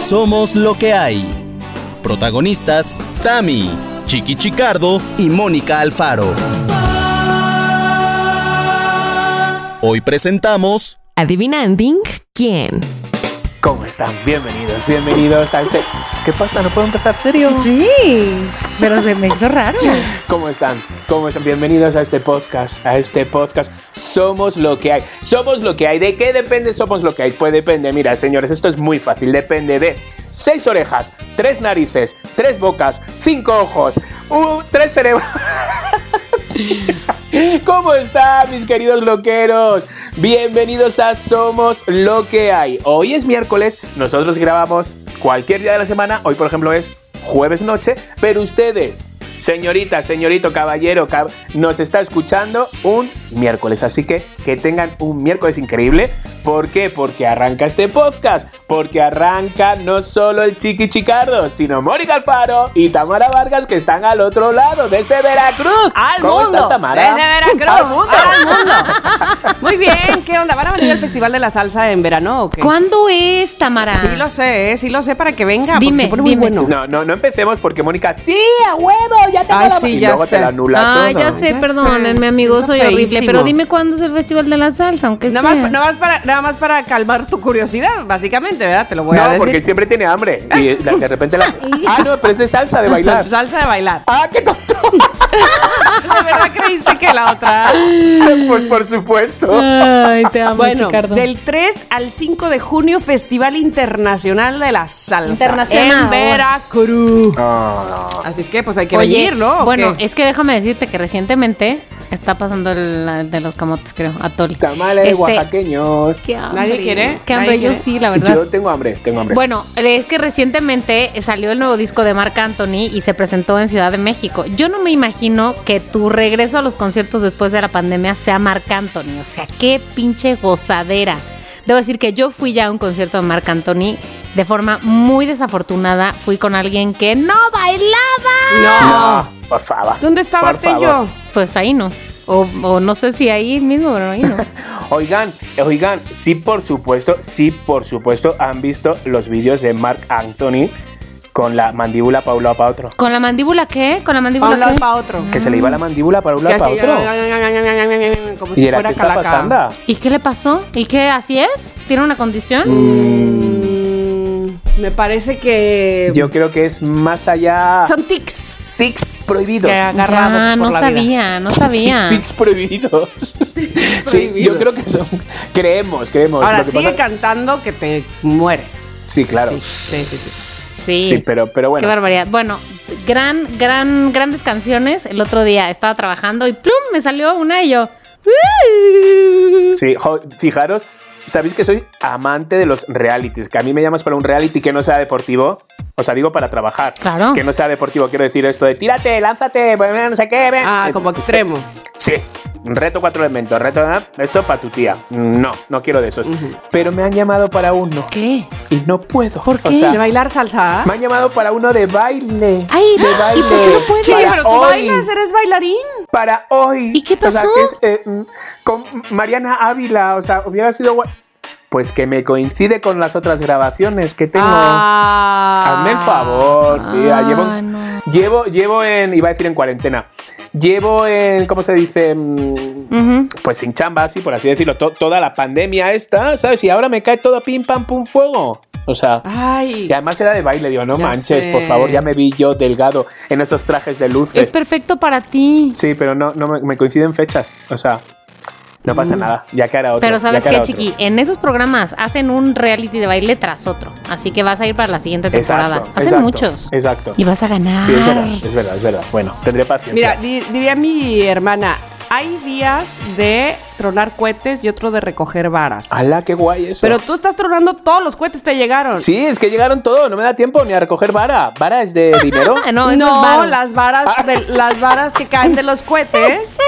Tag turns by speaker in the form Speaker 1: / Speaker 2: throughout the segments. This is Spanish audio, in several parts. Speaker 1: Somos lo que hay. Protagonistas, Tami, Chiqui Chicardo y Mónica Alfaro. Hoy presentamos...
Speaker 2: Adivinanding quién.
Speaker 3: ¿Cómo están? Bienvenidos, bienvenidos a este. ¿Qué pasa? ¿No puedo empezar serio?
Speaker 4: Sí, pero se me hizo raro.
Speaker 3: ¿Cómo están? ¿Cómo están? Bienvenidos a este podcast, a este podcast. Somos lo que hay. Somos lo que hay. ¿De qué depende? Somos lo que hay. Pues depende. Mira, señores, esto es muy fácil. Depende de seis orejas, tres narices, tres bocas, cinco ojos, un- tres cerebros. ¿Cómo están mis queridos loqueros? Bienvenidos a Somos Lo que hay. Hoy es miércoles, nosotros grabamos cualquier día de la semana, hoy por ejemplo es jueves noche, pero ustedes, señorita, señorito, caballero, cab- nos está escuchando un miércoles, así que que tengan un miércoles increíble. ¿Por qué? Porque arranca este podcast, porque arranca no solo el Chiqui Chicardo, sino Mónica Alfaro y Tamara Vargas que están al otro lado desde Veracruz.
Speaker 4: ¡Al
Speaker 3: ¿Cómo
Speaker 4: mundo!
Speaker 3: estás, Tamara?
Speaker 4: Desde Veracruz.
Speaker 3: ¡Al mundo!
Speaker 4: ¡Al mundo! Muy bien, ¿qué onda? ¿Van a venir al Festival de la Salsa en verano o qué?
Speaker 2: ¿Cuándo es, Tamara?
Speaker 4: Sí lo sé, eh, sí lo sé para que venga. porque
Speaker 2: Dime,
Speaker 4: se pone muy
Speaker 2: dime.
Speaker 4: bueno.
Speaker 3: No, no, no empecemos porque Mónica, sí, a huevo, ya te la-
Speaker 4: Ay, sí,
Speaker 3: y
Speaker 4: ya
Speaker 3: luego
Speaker 4: sé.
Speaker 3: te la anula
Speaker 2: Ah,
Speaker 3: todo.
Speaker 2: ya sé,
Speaker 4: Ya
Speaker 2: perdónenme,
Speaker 4: sé,
Speaker 2: amigos,
Speaker 4: siento
Speaker 2: soy horrible.
Speaker 4: feísimo.
Speaker 2: Pero dime cuándo es el Festival de la Salsa, aunque sea.
Speaker 4: Nada más, nada más para, nada más para calmar tu curiosidad, básicamente, ¿verdad? Te lo voy a
Speaker 3: No,
Speaker 4: decir.
Speaker 3: porque siempre tiene hambre. Y de de repente la. Ah, no, pero es de salsa de bailar.
Speaker 4: Salsa de bailar.
Speaker 3: ¡Ah, qué tonto!
Speaker 4: ¿De verdad creíste que la otra?
Speaker 3: Pues por supuesto.
Speaker 4: Ah,
Speaker 2: Ay, te amo,
Speaker 4: Bueno,
Speaker 2: Chicardo.
Speaker 4: del 3 al 5 de junio, Festival Internacional de la Salsa.
Speaker 2: Internacional.
Speaker 4: En Veracruz.
Speaker 3: Ah,
Speaker 4: Así es que, pues hay que
Speaker 2: Oye,
Speaker 4: venir, ¿no? ¿O
Speaker 2: Bueno,
Speaker 4: qué?
Speaker 2: es que déjame decirte que recientemente está pasando el la de los camotes, creo, atole.
Speaker 3: tamales
Speaker 2: Este,
Speaker 3: oaxaqueños.
Speaker 2: qué hambre.
Speaker 4: ¿Nadie quiere?
Speaker 2: Qué hambre,
Speaker 4: ¿Nadie
Speaker 2: yo
Speaker 4: quiere?
Speaker 2: sí, la verdad.
Speaker 3: Yo tengo hambre, tengo hambre.
Speaker 2: Bueno, es que recientemente salió el nuevo disco de Marc Anthony y se presentó en Ciudad de México. Yo no me imagino que tu regreso a los conciertos después de la pandemia sea Marc Anthony. O sea, qué pinche gozadera. Debo decir que yo fui ya a un concierto de Marc Anthony de forma muy desafortunada. Fui con alguien que no bailaba.
Speaker 4: No.
Speaker 3: No, por favor.
Speaker 4: ¿Dónde estaba
Speaker 3: por favor.
Speaker 4: Tello?
Speaker 2: Pues ahí no. O, o no sé si ahí mismo, pero ahí no.
Speaker 3: Oigan, eh, oigan, sí, por supuesto, sí, por supuesto, han visto los vídeos de Mark Anthony con la mandíbula para un lado para otro.
Speaker 2: ¿Con la mandíbula qué? ¿Con la
Speaker 4: Para
Speaker 2: mandíbula
Speaker 4: un lado
Speaker 2: qué?
Speaker 4: para otro.
Speaker 3: Que se le iba la mandíbula para un
Speaker 4: Que
Speaker 3: lado para
Speaker 4: así,
Speaker 3: otro.
Speaker 4: Como
Speaker 3: Y
Speaker 4: si
Speaker 3: era, ¿qué
Speaker 4: fuera
Speaker 3: está pasando?
Speaker 4: calaca.
Speaker 2: ¿Y qué le pasó? ¿Y qué así es? ¿Tiene una condición?
Speaker 4: Mm, Me parece que
Speaker 3: Yo creo que es más allá.
Speaker 4: Eh, son tics.
Speaker 3: tics prohibidos.
Speaker 4: Que agarrado
Speaker 2: Ya,
Speaker 4: por
Speaker 2: Ah, no
Speaker 4: la vida.
Speaker 2: sabía, no sabía.
Speaker 3: Tics prohibidos. sí, yo
Speaker 4: prohibidos.
Speaker 3: creo que son. Creemos, creemos.
Speaker 4: Ahora
Speaker 3: Lo que
Speaker 4: sigue
Speaker 3: pasa-
Speaker 4: cantando que te mueres.
Speaker 3: Sí, claro.
Speaker 4: Sí,
Speaker 3: Sí,
Speaker 4: sí, sí, sí.
Speaker 2: Sí.
Speaker 3: pero, pero
Speaker 2: Qué
Speaker 3: bueno.
Speaker 2: barbaridad. Bueno, gran, gran, grandes canciones. El otro día estaba trabajando y plum, me salió una y yo.
Speaker 3: Sí, jo, fijaros, sabéis que soy amante de los realities. Que a mí me llamas para un reality que no sea deportivo. O sea, digo para trabajar.
Speaker 2: Claro.
Speaker 3: Que no sea deportivo. Quiero decir esto de tírate, lánzate, bueno, no sé qué. ven.
Speaker 4: Ah,
Speaker 3: Eh,
Speaker 4: como extremo.
Speaker 3: Sí, reto cuatro elementos, reto nada, eso para tu tía. No, no quiero de esos. Pero me han llamado para uno
Speaker 2: ¿Qué?
Speaker 3: y no puedo.
Speaker 2: ¿Por
Speaker 3: O
Speaker 2: qué?
Speaker 3: sea,
Speaker 4: ¿De bailar salsa? ¿ah?
Speaker 3: me han llamado para uno de baile.
Speaker 2: Ay,
Speaker 3: de
Speaker 2: ¿y
Speaker 3: baile.
Speaker 2: por qué no puedes?
Speaker 4: Sí,
Speaker 3: Para
Speaker 4: pero tú
Speaker 3: hoy,
Speaker 4: bailas, eres bailarín.
Speaker 3: Para hoy.
Speaker 2: eh. ¿Y qué
Speaker 3: O sea,
Speaker 2: pasó?
Speaker 3: que es, eh, mm, con Mariana Ávila, o sea, hubiera sido guay. Pues que me coincide con las otras grabaciones que tengo.
Speaker 4: Ah.
Speaker 3: Hazme el favor, tía.
Speaker 2: Ah,
Speaker 3: Llevo,
Speaker 2: no.
Speaker 3: llevo, llevo en, iba a decir en cuarentena. Llevo en, ¿cómo se dice? Mm,
Speaker 2: Ujú.
Speaker 3: pues sin chamba, así por así decirlo, to- toda la pandemia esta, ¿sabes? Y ahora me cae todo pim pam pum fuego. O sea,
Speaker 4: Ay.
Speaker 3: y además era de baile, digo, no
Speaker 4: Ya
Speaker 3: manches,
Speaker 4: sé.
Speaker 3: por favor, ya me vi yo delgado en esos trajes de
Speaker 2: Es
Speaker 3: luces.
Speaker 2: perfecto para ti.
Speaker 3: Sí, pero no, no me, me coinciden fechas, o sea, no pasa nada, ya que hará otro.
Speaker 2: Mm. Pero
Speaker 3: ya
Speaker 2: sabes
Speaker 3: que
Speaker 2: qué,
Speaker 3: hará otro.
Speaker 2: Chiqui, en esos programas hacen un reality de baile tras otro. Así que vas a ir para la siguiente temporada.
Speaker 3: Exacto,
Speaker 2: hacen
Speaker 3: exacto,
Speaker 2: muchos.
Speaker 3: Exacto.
Speaker 2: Y vas a ganar.
Speaker 3: Sí, es verdad, es verdad, es verdad. Bueno, tendré paciencia.
Speaker 4: Mira, di- diría mi hermana, hay días de tronar cohetes y otro de recoger varas.
Speaker 3: ¡Hala, qué guay eso!
Speaker 4: Pero tú estás tronando todos los cohetes te llegaron.
Speaker 3: sí, es que llegaron todos, no me da tiempo ni a recoger vara. ¿Vara es de dinero?
Speaker 2: Ah, no, eso es
Speaker 4: No,
Speaker 2: varo.
Speaker 4: las varas de, las varas que caen de los cohetes.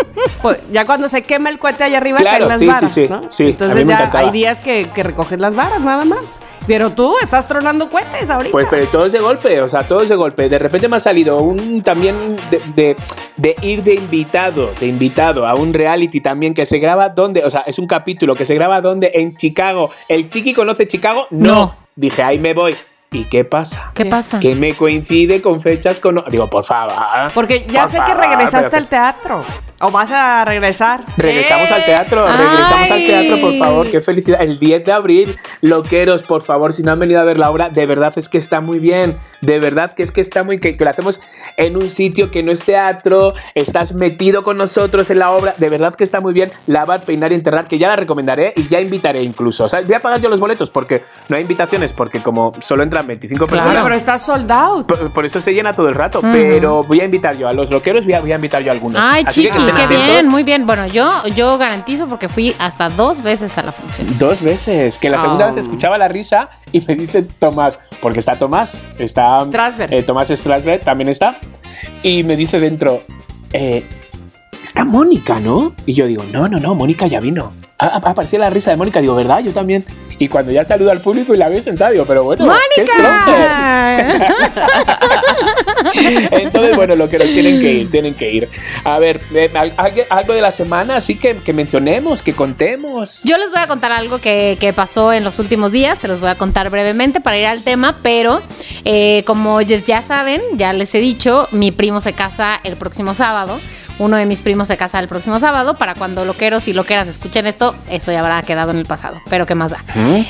Speaker 4: Pues, ya cuando se quema el cohete allá arriba
Speaker 3: Claro,
Speaker 4: caen las
Speaker 3: sí, sí,
Speaker 4: varas,
Speaker 3: sí,
Speaker 4: ¿no?
Speaker 3: sí, a mí
Speaker 4: Entonces
Speaker 3: me
Speaker 4: ya
Speaker 3: encantaba.
Speaker 4: hay días que, que recoges las varas nada más. Pero tú estás tronando cohetes ahorita.
Speaker 3: Pues, pero todos de golpe, o sea, todos de golpe. De repente me ha salido un también de, de- de ir de invitado, de invitado a un reality también que se graba donde, o sea, es un capítulo que se graba donde en Chicago. ¿El chiqui conoce Chicago? No.
Speaker 2: No.
Speaker 3: Dije, ahí me voy. ¿Y qué pasa?
Speaker 2: ¿Qué pasa?
Speaker 3: Que me coincide con fechas con. Digo, por favor.
Speaker 4: Porque ya
Speaker 3: por
Speaker 4: sé que
Speaker 3: favor,
Speaker 4: regresaste
Speaker 3: pero pues
Speaker 4: al teatro. O vas a regresar.
Speaker 3: Regresamos al teatro, regresamos al
Speaker 2: Ay.
Speaker 3: teatro, por favor, qué felicidad. El 10 de abril, loqueros, por favor, si no han venido a ver la obra, de verdad es que está muy bien, de verdad que es que está muy, que, que lo hacemos en un sitio que no es teatro, estás metido con nosotros en la obra, de verdad que está muy bien, lavar, peinar y enterrar, que ya la recomendaré y ya invitaré incluso. O sea, voy a pagar yo los boletos porque no hay invitaciones, porque como solo entran 25
Speaker 2: Claro.
Speaker 4: Oye,
Speaker 3: personas.
Speaker 4: pero está sold out.
Speaker 3: Por, por eso se llena todo el rato, pero voy a invitar yo a los loqueros, voy a, voy a invitar yo a algunos.
Speaker 2: Ay,
Speaker 3: Así que que
Speaker 2: chiqui,
Speaker 3: estén
Speaker 2: qué
Speaker 3: atentos.
Speaker 2: bien, muy bien. Bueno, yo, yo garantizo porque fui hasta dos veces a la función.
Speaker 3: Dos veces, que la segunda
Speaker 4: Ah.
Speaker 2: Oh.
Speaker 3: vez escuchaba la risa y me dice Tomás, porque está Tomás, está
Speaker 4: Strasberg.
Speaker 3: eh, Tomás Strasberg también está, y me dice dentro, eh, está Mónica, ¿no? Y yo digo, no, no, no, Mónica ya vino. Ah, ah, Apareció la risa de Mónica, digo, ¿verdad? Yo también. Y cuando ya saludo al público y la veo sentada, digo, pero bueno, ¿qué es Entonces, bueno, lo que nos tienen que ir, tienen que ir. A ver, eh, al- algo- algo de la semana, así que, que mencionemos, que contemos.
Speaker 2: Yo les voy a contar algo que, que pasó en los últimos días, se los voy a contar brevemente para ir al tema, pero eh, como ya- ya saben, ya les he dicho, mi primo se casa el próximo sábado, uno de mis primos se casa el próximo sábado, para cuando loqueros y loqueras escuchen esto, eso ya habrá quedado en el pasado, pero qué más da.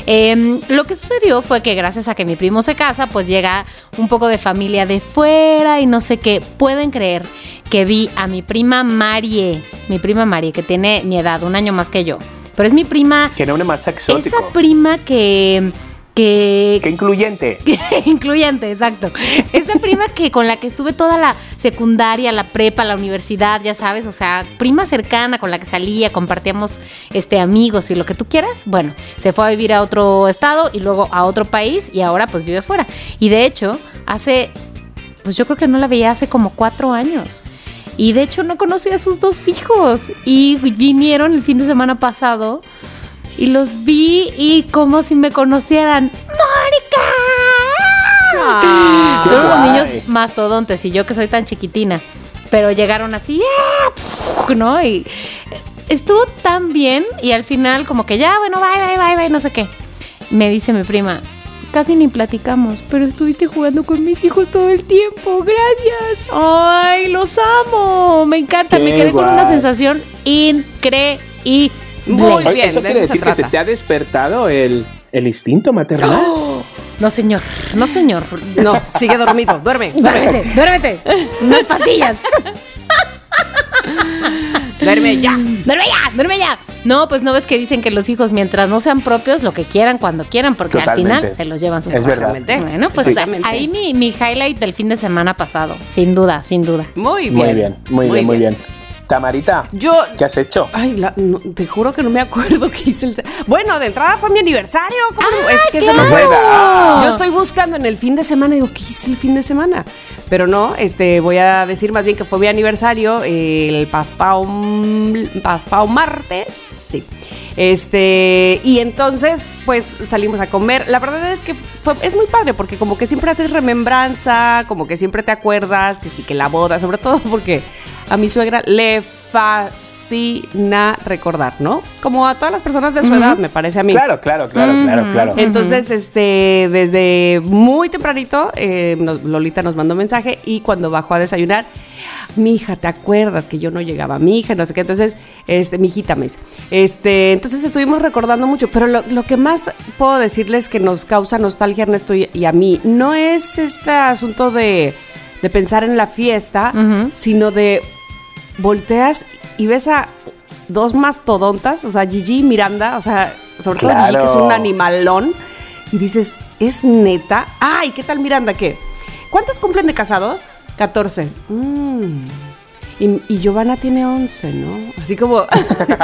Speaker 2: Eh, lo que sucedió fue que gracias a que mi primo se casa, pues llega un poco de familia de fuera y no sé qué, pueden creer que vi a mi prima Marie, mi prima Marie, que tiene mi edad, un año más que yo. Pero es mi prima,
Speaker 3: Que nombre más exótico.
Speaker 2: esa prima que, que,
Speaker 3: Qué incluyente.
Speaker 2: incluyente, exacto. Esa prima que con la que estuve toda la secundaria, la prepa, la universidad, ya sabes, o sea, prima cercana con la que salía, compartíamos este amigos y lo que tú quieras. Bueno, se fue a vivir a otro estado y luego a otro país y ahora pues vive fuera. Y de hecho, hace pues yo creo que no la veía hace como cuatro años. Y de hecho no conocía a sus dos hijos. Y vinieron el fin de semana pasado y los vi y como si me conocieran. ¡Mónica!
Speaker 4: Ah.
Speaker 2: Son unos
Speaker 3: Guay.
Speaker 2: niños mastodontes y yo que soy tan chiquitina. Pero llegaron así, ¡ah! Pf, ¿no? Y estuvo tan bien y al final como que ya, bueno, bye, bye, bye, bye, no sé qué. Me dice mi prima, casi ni platicamos, pero estuviste jugando con mis hijos todo el tiempo, gracias. Ay, los amo, me encanta, me
Speaker 3: Qué
Speaker 2: quedé con una
Speaker 3: guay.
Speaker 2: sensación increíble.
Speaker 4: Muy
Speaker 3: Oye,
Speaker 4: bien,
Speaker 3: eso
Speaker 4: de
Speaker 3: quiere
Speaker 4: eso se
Speaker 3: decir que se
Speaker 4: trata. ¡Oh!
Speaker 3: te ha despertado el, el instinto maternal.
Speaker 2: No, señor, no, señor.
Speaker 4: No, sigue dormido, duerme.
Speaker 2: Duérmete, duérmete. Unas pastillas.
Speaker 4: Duerme ya.
Speaker 2: Duerme ya, duerme ya. No, pues no ves que dicen que los hijos, mientras no sean propios, lo que quieran, cuando quieran, porque al
Speaker 3: Totalmente.
Speaker 2: final se los llevan sus
Speaker 3: Es
Speaker 2: padres.
Speaker 3: verdad.
Speaker 4: Exactamente.
Speaker 2: Bueno, pues
Speaker 4: Exactamente.
Speaker 2: ahí mi, mi highlight del fin de semana pasado. Sin duda, sin duda.
Speaker 4: Muy bien.
Speaker 3: Muy bien, muy, bien, muy bien. Tamarita,
Speaker 4: Yo.
Speaker 3: ¿qué has hecho?
Speaker 4: Ay, la- no, te juro que no me acuerdo qué hice el. Bueno, de entrada fue mi aniversario. ¿cómo no? es que
Speaker 3: Pues
Speaker 4: se nos fue.
Speaker 3: ¡Buena!
Speaker 4: Yo estoy buscando en el fin de semana, digo, ¿qué hice el fin de semana? Pero no, este, voy a decir más bien que fue mi aniversario, eh, el pasado, mm, pasado martes, sí. Este, y entonces, pues salimos a comer. La verdad es que fue- es muy padre porque como que siempre haces remembranza, como que siempre te acuerdas, que sí, que la boda, sobre todo porque a mi suegra le fascina recordar, ¿no? Como a todas las personas de su edad, me parece a mí.
Speaker 3: Claro, claro, claro,
Speaker 4: Mm.
Speaker 3: claro, claro.
Speaker 4: Eh. Entonces, este, desde muy tempranito, eh, nos- Lolita nos mandó mensaje y cuando bajó a desayunar, mi hija, ¿te acuerdas que yo no llegaba? Mi hija, no sé qué. Entonces, este, mi hijita me dice. Este, entonces estuvimos recordando mucho, pero lo, lo que más puedo decirles que nos causa nostalgia, Ernesto y, y a mí, no es este asunto de, de pensar en la fiesta, sino de volteas y ves a dos mastodontas, o sea, Gigi y Miranda, o sea, sobre todo Gigi, que es un
Speaker 3: Claro.
Speaker 4: animalón, y dices, ¿es neta? Ay, ¿qué tal Miranda? ¿Qué? ¿Cuántos cumplen de casados? 14. Mm. Y, y Giovanna tiene 11, ¿no? Así como,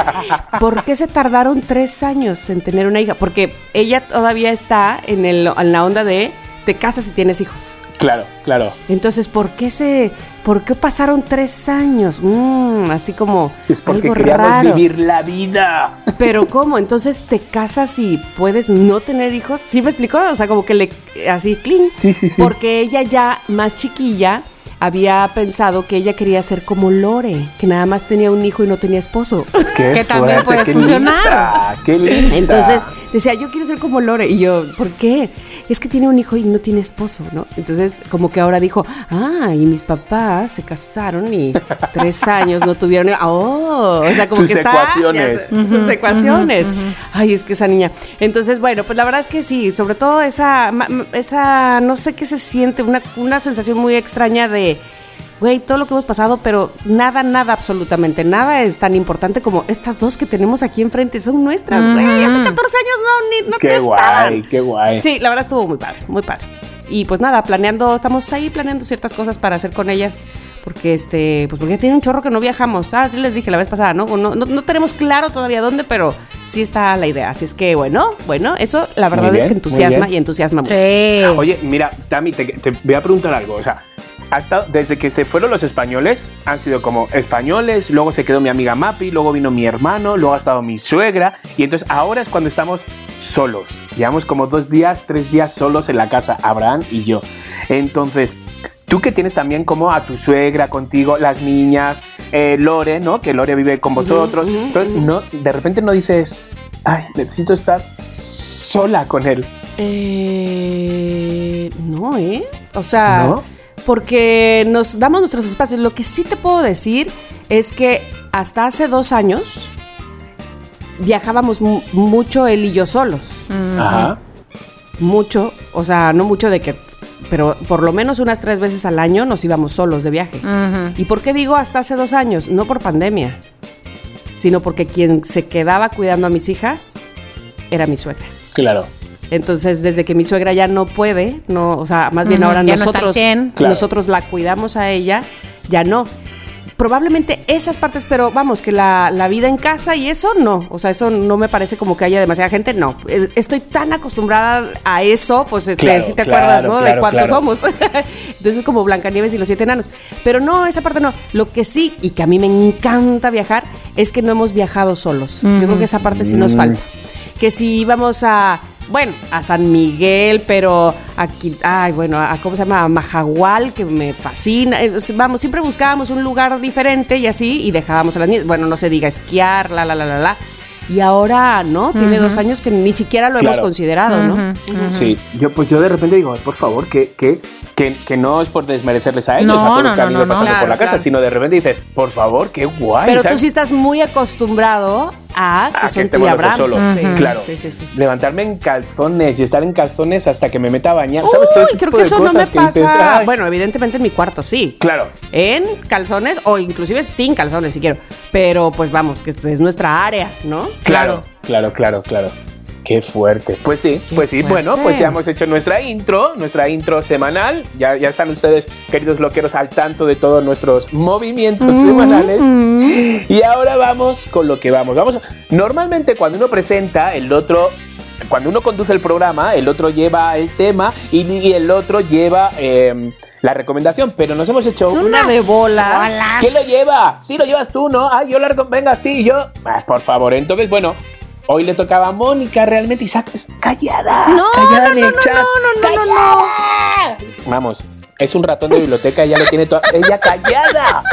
Speaker 4: ¿por qué se tardaron tres años en tener una hija? Porque ella todavía está en, el, en la onda de te casas y tienes hijos.
Speaker 3: Claro, claro.
Speaker 4: Entonces, ¿por qué se, por qué pasaron tres años? Mm, así como
Speaker 3: Es porque
Speaker 4: algo
Speaker 3: queríamos
Speaker 4: raro.
Speaker 3: vivir la vida.
Speaker 4: Pero cómo, entonces te casas y puedes no tener hijos. ¿Sí me explicó? O sea, como que le así clean.
Speaker 3: Sí, sí, sí.
Speaker 4: Porque ella ya más chiquilla había pensado que ella quería ser como Lore, que nada más tenía un hijo y no tenía esposo.
Speaker 2: Que también puede
Speaker 3: qué
Speaker 2: funcionar.
Speaker 3: lista, qué lista.
Speaker 4: Entonces decía, yo quiero ser como Lore. Y yo, ¿por qué? Es que tiene un hijo y no tiene esposo, ¿no? Entonces, como que ahora dijo, ah, y mis papás se casaron y tres años no tuvieron. hijos". Oh, o sea, como
Speaker 3: Sus
Speaker 4: que está-
Speaker 3: ecuaciones.
Speaker 4: ya sé, sus ecuaciones. Ay, es que esa niña. Entonces, bueno, pues la verdad es que sí, sobre todo esa, ma- ma- esa no sé qué se siente, una, una sensación muy extraña de, güey, todo lo que hemos pasado, pero nada, nada, absolutamente nada es tan importante como estas dos que tenemos aquí enfrente, son nuestras, güey, hace 14 años no, ni, no
Speaker 3: Qué
Speaker 4: estaban.
Speaker 3: guay, qué guay.
Speaker 4: Sí, la verdad estuvo muy padre, muy padre. Y pues nada, planeando, estamos ahí planeando ciertas cosas para hacer con ellas, porque este, pues porque tiene un chorro que no viajamos. Ah, ya les dije la vez pasada, ¿no? No, no, no tenemos claro todavía dónde, pero sí está la idea. Así es que bueno, bueno, eso la verdad
Speaker 3: Muy
Speaker 4: es
Speaker 3: bien,
Speaker 4: que
Speaker 3: muy
Speaker 4: entusiasma
Speaker 3: bien.
Speaker 4: y entusiasma mucho.
Speaker 2: Sí.
Speaker 3: Oye, mira, Tami, te, te voy a preguntar algo. O sea, ha estado- desde que se fueron los españoles, han sido como españoles, luego se quedó mi amiga Mapi, luego vino mi hermano, luego ha estado mi suegra, y entonces ahora es cuando estamos solos. Llevamos como dos días, tres días solos en la casa, Abraham y yo. Entonces, tú que tienes también como a tu suegra contigo, las niñas, eh, Lore, ¿no? Que Lore vive con vosotros.
Speaker 4: ujú,
Speaker 3: Entonces, no, de repente no dices, ay, necesito estar sola con él.
Speaker 4: Eh, no, ¿eh? O sea,
Speaker 3: ¿No?
Speaker 4: porque nos damos nuestros espacios. Lo que sí te puedo decir es que hasta hace dos años viajábamos mu- mucho él y yo solos.
Speaker 3: Ajá.
Speaker 4: Mucho, o sea, no mucho de que, pero por lo menos unas tres veces al año nos íbamos solos de viaje.
Speaker 2: Ujú.
Speaker 4: ¿Y por qué digo hasta hace dos años? No por pandemia, sino porque quien se quedaba cuidando a mis hijas era mi suegra.
Speaker 3: Claro.
Speaker 4: Entonces, desde que mi suegra ya no puede, no, o sea, más bien
Speaker 2: Ujú,
Speaker 4: ahora
Speaker 2: ya no está al
Speaker 4: nosotros,
Speaker 2: 100.
Speaker 3: Claro.
Speaker 4: nosotros la cuidamos a ella, ya no. Probablemente esas partes, pero vamos, que la, la vida en casa y eso no. O sea, eso no me parece como que haya demasiada gente, no. Es- Estoy tan acostumbrada a eso, pues este,
Speaker 3: Claro,
Speaker 4: si te
Speaker 3: claro,
Speaker 4: acuerdas, ¿no? de
Speaker 3: claro,
Speaker 4: cuántos
Speaker 3: claro.
Speaker 4: somos. Entonces, como Blancanieves y los siete enanos. Pero no, esa parte no. Lo que sí, y que a mí me encanta viajar, es que no hemos viajado solos. Yo creo que esa parte sí nos
Speaker 3: Mm.
Speaker 4: falta que si íbamos a, bueno, a San Miguel, pero aquí, ay, bueno, a, ¿cómo se llama? A Majagual, que me fascina. Eh, s- Vamos, siempre buscábamos un lugar diferente y así, y dejábamos a las niñas, bueno, no se diga esquiar, la, la, la, la, la. Y ahora, ¿no? Tiene dos años que ni siquiera lo hemos
Speaker 3: Claro.
Speaker 4: considerado, ¿no?
Speaker 3: Sí, yo pues yo de repente digo, "Ay, por favor, que, que, que, que no es por desmerecerles a ellos,
Speaker 2: No,
Speaker 3: a todos
Speaker 2: no,
Speaker 3: los que han
Speaker 2: no,
Speaker 3: ido
Speaker 2: no, no.
Speaker 3: pasando por la
Speaker 4: Claro,
Speaker 3: casa,
Speaker 4: claro.
Speaker 3: sino de repente dices, por favor, qué guay.
Speaker 4: Pero tú
Speaker 3: ¿sabes?
Speaker 4: sí estás muy acostumbrado a que
Speaker 3: Ah, que
Speaker 4: son tú y
Speaker 3: estemos los dos
Speaker 4: Abraham.
Speaker 3: solos.
Speaker 4: Sí,
Speaker 3: Claro.
Speaker 4: Sí, sí, sí.
Speaker 3: Levantarme en calzones y estar en calzones hasta que me meta a bañar. ¿Sabes? Todo ese
Speaker 4: Uy, creo
Speaker 3: tipo
Speaker 4: que
Speaker 3: de
Speaker 4: eso no me
Speaker 3: cosas que
Speaker 4: pasa.
Speaker 3: dices, "Ay".
Speaker 4: bueno, evidentemente en mi cuarto sí.
Speaker 3: Claro.
Speaker 4: en calzones o inclusive sin calzones si quiero. Pero pues vamos, que esto es nuestra área, ¿no?
Speaker 3: Claro, claro, claro, claro. Qué fuerte. Pues sí, pues sí.
Speaker 4: fuerte.
Speaker 3: Bueno, pues ya hemos hecho nuestra intro, nuestra intro semanal. Ya, ya están ustedes, queridos loqueros, al tanto de todos nuestros movimientos semanales. Y ahora vamos con lo que vamos. Vamos. Normalmente cuando uno presenta, el otro. Cuando uno conduce el programa, el otro lleva el tema y, y el otro lleva eh, la recomendación. Pero nos hemos hecho una
Speaker 4: Una de bolas.
Speaker 3: ¿Quién lo lleva? Sí, lo llevas tú, ¿no? Ah, yo la recom- Venga, sí, yo. Ah, por favor, entonces, bueno. Hoy le tocaba a Mónica realmente y sacas callada.
Speaker 2: No,
Speaker 3: callada
Speaker 2: no,
Speaker 3: en el
Speaker 2: Ah, no, no,
Speaker 3: chat,
Speaker 2: no, no, no, no,
Speaker 3: callada. Vamos, es un ratón de biblioteca, ella lo tiene toda. ¡Ella callada!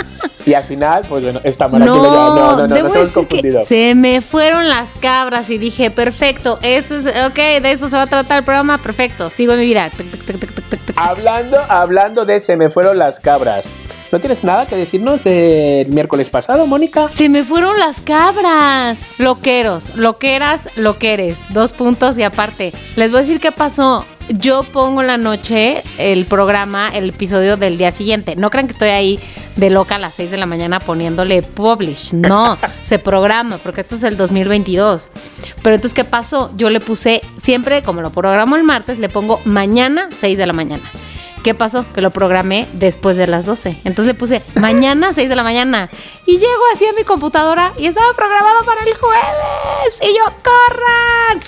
Speaker 3: Y al final, pues bueno, esta mala que lo lleva. No, no, no,
Speaker 2: debo
Speaker 3: nos hemos
Speaker 2: decir
Speaker 3: confundido.
Speaker 2: que se me fueron las cabras y dije, perfecto, esto es, ok, de eso se va a tratar el programa, perfecto, sigo mi vida. Tic, tic, tic, tic, tic, tic, tic.
Speaker 3: Hablando, hablando de se me fueron las cabras. ¿No tienes nada que decirnos del miércoles pasado, Mónica?
Speaker 2: Se me fueron las cabras. Loqueros, loqueras, loqueres. Dos puntos y aparte. Les voy a decir qué pasó. Yo pongo en la noche el programa, el episodio del día siguiente. No crean que estoy ahí de loca a las 6 de la mañana poniéndole publish. No, se programa porque esto es el 2022. Pero entonces, ¿qué pasó? Yo le puse, siempre como lo programo el martes, le pongo mañana 6 de la mañana. ¿Qué pasó? Que lo programé después de las 12. Entonces le puse mañana 6 de la mañana. Y llego así a mi computadora y estaba programado para el jueves. Y yo, corran.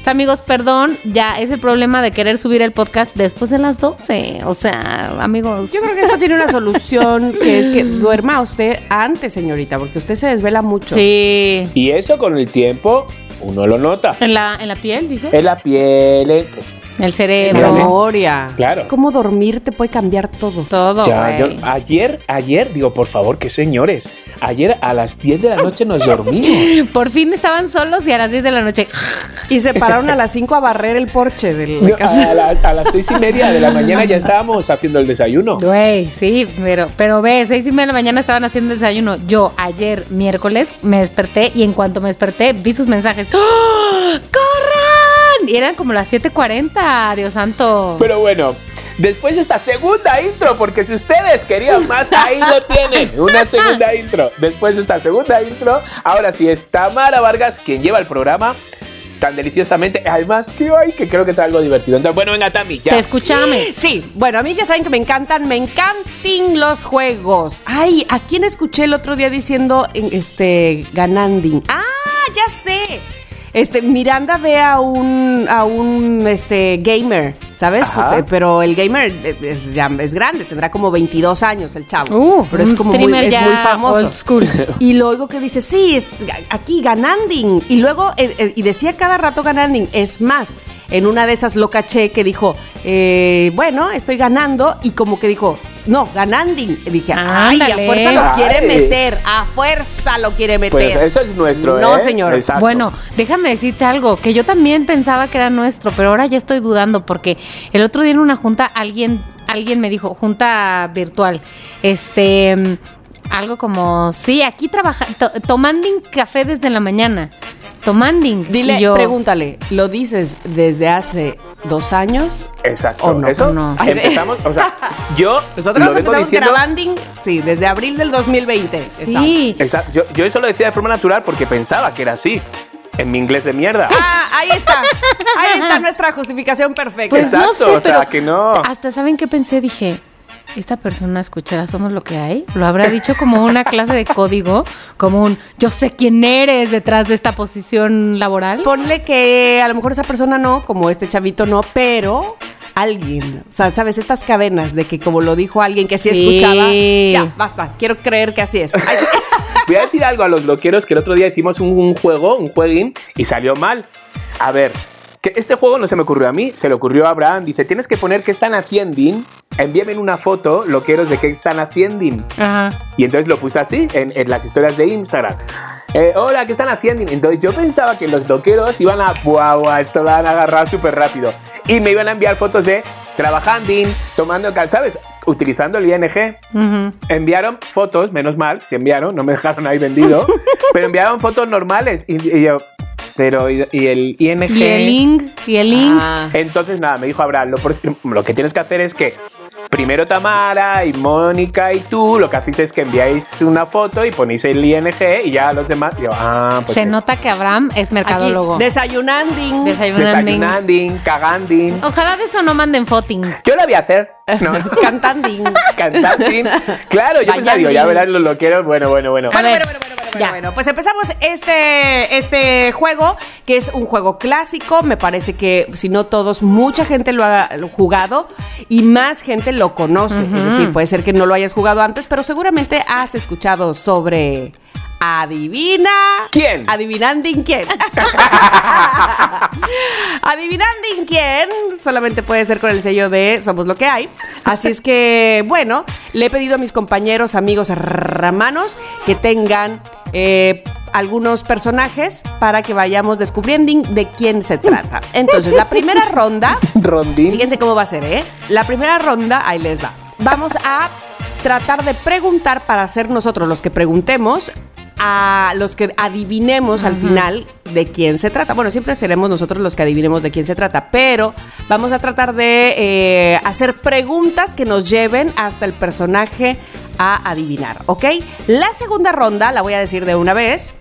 Speaker 2: O sea, amigos, perdón, ya es el problema de querer subir el podcast después de las 12. O sea, amigos.
Speaker 4: Yo creo que esto tiene una solución que es que duerma usted antes, señorita, porque usted se desvela mucho.
Speaker 2: Sí.
Speaker 3: Y eso con el tiempo, uno lo nota.
Speaker 2: En la, en la piel, dice.
Speaker 3: En la piel, en- pues,
Speaker 2: El
Speaker 4: La
Speaker 2: cerebro.
Speaker 3: Mírale.
Speaker 4: memoria.
Speaker 3: Claro.
Speaker 4: Cómo dormir te puede cambiar todo.
Speaker 2: Todo.
Speaker 3: Ya, yo-
Speaker 2: Oh, güey.
Speaker 3: ayer, ayer, digo, por favor, que señores, ayer a las 10 de la noche nos dormimos.
Speaker 2: Por fin estaban solos y a las 10 de la noche.
Speaker 4: Y se pararon a las 5 a barrer el porche de la
Speaker 3: No,
Speaker 4: casa.
Speaker 3: a, la- a las seis y media de la mañana ya estábamos haciendo el desayuno.
Speaker 2: Güey, sí, pero, pero ve, seis y media de la mañana estaban haciendo el desayuno. Yo ayer, miércoles, me desperté y en cuanto me desperté, vi sus mensajes. ¡Ah! ¡Corran! Y eran como las 7.40, Dios santo.
Speaker 3: Pero bueno, después esta segunda intro, porque si ustedes querían más, ahí lo tienen. Una segunda intro. Después esta segunda intro, ahora sí es Tamara Vargas quien lleva el programa tan deliciosamente. Además que hoy, que creo que está algo divertido. Entonces, bueno, venga, Tami, ya.
Speaker 2: Te escuchame.
Speaker 4: Sí, bueno, a mí ya saben que me encantan, me encantan los juegos. Ay, ¿a quién escuché el otro día diciendo en, este Ganandin? Ah, ya sé. Este, Miranda ve a un, a un este, gamer, ¿sabes?
Speaker 3: Ajá.
Speaker 4: Eh, Pero el gamer eh, es, ya es grande, tendrá como 22 años el chavo.
Speaker 2: Uh,
Speaker 4: pero es
Speaker 2: un
Speaker 4: como muy,
Speaker 2: streamer
Speaker 4: es
Speaker 2: ya
Speaker 4: muy famoso.
Speaker 2: Old school.
Speaker 4: Y lo oigo que dice, sí, es- aquí Ganandin. Y luego, eh, eh, y decía cada rato Ganandin. Es más, en una de esas lo caché que dijo, eh, bueno, estoy ganando. Y como que dijo, no, Ganandin. Y dije, ay,
Speaker 2: Ándale.
Speaker 4: a fuerza lo quiere
Speaker 3: Ay.
Speaker 4: meter, a fuerza lo quiere meter.
Speaker 3: Pues eso es nuestro,
Speaker 4: No,
Speaker 3: ¿eh?
Speaker 4: señor.
Speaker 3: Exacto.
Speaker 2: Bueno, déjame decirte algo, que yo también pensaba que era nuestro, pero ahora ya estoy dudando porque el otro día en una junta alguien, alguien me dijo, junta virtual, este, mm, algo como, sí, aquí trabaja, to- tomando un café desde la mañana, tomando. un".
Speaker 4: Dile,
Speaker 2: Y yo,
Speaker 4: pregúntale, ¿lo dices desde hace dos años?
Speaker 3: Exacto.
Speaker 4: ¿O no?
Speaker 3: eso
Speaker 2: no.
Speaker 3: empezamos, o sea, yo
Speaker 4: Nosotros
Speaker 3: lo vengo
Speaker 4: empezamos
Speaker 3: diciendo-
Speaker 4: grabanding, sí, desde abril del 2020. Exacto.
Speaker 2: Sí,
Speaker 3: Exacto. Yo, yo eso lo decía de forma natural porque pensaba que era así. En mi inglés de mierda.
Speaker 4: Ah, ahí está. Ahí está nuestra justificación perfecta.
Speaker 2: pues no
Speaker 3: Exacto,
Speaker 2: sé,
Speaker 3: o sea,
Speaker 2: pero
Speaker 3: que no.
Speaker 2: hasta saben qué pensé, dije. Esta persona escuchará Somos lo que hay. Lo habrá dicho como una clase de código, como un yo sé quién eres detrás de esta posición laboral.
Speaker 4: Ponle que a lo mejor esa persona no, como este chavito no, pero alguien. O sea, ¿sabes? Estas cadenas de que como lo dijo alguien que sí,
Speaker 2: Sí.
Speaker 4: escuchaba. Ya, basta. Quiero creer que así es. Ay, sí.
Speaker 3: Voy a decir algo a los bloqueros que el otro día hicimos un, un juego, un jueguín, y salió mal. A ver, que este juego no se me ocurrió a mí, se le ocurrió a Abraham. Dice, tienes que poner que están haciendo. Envíame una foto, loqueros, de qué están haciendo.
Speaker 2: Ajá.
Speaker 3: Y entonces lo puse así en, en las historias de Instagram. Eh, Hola, ¿qué están haciendo? Entonces yo pensaba que los loqueros iban a, guau, guau, esto lo van a agarrar súper rápido. Y me iban a enviar fotos de trabajando, tomando cal, ¿sabes? Utilizando el ING.
Speaker 2: Ujú.
Speaker 3: Enviaron fotos, menos mal, se enviaron, no me dejaron ahí vendido, pero enviaron fotos normales. Y, y yo, pero, ¿y, y el ING?
Speaker 2: Y el link, y el link.
Speaker 4: Ah.
Speaker 3: Entonces, nada, me dijo Abraham, lo, por- lo que tienes que hacer es que primero Tamara y Mónica y tú, lo que hacéis es que enviáis una foto y ponéis el ING y ya los demás. Yo, ah, pues.
Speaker 2: Se
Speaker 3: sí.
Speaker 2: nota que Abraham es
Speaker 4: Aquí,
Speaker 2: mercadólogo.
Speaker 4: desayunanding.
Speaker 2: Desayunanding.
Speaker 3: Desayunanding, caganding.
Speaker 2: Ojalá de eso no manden footing.
Speaker 3: Yo la voy a hacer. No.
Speaker 4: Cantanding.
Speaker 3: Cantanding. Claro, yo pensaba, digo, ya
Speaker 4: Vayanding.
Speaker 3: verás lo quiero. Bueno, bueno, bueno.
Speaker 2: A
Speaker 4: Bueno,
Speaker 2: ver,
Speaker 4: bueno, bueno, bueno, bueno,
Speaker 2: ya.
Speaker 4: bueno. Pues empezamos este, este juego, que es un juego clásico. Me parece que, si no todos, mucha gente lo ha lo ha jugado y más gente lo conoce. Es decir, puede ser que no lo hayas jugado antes, pero seguramente has escuchado sobre. Adivina.
Speaker 3: ¿Quién?
Speaker 4: Adivinando en quién. Adivinando en quién. Solamente puede ser con el sello de Somos lo que hay. Así es que, bueno, le he pedido a mis compañeros, amigos ramanos que tengan eh, algunos personajes para que vayamos descubriendo de quién se trata. Entonces, la primera ronda.
Speaker 3: Rondín.
Speaker 4: Fíjense cómo va a ser, ¿eh? La primera ronda, ahí les va. Vamos a tratar de preguntar para ser nosotros los que preguntemos a los que adivinemos al final de quién se trata. Bueno, siempre seremos nosotros los que adivinemos de quién se trata, pero vamos a tratar de eh, hacer preguntas que nos lleven hasta el personaje a adivinar, ¿ok? La segunda ronda, la voy a decir de una vez,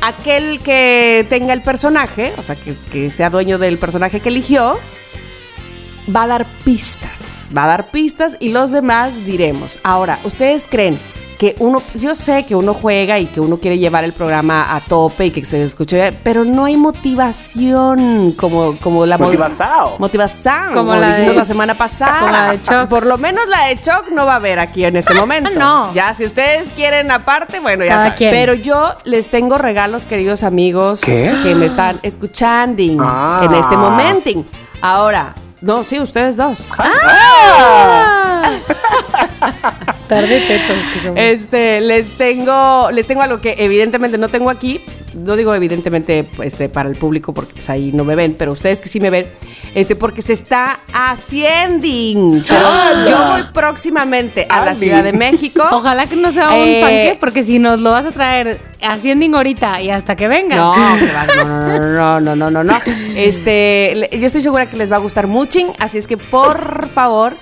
Speaker 4: aquel que tenga el personaje, o sea, que, que sea dueño del personaje que eligió, va a dar pistas, va a dar pistas y los demás diremos. Ahora, ¿ustedes creen que uno, yo sé que uno juega y que uno quiere llevar el programa a tope y que se escuche, bien, pero no hay motivación como, como la mo-
Speaker 3: Motivazao.
Speaker 4: Motivación,
Speaker 2: Como
Speaker 4: como,
Speaker 2: la de-
Speaker 4: dijimos la semana pasada.
Speaker 2: como la de Choc. Ah,
Speaker 4: Por lo menos la de Choc no va a haber aquí en este momento.
Speaker 2: No.
Speaker 4: Ya, si ustedes quieren aparte, bueno, ya
Speaker 2: Cada
Speaker 4: saben.
Speaker 2: quien.
Speaker 4: Pero yo les tengo regalos, queridos amigos,
Speaker 3: ¿Qué?
Speaker 4: que me están escuchando
Speaker 3: Ah.
Speaker 4: en este momento. Ahora, no, sí, ustedes dos.
Speaker 3: Ah.
Speaker 4: Ah.
Speaker 2: Tarde tetos que somos.
Speaker 4: Este, les tengo, les tengo algo que evidentemente no tengo aquí, no digo evidentemente este, para el público porque pues, ahí no me ven, pero ustedes que sí me ven, este, porque se está haciendo. Pero
Speaker 3: ¡Hala!
Speaker 4: yo voy próximamente a la
Speaker 3: Andy.
Speaker 4: Ciudad de México.
Speaker 2: Ojalá que no sea un
Speaker 4: Eh,
Speaker 2: panque, porque si nos lo vas a traer asciending ahorita y hasta que venga.
Speaker 4: No, que va- no, no, no, no, no, no, no. Este, le- yo estoy segura que les va a gustar mucho, así es que por favor,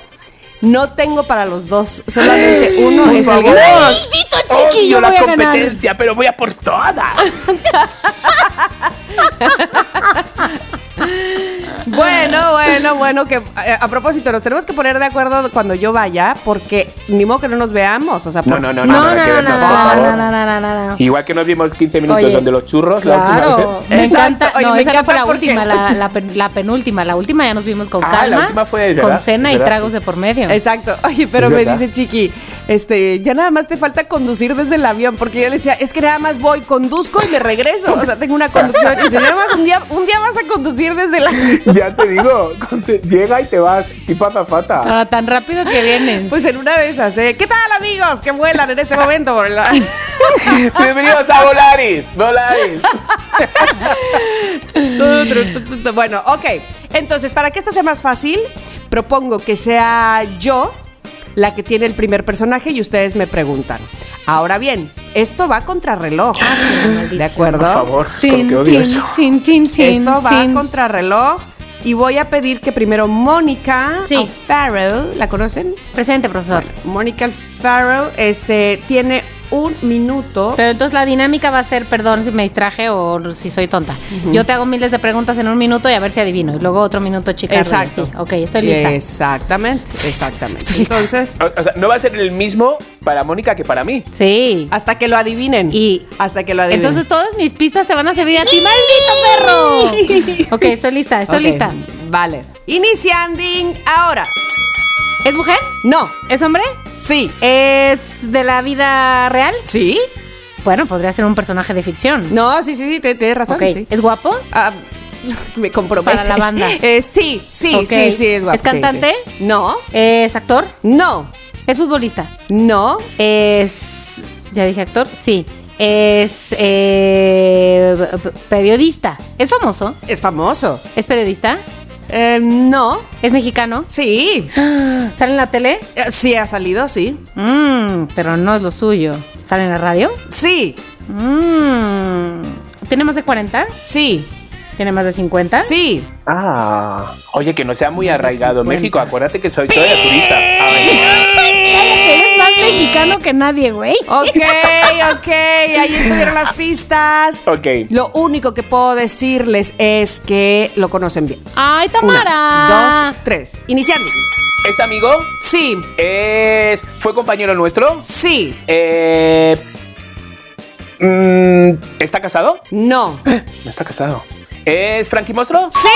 Speaker 4: no tengo para los dos, solamente uno
Speaker 3: Por
Speaker 4: es el
Speaker 3: favor.
Speaker 4: ganador.
Speaker 2: chiqui,
Speaker 3: Odio
Speaker 2: yo
Speaker 3: la
Speaker 2: voy a ganar.
Speaker 3: competencia, pero voy a por todas.
Speaker 4: Bueno, bueno, bueno, que eh, a propósito, nos tenemos que poner de acuerdo cuando yo vaya, porque ni modo que no nos veamos, o sea,
Speaker 3: No,
Speaker 4: por-
Speaker 3: no, no,
Speaker 2: No, no,
Speaker 3: nada que
Speaker 2: no, no,
Speaker 3: ver, no, por
Speaker 2: no,
Speaker 3: favor.
Speaker 2: no, no, no, no, no.
Speaker 3: Igual que nos vimos 15 minutos
Speaker 2: Oye,
Speaker 3: donde los churros la última
Speaker 2: Claro,
Speaker 3: vez.
Speaker 2: me
Speaker 4: Exacto,
Speaker 2: encanta.
Speaker 4: oye,
Speaker 2: no,
Speaker 4: me
Speaker 2: esa
Speaker 4: encanta
Speaker 2: fue la
Speaker 4: porque-
Speaker 2: última, la, la pen- la penúltima. La última ya nos vimos con
Speaker 3: Ah, la
Speaker 2: calma.
Speaker 3: última fue, ¿verdad?
Speaker 2: Con cena y
Speaker 3: ¿verdad?
Speaker 2: tragos de por medio.
Speaker 4: Exacto. Oye, pero
Speaker 3: Es
Speaker 4: me
Speaker 3: verdad.
Speaker 4: dice Chiqui, este, ya nada más te falta conducir desde el avión, porque yo le decía, es que nada más voy, conduzco y me regreso. O sea, tengo una conducción. Y dice, nada más un día, un día vas a conducir desde el avión.
Speaker 3: Ya te digo, llega y te vas, tipo azafata.
Speaker 2: Ah, tan rápido que vienes.
Speaker 4: Pues en una de esas, ¿eh? ¿Qué tal, amigos? Que vuelan en este momento. por la-
Speaker 3: Bienvenidos a Volaris, Volaris.
Speaker 2: Ah.
Speaker 4: Tu, tu, tu, tu, tu. bueno, ok. Entonces, para que esto sea más fácil, propongo que sea yo la que tiene el primer personaje y ustedes me preguntan. Ahora bien, esto va contra reloj. ¿De acuerdo?
Speaker 3: Por favor,
Speaker 2: Tin,
Speaker 3: porque odio
Speaker 2: tin,
Speaker 3: eso.
Speaker 2: tin, tin, tin,
Speaker 4: Esto va
Speaker 2: tin.
Speaker 4: contra reloj. Y voy a pedir que primero Mónica
Speaker 2: Sí.
Speaker 4: Farrell, ¿la conocen?
Speaker 2: Presente, profesor.
Speaker 4: Mónica Farrell este, tiene un minuto.
Speaker 2: Pero entonces la dinámica va a ser, perdón si me distraje o si soy tonta. Yo te hago miles de preguntas en un minuto y a ver si adivino. Y luego otro minuto, chica.
Speaker 4: Exacto.
Speaker 2: Sí, ok, estoy lista.
Speaker 4: Exactamente, exactamente.
Speaker 2: Estoy lista.
Speaker 4: Entonces,
Speaker 3: O, o sea, no va a ser el mismo para Mónica que para mí.
Speaker 2: Sí.
Speaker 4: hasta que lo adivinen.
Speaker 2: Y-
Speaker 4: hasta que lo adivinen.
Speaker 2: Entonces todas mis pistas te van a servir a ti. ¡Maldito perro! ok, estoy lista, estoy
Speaker 4: Ok,
Speaker 2: lista.
Speaker 4: Vale. Inicianding ahora.
Speaker 2: ¿Es mujer?
Speaker 4: No.
Speaker 2: ¿Es hombre?
Speaker 4: Sí.
Speaker 2: ¿Es de la vida real?
Speaker 4: ¿Sí?
Speaker 2: Bueno, podría ser un personaje de ficción.
Speaker 4: No, sí, sí, sí, te- tienes razón.
Speaker 2: ok.
Speaker 4: sí.
Speaker 2: ¿Es guapo?
Speaker 4: Ah, me comprometes.
Speaker 2: Para la banda.
Speaker 4: Eh, sí, sí,
Speaker 2: Ok.
Speaker 4: sí, sí, es guapo.
Speaker 2: ¿Es cantante?
Speaker 4: sí, sí. No,
Speaker 2: ¿Es actor?
Speaker 4: no,
Speaker 2: ¿Es futbolista?
Speaker 4: no.
Speaker 2: Es. Ya dije actor, sí. Es eh, p- periodista. ¿Es famoso?
Speaker 4: Es famoso.
Speaker 2: ¿Es periodista?
Speaker 4: Eh, no,
Speaker 2: ¿Es mexicano?
Speaker 4: sí.
Speaker 2: ¿Sale en la tele?
Speaker 4: Eh, Sí ha salido, sí.
Speaker 2: Mm, pero no es lo suyo. ¿Sale en la radio?
Speaker 4: Sí,
Speaker 2: Mm, ¿Tiene más de 40?
Speaker 4: sí,
Speaker 2: ¿Tiene más de 50?
Speaker 4: sí.
Speaker 3: Ah, oye, que no sea muy arraigado México. Acuérdate que soy todavía turista. A ver.
Speaker 2: Eres más mexicano que nadie, güey.
Speaker 4: Ok, ok, ahí estuvieron las pistas.
Speaker 3: Ok.
Speaker 4: Lo único que puedo decirles es que lo conocen bien.
Speaker 2: ¡Ay,
Speaker 4: Una,
Speaker 2: Tamara!
Speaker 4: dos, tres. Iniciando.
Speaker 3: ¿Es amigo?
Speaker 4: Sí,
Speaker 3: ¿Es, ¿Fue compañero nuestro?
Speaker 4: sí,
Speaker 3: Eh, mm, ¿Está casado?
Speaker 4: no.
Speaker 3: No está casado. ¿Es Frankie Monstruo?
Speaker 4: ¡Sí!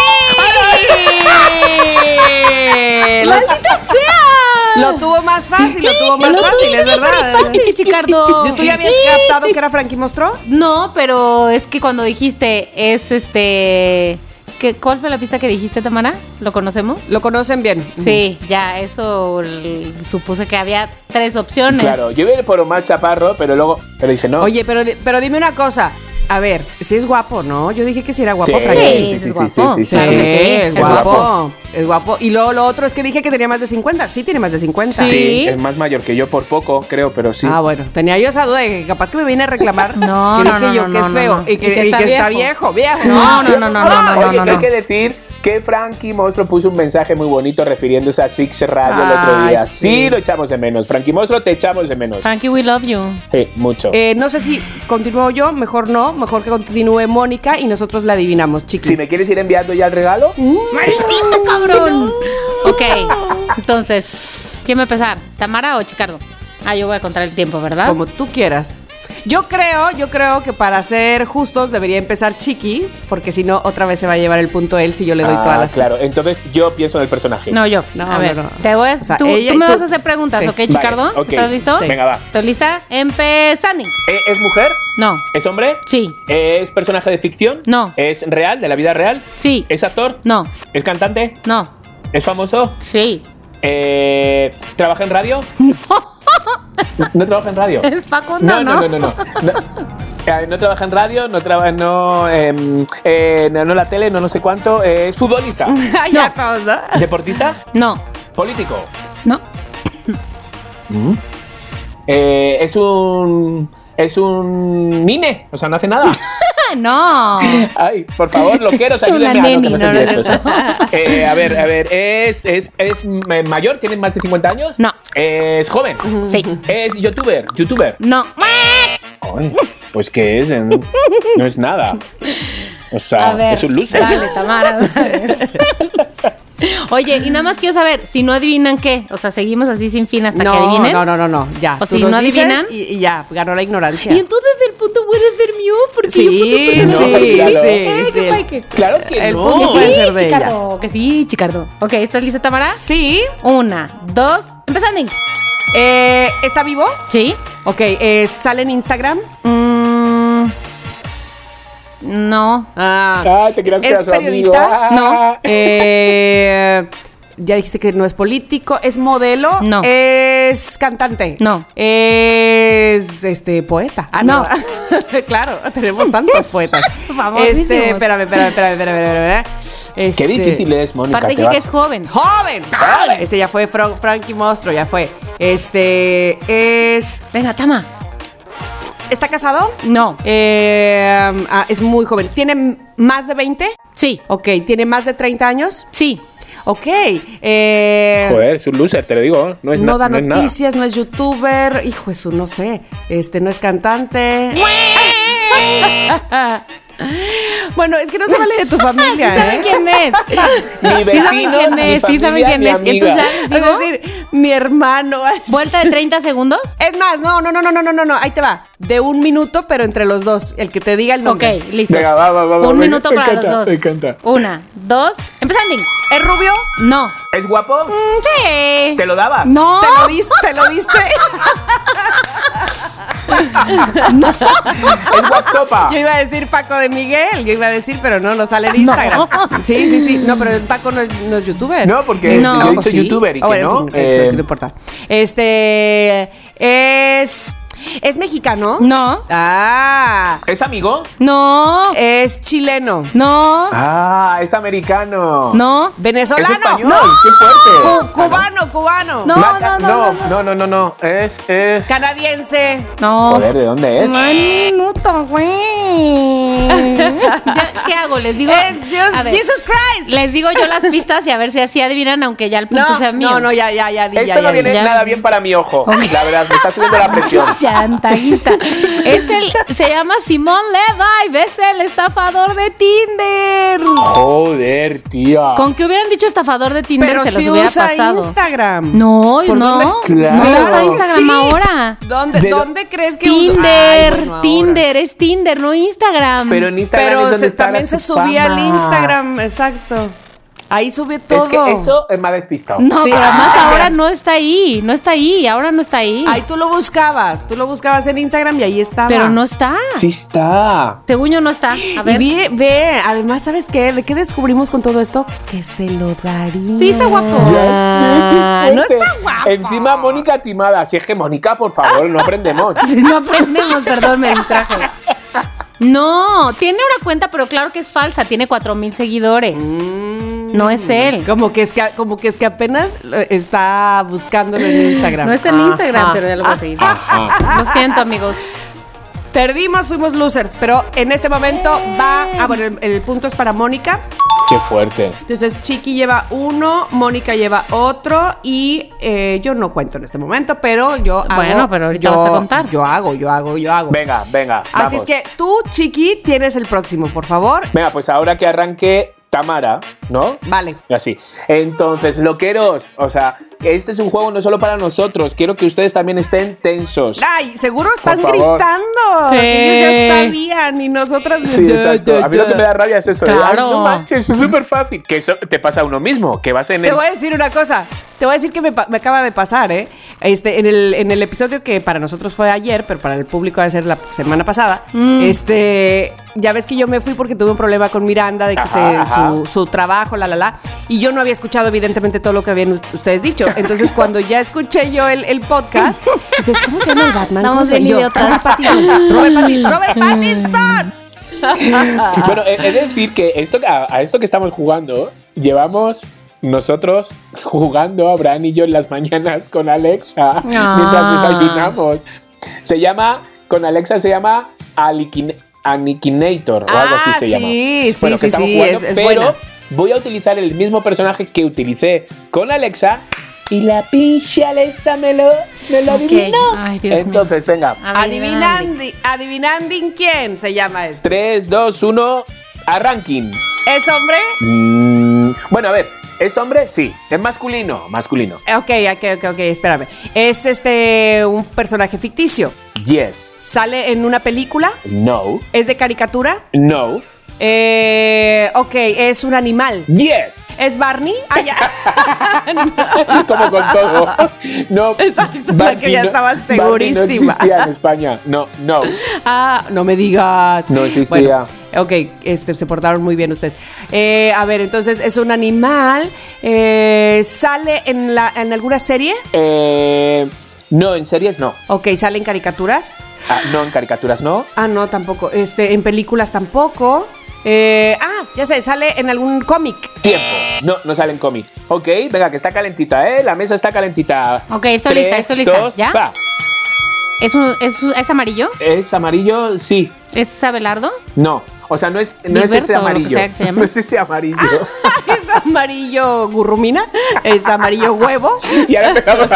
Speaker 4: ¡Maldita sea! Eh, Lo tuvo más fácil, lo tuvo más
Speaker 2: Lo
Speaker 4: fácil,
Speaker 2: tuyo
Speaker 4: es
Speaker 2: fue
Speaker 4: verdad. ¿eh?
Speaker 2: muy fácil, Chicardo.
Speaker 4: ¿Yo tú ya habías captado que era Frankie Mostró?
Speaker 2: No, pero es que cuando dijiste es este. ¿qué- ¿Cuál fue la pista que dijiste, Tamara? ¿Lo conocemos?
Speaker 4: Lo conocen bien.
Speaker 2: sí, ya, eso l- supuse que había tres opciones.
Speaker 3: Claro, yo iba a ir por Omar Chaparro, pero luego. Pero dije, no.
Speaker 4: Oye, pero, di- pero dime una cosa. A ver, si es guapo, ¿no? Yo dije que si era guapo,
Speaker 3: Sí,
Speaker 4: Frankie.
Speaker 2: Sí,
Speaker 3: sí,
Speaker 2: es
Speaker 3: sí,
Speaker 2: guapo,
Speaker 3: sí, sí, sí,
Speaker 2: claro
Speaker 3: sí.
Speaker 2: que sí, es
Speaker 4: es, guapo.
Speaker 3: guapo.
Speaker 4: Es guapo. Y luego lo otro es que dije que tenía más de 50. Sí, tiene más de 50.
Speaker 2: Sí.
Speaker 3: Sí, es más mayor que yo por poco, creo, pero sí.
Speaker 4: Ah, bueno, tenía yo esa duda de que capaz que me viene a reclamar.
Speaker 2: No,
Speaker 4: que
Speaker 2: no,
Speaker 4: dije
Speaker 2: no,
Speaker 4: yo
Speaker 2: no,
Speaker 4: que es
Speaker 2: no,
Speaker 4: feo
Speaker 2: no.
Speaker 4: y que, y que está viejo, viejo.
Speaker 2: No, no, no, no, no, no,
Speaker 3: Oye,
Speaker 2: no,
Speaker 3: que hay
Speaker 2: no.
Speaker 3: que decir que Frankie Monstruo puso un mensaje muy bonito refiriéndose a Six Radio el otro
Speaker 4: Ay,
Speaker 3: día.
Speaker 4: sí.
Speaker 3: Sí. lo echamos de menos. Frankie Monstruo, te echamos de menos.
Speaker 2: Frankie, we love you.
Speaker 3: Sí, mucho.
Speaker 4: Eh, no sé si continúo yo, mejor no, mejor que continúe Mónica y nosotros la adivinamos, chiqui.
Speaker 3: si me quieres ir enviando ya el regalo,
Speaker 2: ¡Maldito cabrón! Ok, entonces, ¿quién va a empezar? ¿Tamara o Chicardo? Ah, yo voy a contar el tiempo, ¿verdad?
Speaker 4: Como tú quieras. Yo creo, yo creo que para ser justos debería empezar Chiqui, porque si no, otra vez se va a llevar el punto él si yo le doy
Speaker 3: Ah,
Speaker 4: todas las
Speaker 3: claro. Entonces yo pienso en el personaje.
Speaker 2: No, yo.
Speaker 4: No,
Speaker 2: a ver,
Speaker 4: no, no.
Speaker 2: te voy a.
Speaker 4: O sea,
Speaker 2: tú
Speaker 4: ella
Speaker 2: tú
Speaker 4: y
Speaker 2: me
Speaker 4: tú.
Speaker 2: vas a hacer preguntas,
Speaker 4: Sí.
Speaker 2: ¿ok, Chicardo?
Speaker 3: Vale, ok.
Speaker 2: ¿Estás listo?
Speaker 3: Sí. Venga, va.
Speaker 2: ¿Estás lista? Empezando.
Speaker 3: Eh, ¿Es mujer?
Speaker 2: No.
Speaker 3: ¿Es hombre?
Speaker 2: Sí.
Speaker 3: ¿Es personaje de ficción?
Speaker 2: No.
Speaker 3: ¿Es real, de la vida real?
Speaker 2: Sí.
Speaker 3: ¿Es actor?
Speaker 2: No.
Speaker 3: ¿Es cantante?
Speaker 2: No.
Speaker 3: ¿Es famoso?
Speaker 2: Sí.
Speaker 3: Eh, ¿Trabaja en radio? ¿No trabaja en radio?
Speaker 2: Es Facundo,
Speaker 3: no,
Speaker 2: ¿no?
Speaker 3: no, no, no. no. eh, no trabaja en radio, no trabaja, no, eh, eh, no, no la tele, no no sé cuánto, eh, es futbolista,
Speaker 4: Ay, ya todos, ¿no?
Speaker 3: deportista,
Speaker 2: No,
Speaker 3: político,
Speaker 2: no,
Speaker 3: eh, es un es un nine, o sea, no hace nada.
Speaker 2: no.
Speaker 3: Ay, por favor, lo quiero,
Speaker 2: Es una
Speaker 3: ayúdenme a no, que no
Speaker 2: neni,
Speaker 3: se
Speaker 2: no,
Speaker 3: olvide
Speaker 2: no,
Speaker 3: esto. Eh, A ver, a ver, es, es, es eh, mayor, tiene más de 50 años.
Speaker 2: No.
Speaker 3: Es joven.
Speaker 2: Sí.
Speaker 3: Es youtuber, youtuber.
Speaker 2: No.
Speaker 3: Ay, pues que es, Eh, no es nada. O sea,
Speaker 2: A ver.
Speaker 3: es un loser.
Speaker 2: Dale, Tamara. Oye, y nada más quiero saber, si no adivinan qué, o sea, seguimos así sin fin hasta que
Speaker 4: No,
Speaker 2: adivinen.
Speaker 4: no, no, no, no, ya.
Speaker 2: O
Speaker 4: Tú
Speaker 2: si
Speaker 4: nos
Speaker 2: no
Speaker 4: dices
Speaker 2: adivinan.
Speaker 4: y, y ya, ganó la ignorancia.
Speaker 2: Y entonces el punto puede ser mío, porque yo puse
Speaker 4: Sí, sí,
Speaker 3: No,
Speaker 2: tu
Speaker 4: sí,
Speaker 3: claro.
Speaker 2: Ay,
Speaker 4: sí.
Speaker 2: qué guay Eh, que-
Speaker 3: Claro que
Speaker 4: El
Speaker 3: no.
Speaker 4: punto
Speaker 2: Que
Speaker 4: puede
Speaker 2: sí,
Speaker 4: ser de ella.
Speaker 2: Chicardo, que sí, Chicardo. Ok, ¿estás lista, Tamara?
Speaker 4: Sí.
Speaker 2: Una, dos, empezando.
Speaker 4: Eh, ¿Está vivo?
Speaker 2: Sí.
Speaker 4: Ok, eh, ¿sale en Instagram?
Speaker 2: Mm, no.
Speaker 4: Ah.
Speaker 3: Ay, te querías
Speaker 4: ¿Es
Speaker 3: quedar su amigo.
Speaker 4: periodista?
Speaker 3: Ah.
Speaker 4: Eh, ya dijiste que no es político, es modelo,
Speaker 2: No.
Speaker 4: es cantante,
Speaker 2: No.
Speaker 4: es este poeta. Ah, no. claro, tenemos tantos poetas.
Speaker 2: Famosísimos.
Speaker 4: este, espérame, espérame, espérame, espérame, espérame, espérame. Este,
Speaker 3: Qué difícil es, Mónica.
Speaker 2: Aparte
Speaker 3: te
Speaker 2: dije que
Speaker 3: vas.
Speaker 2: es joven.
Speaker 4: ¡Joven!
Speaker 3: ¡Joven!
Speaker 4: Ese ya fue Fran- Frankie Monstruo, ya fue. Este es.
Speaker 2: Venga, Tama.
Speaker 4: ¿Está casado?
Speaker 2: No.
Speaker 4: Eh, ah, es muy joven. ¿Tiene más de 20?
Speaker 2: Sí.
Speaker 4: Ok. ¿Tiene más de 30 años?
Speaker 2: Sí.
Speaker 4: Ok. eh,
Speaker 3: Joder, es un loser, te lo digo. No es,
Speaker 4: no
Speaker 3: na-
Speaker 4: da
Speaker 3: no es nada.
Speaker 4: noticias, no es youtuber. Hijo, eso no sé. Este no es cantante. bueno, es que no se vale de tu familia,
Speaker 2: ¿Saben
Speaker 4: ¿eh?
Speaker 2: quién es?
Speaker 3: Ni
Speaker 2: sí saben
Speaker 3: vecinos,
Speaker 2: quién
Speaker 3: ni
Speaker 2: es, sí saben
Speaker 3: familia,
Speaker 2: quién
Speaker 3: ni
Speaker 2: es.
Speaker 3: amiga.
Speaker 2: Entonces ya les
Speaker 4: Es
Speaker 2: digo,
Speaker 4: decir, mi hermano.
Speaker 2: vuelta de 30 segundos.
Speaker 4: Es más, no, no, no, no, no, no, no, no, ahí te va. De un minuto, pero entre los dos, el que te diga el
Speaker 2: Ok,
Speaker 4: nombre.
Speaker 2: listo.
Speaker 3: Venga, va, va, va, va,
Speaker 2: Un
Speaker 3: me-
Speaker 2: minuto
Speaker 3: me
Speaker 2: para
Speaker 3: encanta,
Speaker 2: los dos.
Speaker 3: me encanta.
Speaker 2: Una, dos, empezando.
Speaker 4: ¿Es rubio?
Speaker 2: No.
Speaker 3: ¿Es guapo?
Speaker 2: Mm, Sí.
Speaker 3: ¿Te lo dabas?
Speaker 2: No.
Speaker 4: ¿Te lo diste? ¿Te lo diste?
Speaker 3: ¿Es guapsopa?
Speaker 4: Yo iba a decir Paco de Miguel, yo iba a decir, pero no, no sale en Instagram.
Speaker 2: No.
Speaker 4: Sí, sí, sí. No, pero Paco no es, no es youtuber.
Speaker 3: No, porque
Speaker 2: No. yo he
Speaker 4: ¿o
Speaker 3: dicho youtuber y
Speaker 4: Ah,
Speaker 3: que
Speaker 4: bueno,
Speaker 3: no,
Speaker 4: en fin, eso
Speaker 3: eh.
Speaker 4: no importa. Este. Es. ¿Es mexicano?
Speaker 2: No.
Speaker 4: Ah.
Speaker 3: ¿Es amigo?
Speaker 2: No.
Speaker 4: Es chileno.
Speaker 2: No.
Speaker 3: Ah, es americano.
Speaker 2: No.
Speaker 3: ¿Es
Speaker 4: Venezolano.
Speaker 3: español? ¡Qué fuerte!
Speaker 4: Cu- cubano, cubano.
Speaker 2: No.
Speaker 3: Marca-
Speaker 2: no,
Speaker 3: no, no, no, no. Es, es.
Speaker 4: Canadiense.
Speaker 2: No.
Speaker 3: Joder, ¿de dónde es?
Speaker 2: Un minuto, güey. Ya, ¿Qué hago? Les digo.
Speaker 4: Es just-
Speaker 2: a ver,
Speaker 4: Jesus Christ.
Speaker 2: Les digo yo las pistas y a ver si así adivinan, aunque ya el punto
Speaker 4: no,
Speaker 2: sea mío.
Speaker 4: no, no, ya, ya, ya, di,
Speaker 3: Esto
Speaker 4: ya,
Speaker 3: no
Speaker 4: ya, di.
Speaker 3: viene
Speaker 2: ya.
Speaker 3: nada bien para mi ojo. La verdad, me está subiendo la presión.
Speaker 2: Chantajista. Es el, se llama Simón Levive, es el estafador de Tinder.
Speaker 3: Joder, tía.
Speaker 2: Con que hubieran dicho estafador de Tinder
Speaker 4: Pero
Speaker 2: se los
Speaker 4: si
Speaker 2: hubiera
Speaker 4: usa
Speaker 2: pasado.
Speaker 4: Instagram.
Speaker 2: No,
Speaker 4: ¿Por
Speaker 2: no.
Speaker 4: dónde?
Speaker 2: No
Speaker 3: Claro.
Speaker 2: usa Instagram
Speaker 4: Sí.
Speaker 2: ahora.
Speaker 4: ¿Dónde,
Speaker 3: De-
Speaker 4: ¿Dónde crees que usa? Ay,
Speaker 2: Tinder,
Speaker 4: bueno, ahora.
Speaker 2: Tinder, es Tinder, no Instagram.
Speaker 3: Pero en Instagram es
Speaker 4: Pero
Speaker 3: donde
Speaker 4: se-
Speaker 3: está
Speaker 4: también
Speaker 3: su
Speaker 4: se subía
Speaker 3: fama.
Speaker 4: al Instagram, exacto. Ahí sube todo.
Speaker 3: Es que eso es más despistado.
Speaker 2: No,
Speaker 4: Sí.
Speaker 2: pero además
Speaker 4: Ah.
Speaker 2: ahora no está ahí, no está ahí, ahora no está ahí.
Speaker 4: Ahí tú lo buscabas, tú lo buscabas en Instagram y ahí estaba.
Speaker 2: pero no está.
Speaker 3: Sí está.
Speaker 2: Según yo no está. A
Speaker 4: Y
Speaker 2: ver.
Speaker 4: ve, ve, además, ¿sabes qué? ¿De qué descubrimos con todo esto? Que se lo daría.
Speaker 2: Sí, está guapo.
Speaker 4: Ah,
Speaker 3: Sí,
Speaker 4: no
Speaker 3: fuerte.
Speaker 4: está guapo.
Speaker 3: Encima, Mónica timada. Si es que Mónica, por favor, no aprendemos.
Speaker 2: No aprendemos, perdón, me distraje. No, tiene una cuenta, pero claro que es falsa, tiene cuatro mil seguidores. No es él.
Speaker 4: Como que es que, como que es que apenas eh, está buscándolo en Instagram. Ah.
Speaker 2: No está en
Speaker 4: Ajá.
Speaker 2: Instagram, pero ya lo voy a seguir. Lo siento, amigos.
Speaker 4: Perdimos, fuimos losers, pero en este momento va. Ah, bueno, el, el punto es para Mónica.
Speaker 3: Qué fuerte.
Speaker 4: Entonces, Chiqui lleva uno, Mónica lleva otro y eh, yo no cuento en este momento, pero yo hago.
Speaker 2: Bueno, pero ahorita
Speaker 4: yo-
Speaker 2: vas a contar.
Speaker 4: Yo hago, yo hago, yo hago.
Speaker 3: Venga, venga.
Speaker 4: Así
Speaker 3: vamos.
Speaker 4: es que tú, Chiqui, tienes el próximo, por favor.
Speaker 3: Venga, pues ahora que arranque Tamara, ¿no?
Speaker 4: Vale.
Speaker 3: Así. Entonces, loqueros, o sea, este es un juego no solo para nosotros, quiero que ustedes también estén tensos.
Speaker 4: Ay, seguro están
Speaker 3: Por favor.
Speaker 4: gritando.
Speaker 2: Sí.
Speaker 4: Que ellos ya sabían y nosotras.
Speaker 3: Sí, exacto. A mí lo que me da rabia es eso. de,
Speaker 2: Claro.
Speaker 3: "Ay, no manches, es súper fácil. Que eso te pasa a uno mismo, que vas en
Speaker 4: Te
Speaker 3: el...
Speaker 4: voy a decir una cosa. Te voy a decir que me, pa- me acaba de pasar, ¿eh? Este, en, el, en el episodio que para nosotros fue ayer, pero para el público va a ser la semana pasada, este, ya ves que yo me fui porque tuve un problema con Miranda de que
Speaker 3: Ajá,
Speaker 4: se-
Speaker 3: ajá.
Speaker 4: su, su trabajo, la, la, la. Y yo no había escuchado, evidentemente, todo lo que habían u- ustedes dicho. Entonces, cuando ya escuché yo el, el podcast, ustedes, ¿cómo se llama el Batman? ¿Cómo
Speaker 2: Estamos
Speaker 4: se-
Speaker 2: bien
Speaker 4: yo,
Speaker 2: idiotas.
Speaker 4: Robert Pattinson. Robert Pattinson. Robert Pattinson. Ah.
Speaker 3: Bueno, he he de decir que esto, a, a esto que estamos jugando, llevamos nosotros jugando a Bran y yo en las mañanas con Alexa
Speaker 4: Ah.
Speaker 3: mientras desayunamos. Se llama, con Alexa se llama Aliquin- Aniquinator o algo así
Speaker 4: Ah,
Speaker 3: se llama.
Speaker 4: sí, sí,
Speaker 3: Bueno, que
Speaker 4: sí,
Speaker 3: estamos
Speaker 4: sí,
Speaker 3: jugando,
Speaker 4: es- es
Speaker 3: pero
Speaker 4: buena.
Speaker 3: voy a utilizar el mismo personaje que utilicé con Alexa y la pinche Alexa me lo, me lo
Speaker 2: Ok.
Speaker 3: adivinó.
Speaker 4: Ah,
Speaker 2: Ay, Dios mío.
Speaker 3: Entonces, venga.
Speaker 2: Adivinando.
Speaker 4: Adivinandi, adivinandin quién se llama este.
Speaker 3: 3, 2, 1, arranking.
Speaker 4: ¿Es hombre?
Speaker 3: Mm, bueno, a ver, ¿es hombre? Sí. ¿Es masculino? Masculino.
Speaker 4: Ok, ok, ok, ok, espérame. Es este un personaje ficticio.
Speaker 3: Yes.
Speaker 4: Sale en una película.
Speaker 3: No.
Speaker 4: Es de caricatura.
Speaker 3: No.
Speaker 4: Eh, ok, es un animal.
Speaker 3: Yes.
Speaker 4: ¿Es Barney? Ah, ya.
Speaker 3: Como con todo. No.
Speaker 4: Exacto, la que ya estaba
Speaker 3: Barney No
Speaker 4: segurísima.
Speaker 3: existía en España. No, no.
Speaker 4: Ah, no me digas.
Speaker 3: No existía.
Speaker 4: Bueno, ok, este, se portaron muy bien ustedes. Eh, a ver, entonces es un animal. eh, ¿Sale en, la, en alguna serie?
Speaker 3: Eh, no, en series no.
Speaker 4: Ok, ¿sale en caricaturas?
Speaker 3: Ah, no, en caricaturas no.
Speaker 4: Ah, no, tampoco. Este, en películas tampoco. Eh, ah, ya sé, sale en algún cómic.
Speaker 3: Tiempo. No, no salen cómic. Ok, venga, que está calentita, ¿eh? La mesa está calentita.
Speaker 2: Ok, estoy lista,
Speaker 3: Tres,
Speaker 2: estoy lista.
Speaker 3: dos,
Speaker 2: ¿Ya?
Speaker 3: va.
Speaker 2: ¿Es, un- es, un- ¿Es amarillo?
Speaker 3: ¿Es amarillo? Sí.
Speaker 2: ¿Es Abelardo?
Speaker 3: No. O sea, no es, no es
Speaker 2: Gilberto,
Speaker 3: ese
Speaker 2: o lo que
Speaker 3: amarillo.
Speaker 2: sea que se llame. Ah.
Speaker 3: No es ese amarillo.
Speaker 4: es amarillo gurrumina. Es amarillo huevo.
Speaker 3: Y ahora empezamos.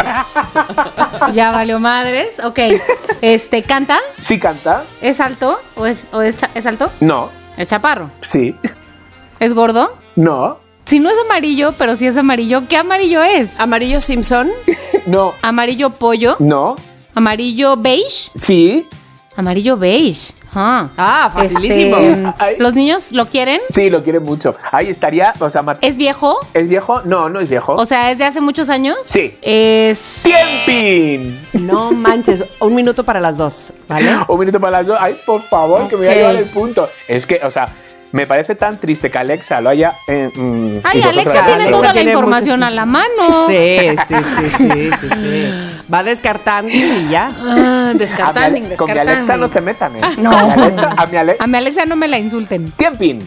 Speaker 2: Ya valió madres. Ok. Este, ¿canta?
Speaker 3: ¿Sí canta?
Speaker 2: ¿Es alto? ¿O es, o es, cha- es alto?
Speaker 3: No.
Speaker 2: ¿Es chaparro?
Speaker 3: Sí.
Speaker 2: ¿Es gordo?
Speaker 3: No.
Speaker 2: Si no es amarillo, pero si es amarillo, ¿qué amarillo es?
Speaker 4: Amarillo Simpson.
Speaker 3: No.
Speaker 2: Amarillo pollo,
Speaker 3: No.
Speaker 2: amarillo beige,
Speaker 3: Sí.
Speaker 2: amarillo beige. Ah,
Speaker 4: Ah, facilísimo.
Speaker 2: Este,
Speaker 3: Ay.
Speaker 2: ¿Los niños lo quieren?
Speaker 3: Sí, lo quiere mucho. Ahí estaría. O sea, Martín.
Speaker 2: ¿Es viejo?
Speaker 3: ¿Es viejo? No, no es viejo.
Speaker 2: O sea, ¿es de hace muchos años?
Speaker 3: Sí.
Speaker 2: Es...
Speaker 3: ¡Tiempin!
Speaker 4: No manches, un minuto para las dos, ¿vale?
Speaker 3: Un minuto para las dos. Ay, por favor, que me voy a
Speaker 2: Ok.
Speaker 3: llevar el punto. Es que, o sea, me parece tan triste que Alexa lo haya. eh, mm,
Speaker 2: Ay,
Speaker 3: interpretado
Speaker 2: Alexa
Speaker 3: de
Speaker 4: Claro,
Speaker 2: tiene
Speaker 3: manera-
Speaker 4: Alexa
Speaker 2: toda la
Speaker 4: tiene
Speaker 2: información
Speaker 4: muchas-
Speaker 2: a la mano.
Speaker 4: Sí, sí, sí, sí, sí, sí. Va descartando y ya.
Speaker 2: Ah,
Speaker 3: A mi Ale-
Speaker 2: descartando, Ah,
Speaker 3: Con mi Alexa no se metan, ¿eh? No. A mi Alexa. A mi Ale-
Speaker 2: A mi Alexa no me la insulten.
Speaker 3: ¡Tiempin!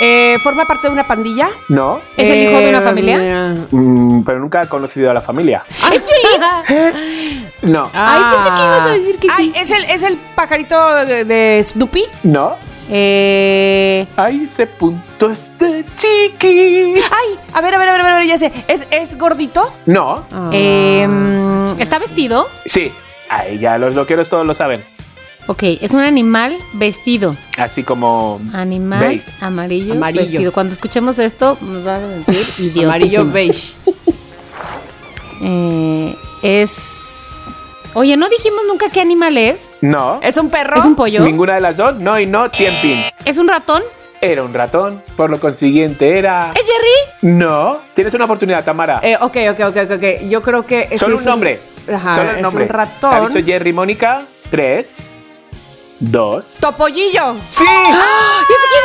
Speaker 4: Eh, ¿Forma parte de una pandilla?
Speaker 3: No.
Speaker 2: ¿Es el hijo de una
Speaker 4: Eh, Ah.
Speaker 2: familia?
Speaker 3: Mm, pero nunca ha conocido a la familia.
Speaker 2: ¡Es Piolín!
Speaker 3: No.
Speaker 2: Ay, pensé que ibas a decir que sí.
Speaker 4: Ay, ¿es el, ¿es el pajarito de, de Snoopy?
Speaker 3: No.
Speaker 2: Eh,
Speaker 3: Ahí se punto este chiqui.
Speaker 4: Ay, a ver, a ver, a ver, a ver, ya sé. ¿Es, es gordito?
Speaker 3: No.
Speaker 2: eh,
Speaker 4: Ah.
Speaker 2: mm, ¿Está vestido?
Speaker 3: Sí. Ahí ya los loqueros todos lo saben.
Speaker 2: Ok, es un animal vestido.
Speaker 3: Así como.
Speaker 2: Animal
Speaker 3: Beige.
Speaker 2: amarillo,
Speaker 4: Amarillo.
Speaker 2: vestido. Cuando escuchemos esto, nos van a decir idiotas.
Speaker 4: Amarillo beige.
Speaker 2: Eh, es. Oye, no dijimos nunca qué animal es.
Speaker 3: No.
Speaker 4: ¿Es un perro?
Speaker 2: ¿Es un pollo?
Speaker 3: Ninguna de las dos. No y no. Tiempin.
Speaker 2: ¿Es un ratón?
Speaker 3: Era un ratón. Por lo consiguiente era.
Speaker 2: ¿Es Jerry?
Speaker 3: No. Tienes una oportunidad, Tamara.
Speaker 4: Eh, ok, ok, ok, ok, ok. Yo creo que. es-
Speaker 3: Solo
Speaker 4: es
Speaker 3: un nombre.
Speaker 4: Ajá,
Speaker 3: Solo el
Speaker 4: es
Speaker 3: nombre.
Speaker 4: un
Speaker 3: Ha
Speaker 4: ratón.
Speaker 3: dicho Jerry Mónica. Tres. Dos.
Speaker 4: Topollillo.
Speaker 3: ¡Sí!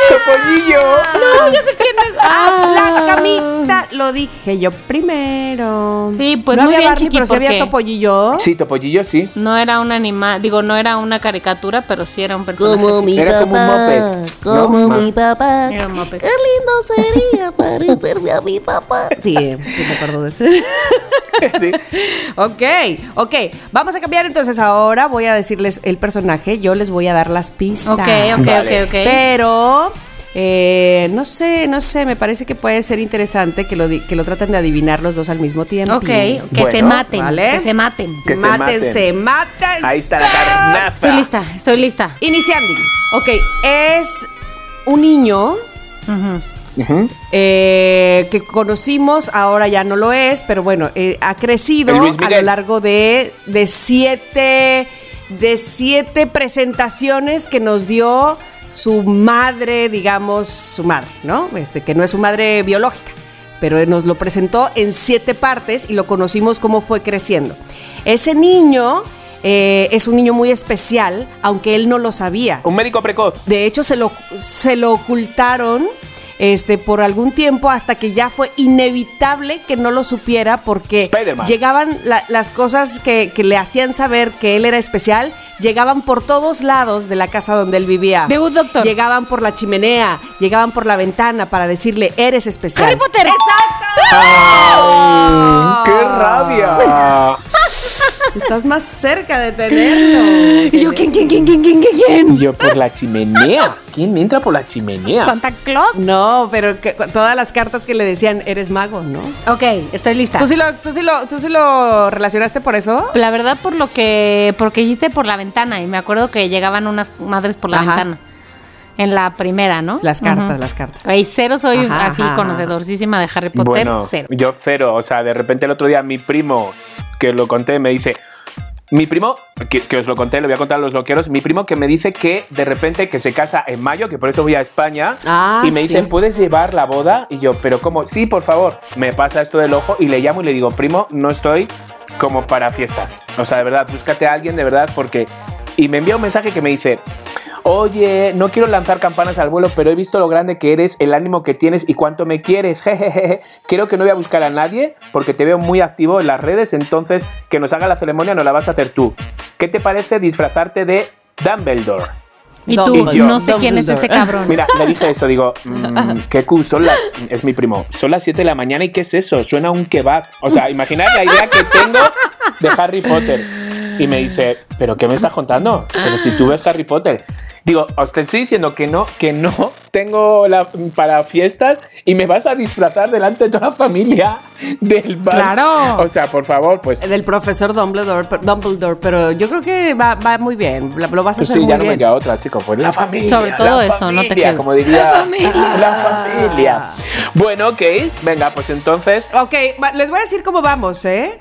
Speaker 3: ¡Topollillo!
Speaker 2: No, ya sé quién es.
Speaker 4: La
Speaker 2: Ah.
Speaker 4: camita, lo dije yo primero.
Speaker 2: Sí, pues
Speaker 4: no
Speaker 2: muy
Speaker 4: había
Speaker 2: bien,
Speaker 4: Barney,
Speaker 2: Chiqui,
Speaker 4: pero sí había
Speaker 2: porque-
Speaker 4: topollillo.
Speaker 3: Sí, Topollillo sí.
Speaker 2: No era un animal, digo, no era una caricatura, pero sí era un personaje.
Speaker 5: Como mi
Speaker 3: Era
Speaker 5: papá.
Speaker 3: como un moped, ¿no?
Speaker 5: Como
Speaker 3: Ma-
Speaker 5: mi papá.
Speaker 2: Era un moped.
Speaker 5: Qué lindo sería parecerme a mi papá.
Speaker 4: Sí, sí me acuerdo de ese.
Speaker 3: sí.
Speaker 4: ok, ok. Vamos a cambiar entonces ahora. Voy a decirles el personaje. Yo les voy a dar las pistas.
Speaker 2: Ok, ok,
Speaker 3: Vale.
Speaker 2: ok, ok.
Speaker 4: Pero. eh, no sé, no sé, me parece que puede ser interesante que lo, di- que lo traten de adivinar los dos al mismo tiempo.
Speaker 2: ok, que se
Speaker 3: Bueno,
Speaker 2: maten,
Speaker 4: ¿vale?
Speaker 2: que se maten.
Speaker 3: Que se
Speaker 4: mátense, mátense.
Speaker 3: Ahí está la carnaza.
Speaker 2: Estoy lista, estoy lista.
Speaker 4: Iniciando. Ok, es un niño
Speaker 2: Ujú.
Speaker 3: Ujú.
Speaker 4: eh, que conocimos, ahora ya no lo es, pero bueno, eh, ha crecido
Speaker 3: El Luis
Speaker 4: a lo
Speaker 3: Miguel.
Speaker 4: largo de, de siete de siete presentaciones que nos dio su madre, digamos, su madre, ¿no? Este, que no es su madre biológica, pero nos lo presentó en siete partes y lo conocimos cómo fue creciendo. Ese niño eh, es un niño muy especial, aunque él no lo sabía.
Speaker 3: Un médico precoz.
Speaker 4: De hecho, se lo, se lo ocultaron este, por algún tiempo hasta que ya fue inevitable que no lo supiera porque
Speaker 3: Spider-Man.
Speaker 4: llegaban la- las cosas que, que le hacían saber que él era especial, llegaban por todos lados de la casa donde él vivía.
Speaker 2: De un doctor.
Speaker 4: Llegaban por la chimenea, llegaban por la ventana para decirle, eres especial.
Speaker 2: ¡Harry Potter!
Speaker 4: Ah.
Speaker 3: ¡Ay, ¡Qué rabia!
Speaker 4: Estás más cerca de tenerlo.
Speaker 2: Y yo, ¿quién, quién, quién, quién, quién, quién, quién?
Speaker 3: Y Yo por la chimenea. ¿Quién entra por la chimenea?
Speaker 2: ¿Santa Claus?
Speaker 4: No, pero que- todas las cartas que le decían, eres mago, ¿no?
Speaker 2: Ok, estoy lista.
Speaker 4: ¿Tú sí, lo, tú, sí lo, ¿Tú sí lo relacionaste por eso?
Speaker 2: La verdad, por lo que. Porque hiciste por la ventana. Y me acuerdo que llegaban unas madres por la
Speaker 4: Ajá.
Speaker 2: ventana. En la primera, ¿no?
Speaker 4: Las cartas,
Speaker 2: Ujú.
Speaker 4: las cartas.
Speaker 2: Ay, cero soy
Speaker 4: Ajá,
Speaker 2: así
Speaker 4: ajá.
Speaker 2: conocedorísima de Harry Potter.
Speaker 3: Bueno,
Speaker 2: cero.
Speaker 3: yo cero. O sea, de repente el otro día mi primo, que lo conté, me dice. Mi primo, que, que os lo conté, lo voy a contar a los loqueros. Mi primo que me dice que de repente que se casa en mayo, que por eso voy a España.
Speaker 4: Ah,
Speaker 3: y me
Speaker 4: sí.
Speaker 3: dicen, ¿puedes llevar la boda? Y yo, ¿pero cómo? Sí, por favor. Me pasa esto del ojo y le llamo y le digo, primo, no estoy como para fiestas. O sea, de verdad, búscate a alguien de verdad porque. Y me envía un mensaje que me dice. Oye, no quiero lanzar campanas al vuelo, pero he visto lo grande que eres, el ánimo que tienes y cuánto me quieres. Jejeje. Creo que no voy a buscar a nadie porque te veo muy activo en las redes, entonces que nos haga la ceremonia no la vas a hacer tú. ¿Qué te parece disfrazarte de Dumbledore?
Speaker 2: Y
Speaker 4: Dom-
Speaker 2: tú,
Speaker 3: Y yo.
Speaker 2: no sé quién es ese cabrón.
Speaker 3: Mira, le dije eso, digo, mm, qué cu, son las, es mi primo, son las 7 de la mañana y qué es eso, suena un kebab. O sea, imaginad la idea que tengo de Harry Potter. Y me dice, ¿pero qué me estás contando? Pero si tú ves Harry Potter. Digo, os te estoy diciendo que no, que no tengo la, para fiestas y me vas a disfrazar delante de toda la familia del bar.
Speaker 2: Claro.
Speaker 3: O sea, por favor, pues.
Speaker 4: Del profesor Dumbledore, per- Dumbledore, pero yo creo que va, va muy bien, la- lo vas a
Speaker 3: Pues sí,
Speaker 4: hacer muy
Speaker 3: ya no me
Speaker 4: bien.
Speaker 3: queda otra, chicos. Pues la familia.
Speaker 2: Sobre todo
Speaker 3: la
Speaker 2: eso, no te
Speaker 3: familia,
Speaker 2: queda.
Speaker 3: Como diría.
Speaker 4: La familia.
Speaker 3: La familia. Bueno, ok. Venga, pues entonces.
Speaker 4: ok, va- les voy a decir cómo vamos, ¿eh?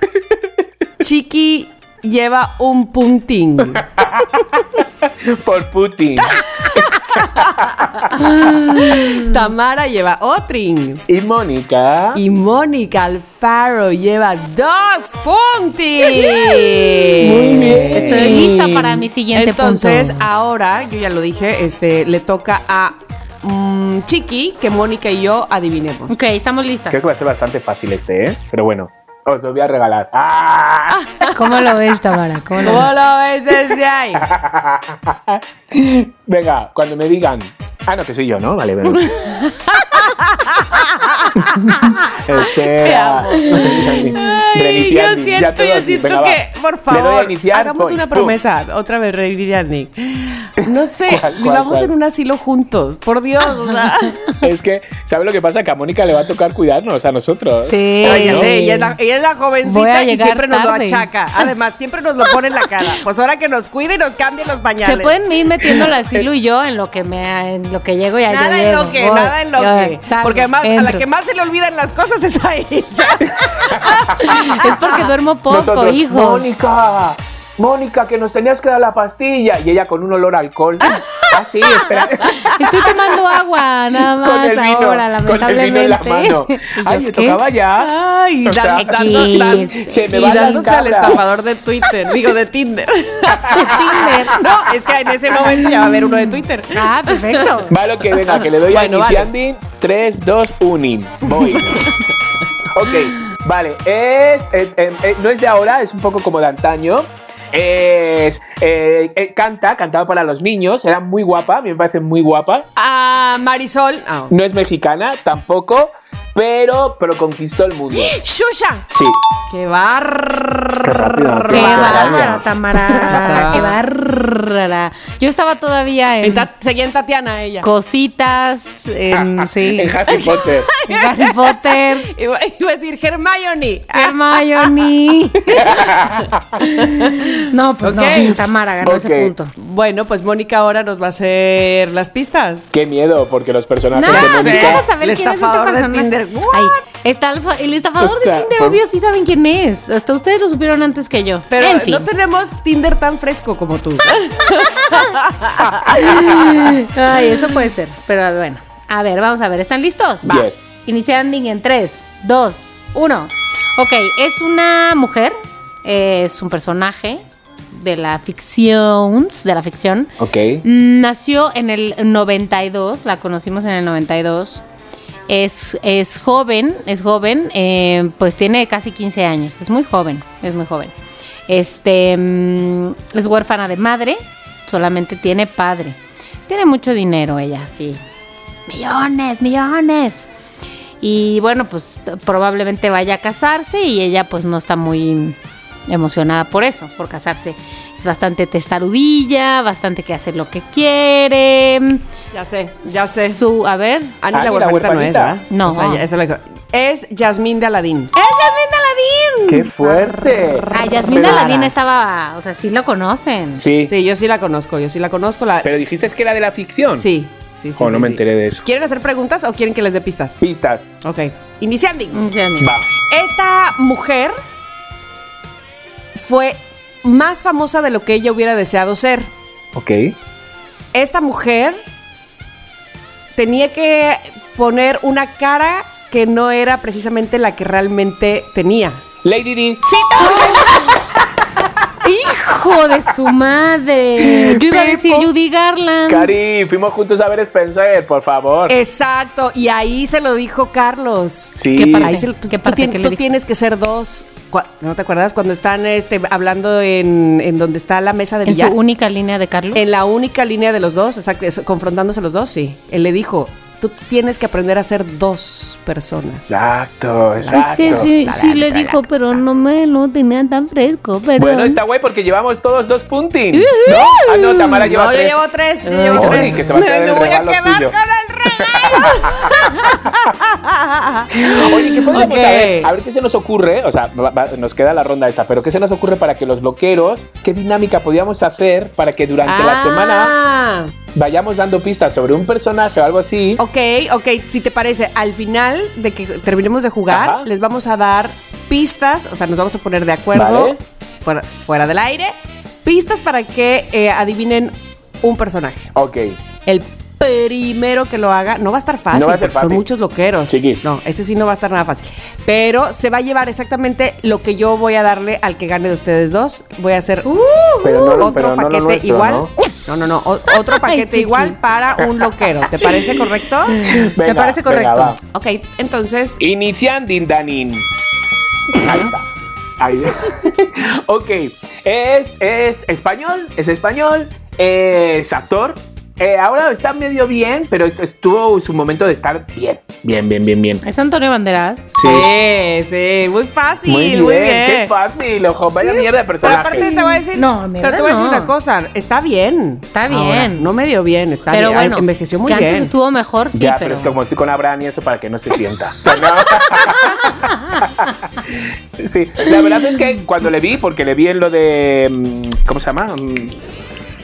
Speaker 4: Chiqui lleva un puntín.
Speaker 3: Por Putin.
Speaker 4: Tamara lleva otrin.
Speaker 3: y Mónica.
Speaker 4: Y Mónica Alfaro lleva dos puntins.
Speaker 3: Muy bien.
Speaker 2: Estoy lista para mi siguiente
Speaker 4: Entonces,
Speaker 2: punto.
Speaker 4: ahora, yo ya lo dije, este, le toca a mm, Chiqui que Mónica y yo adivinemos.
Speaker 2: Ok, estamos listas.
Speaker 3: Creo que va a ser bastante fácil este, ¿eh? Pero bueno. Os lo voy a regalar. ¡Ah!
Speaker 2: ¿Cómo lo ves, Tamara? ¿Cómo lo
Speaker 4: ¿Cómo
Speaker 2: ves?
Speaker 4: lo ves desde ahí?
Speaker 3: Venga, cuando me digan. Ah, no, que soy yo, ¿no? Vale, venga. Este, ah,
Speaker 4: Ay,
Speaker 3: reiniciar, ya
Speaker 4: yo siento,
Speaker 3: todo
Speaker 4: yo
Speaker 3: así.
Speaker 4: siento
Speaker 3: Venga, va.
Speaker 4: que, por
Speaker 3: Le doy a
Speaker 4: favor,
Speaker 3: iniciar,
Speaker 4: hagamos
Speaker 3: voy.
Speaker 4: una
Speaker 3: Pum.
Speaker 4: promesa. Otra vez, Rey Yannick. No sé,
Speaker 3: ¿Cuál, cuál,
Speaker 4: vivamos
Speaker 3: cuál?
Speaker 4: en un asilo juntos, por Dios. o sea.
Speaker 3: Es que, ¿sabes lo que pasa? Que a Mónica le va a tocar cuidarnos a nosotros.
Speaker 2: Sí.
Speaker 4: Ay, ya
Speaker 3: ¿no?
Speaker 4: sé, ella es, la, ella es la
Speaker 2: Eh, Voy a
Speaker 4: jovencita y
Speaker 2: llegar
Speaker 4: siempre nos lo
Speaker 2: tarde.
Speaker 4: achaca. Además, siempre nos lo pone en la cara. Pues ahora que nos cuide y nos cambie los pañales.
Speaker 2: Se pueden ir metiendo al asilo y yo en lo que me en lo que llego y allá
Speaker 4: Nada en
Speaker 2: llego.
Speaker 4: lo que,
Speaker 2: Voy,
Speaker 4: nada en lo
Speaker 2: ya,
Speaker 4: que.
Speaker 2: salgo,
Speaker 4: Porque además, a la
Speaker 2: entro.
Speaker 4: que más se le olvidan las cosas es a ella.
Speaker 2: es porque duermo poco,
Speaker 3: Nosotros,
Speaker 2: hijos.
Speaker 3: Mónica, Mónica, que nos tenías que dar la pastilla. Y ella con un olor a alcohol. ah, sí, espera.
Speaker 2: Estoy tomando agua, nada más
Speaker 3: con el vino. con
Speaker 2: ahora,
Speaker 3: el vino
Speaker 2: lamentablemente.
Speaker 3: en la mano.
Speaker 2: Y
Speaker 3: Ay,
Speaker 2: yo,
Speaker 3: me
Speaker 2: ¿qué?
Speaker 3: tocaba ya.
Speaker 4: Ay,
Speaker 3: O sea,
Speaker 4: dan- dando-
Speaker 2: X,
Speaker 4: dan-
Speaker 3: se me
Speaker 4: y
Speaker 3: van las
Speaker 4: dándose al
Speaker 3: cabras.
Speaker 4: estafador de Twitter, digo de Tinder.
Speaker 2: Tinder.
Speaker 4: No, es que en ese momento ya va a haber uno de Twitter.
Speaker 2: Ah, perfecto.
Speaker 3: Vale, que venga, que le doy
Speaker 4: Bueno,
Speaker 3: a
Speaker 4: vale.
Speaker 3: Iniciandi. 3, 2, 1. Voy. ok, vale. Es, eh, eh, eh, no es de ahora, es un poco como de antaño. Es. eh, eh, canta, cantaba para los niños. Era muy guapa, a mí me parece muy guapa.
Speaker 4: A Marisol. ah,
Speaker 3: No es mexicana tampoco, pero, pero conquistó el mundo.
Speaker 4: Shusha.
Speaker 3: Sí.
Speaker 4: Qué barra.
Speaker 2: Qué
Speaker 3: Maravilla.
Speaker 2: bárbara, Tamara.
Speaker 4: Está.
Speaker 2: Ah, Qué bárbara. Yo estaba todavía en
Speaker 4: En Ta- Seguía en Tatiana ella.
Speaker 2: cositas, en, sí,
Speaker 3: Ah, En Harry Potter.
Speaker 2: en Harry Potter,
Speaker 4: Iba, iba a decir Hermione. Ah,
Speaker 2: Hermione. no, pues no,
Speaker 4: Ok.
Speaker 2: Tamara ganó
Speaker 3: Ok.
Speaker 2: ese punto.
Speaker 4: Bueno, pues Mónica ahora nos va a hacer las pistas.
Speaker 3: Qué miedo, porque los
Speaker 2: No,
Speaker 3: personajes
Speaker 2: no
Speaker 3: de Mónica.
Speaker 2: quiero saber
Speaker 4: El
Speaker 2: quién es ese
Speaker 4: estafador de
Speaker 2: personaje.
Speaker 4: Tinder, ¿what?
Speaker 2: Ay, está alfa- el estafador
Speaker 3: O sea,
Speaker 2: de Tinder,
Speaker 3: por-
Speaker 2: obvio, sí saben quién es. Hasta ustedes lo supieron antes que yo.
Speaker 4: Pero
Speaker 2: en fin. Ah.
Speaker 4: no tenemos Tinder tan fresco como tú.
Speaker 2: Ay, eso puede ser, pero bueno. A ver, vamos a ver, ¿están listos?
Speaker 3: Va. Yes.
Speaker 2: Inicia ending en 3, 2, 1. Ok, es una mujer, eh, es un personaje, de la ficción, de la ficción.
Speaker 3: Ok.
Speaker 2: Mm, Nació en el 92, la conocimos en el 92. Es, es joven, es joven, eh, pues tiene casi 15 años, es muy joven, es muy joven. Este, mm, es huérfana de madre, solamente tiene padre. Tiene mucho dinero ella, sí. Millones, millones. Y bueno, pues t- probablemente vaya a casarse y ella pues no está muy emocionada por eso, por casarse. Es bastante testarudilla, bastante que hace lo que quiere.
Speaker 4: Ya sé, ya sé.
Speaker 2: Su, a ver.
Speaker 4: Ani
Speaker 3: Ani, la
Speaker 4: la huerfanita no es,
Speaker 3: Ah, huerfanita.
Speaker 4: ¿verdad?
Speaker 2: No.
Speaker 4: O sea, ya- esa la dijo. Es Yasmín de Aladín.
Speaker 2: ¡Es Yasmín Aladín!
Speaker 3: ¡Qué fuerte!
Speaker 2: Ah, Yasmín
Speaker 4: Rara.
Speaker 2: Aladín estaba, o sea, sí lo conocen.
Speaker 3: Sí.
Speaker 4: Sí, yo sí la conozco, yo sí la conozco. La...
Speaker 3: Pero dijiste que era de la ficción.
Speaker 4: Sí, sí, sí.
Speaker 3: Oh,
Speaker 4: sí,
Speaker 3: no me
Speaker 4: sí.
Speaker 3: enteré de eso.
Speaker 4: ¿Quieren hacer preguntas o quieren que les dé pistas?
Speaker 3: Pistas.
Speaker 4: Ok. Iniciando.
Speaker 2: Mm, sí, amigo.
Speaker 3: Va.
Speaker 4: Esta mujer fue más famosa de lo que ella hubiera deseado ser.
Speaker 3: Ok.
Speaker 4: Esta mujer tenía que poner una cara que no era precisamente la que realmente tenía.
Speaker 3: Lady D.
Speaker 2: ¡Hijo de su madre! Yo iba a decir
Speaker 3: Pipo.
Speaker 2: Judy Garland.
Speaker 3: Cari, fuimos juntos a ver Spencer, por favor.
Speaker 4: Eh, Exacto, y ahí se lo dijo Carlos.
Speaker 3: sí.
Speaker 2: ¿Qué parte?
Speaker 4: Ahí se lo- tú,
Speaker 2: ¿Qué
Speaker 4: tú
Speaker 2: parte
Speaker 4: tien-
Speaker 2: que le
Speaker 4: tú
Speaker 2: dijo?
Speaker 4: tienes que ser dos. Cua- ¿No te acuerdas? Cuando están este, hablando en, en donde está la mesa de
Speaker 2: En su
Speaker 4: billar.
Speaker 2: única línea de Carlos.
Speaker 4: En la única línea de los dos, exacto, eso, confrontándose los dos, sí. Él le dijo, tú tienes que aprender a ser dos personas.
Speaker 3: Exacto, exacto.
Speaker 2: es que sí,
Speaker 4: Exacto.
Speaker 2: sí le dijo, pero no me lo tenía tan fresco. Pero
Speaker 3: Bueno, está guay porque llevamos todos dos puntings. ¿No? Ah, no, Tamara lleva
Speaker 4: no,
Speaker 3: tres.
Speaker 4: yo llevo tres, yo
Speaker 2: Ay,
Speaker 4: llevo
Speaker 2: Oye,
Speaker 4: tres.
Speaker 3: que se va a quedar el
Speaker 4: voy a
Speaker 3: regalo
Speaker 4: quedar
Speaker 3: tuyo.
Speaker 4: con el regalo.
Speaker 3: Oye, ¿qué podemos
Speaker 4: Ok.
Speaker 3: saber? Pues A ver qué se nos ocurre. O sea, va- va- nos queda la ronda esta, pero ¿qué se nos ocurre para que los loqueros, qué dinámica podíamos hacer para que durante la semana
Speaker 4: Ah,
Speaker 3: vayamos dando pistas sobre un personaje o algo así?
Speaker 4: Ok, ok, si te parece, al final de que terminemos de jugar,
Speaker 3: Ajá.
Speaker 4: les vamos a dar pistas, o sea, nos vamos a poner de acuerdo
Speaker 3: Vale.
Speaker 4: fuera, fuera del aire, pistas para que eh, adivinen un personaje.
Speaker 3: Ok.
Speaker 4: El primero que lo haga, no va a estar fácil,
Speaker 3: No va a ser
Speaker 4: porque son
Speaker 3: fácil.
Speaker 4: muchos loqueros.
Speaker 3: Chiqui.
Speaker 4: No, ese sí no va a estar nada fácil. Pero se va a llevar exactamente lo que yo voy a darle al que gane de ustedes dos. Voy a hacer uh,
Speaker 3: Pero no lo-
Speaker 4: otro
Speaker 3: pero no lo
Speaker 4: paquete
Speaker 3: nuestro,
Speaker 4: igual.
Speaker 3: ¿no?
Speaker 4: No, no, no, o- otro paquete
Speaker 2: Chiqui.
Speaker 4: igual para un loquero. ¿Te parece correcto?
Speaker 3: Venga,
Speaker 2: Me parece
Speaker 3: venga,
Speaker 2: correcto.
Speaker 3: va.
Speaker 4: Ok, entonces,
Speaker 3: Iniciandin Danin. Ahí está. Ahí. ok. Es, es español, es español, es actor. Eh, ahora está medio bien, pero estuvo su momento de estar bien. Bien, bien, bien, bien.
Speaker 2: Es Antonio Banderas.
Speaker 4: sí, sí, muy fácil, muy bien.
Speaker 3: Qué fácil, ojo. Vaya mierda de
Speaker 4: Pero
Speaker 3: personaje.
Speaker 4: aparte te voy a decir,
Speaker 2: No, mierda,
Speaker 4: pero te voy a decir
Speaker 2: no.
Speaker 4: una cosa, está bien.
Speaker 2: Está
Speaker 4: Ahora,
Speaker 2: bien.
Speaker 4: no me dio bien, está
Speaker 2: pero
Speaker 4: bien.
Speaker 2: bueno,
Speaker 4: envejeció muy
Speaker 2: que
Speaker 4: bien.
Speaker 2: antes estuvo mejor, sí,
Speaker 3: ya, pero,
Speaker 2: pero...
Speaker 3: es como estoy con Abraham y eso para que no se sienta. sí, la verdad es que cuando le vi, porque le vi en lo de. mm, ¿Cómo se llama? Mm,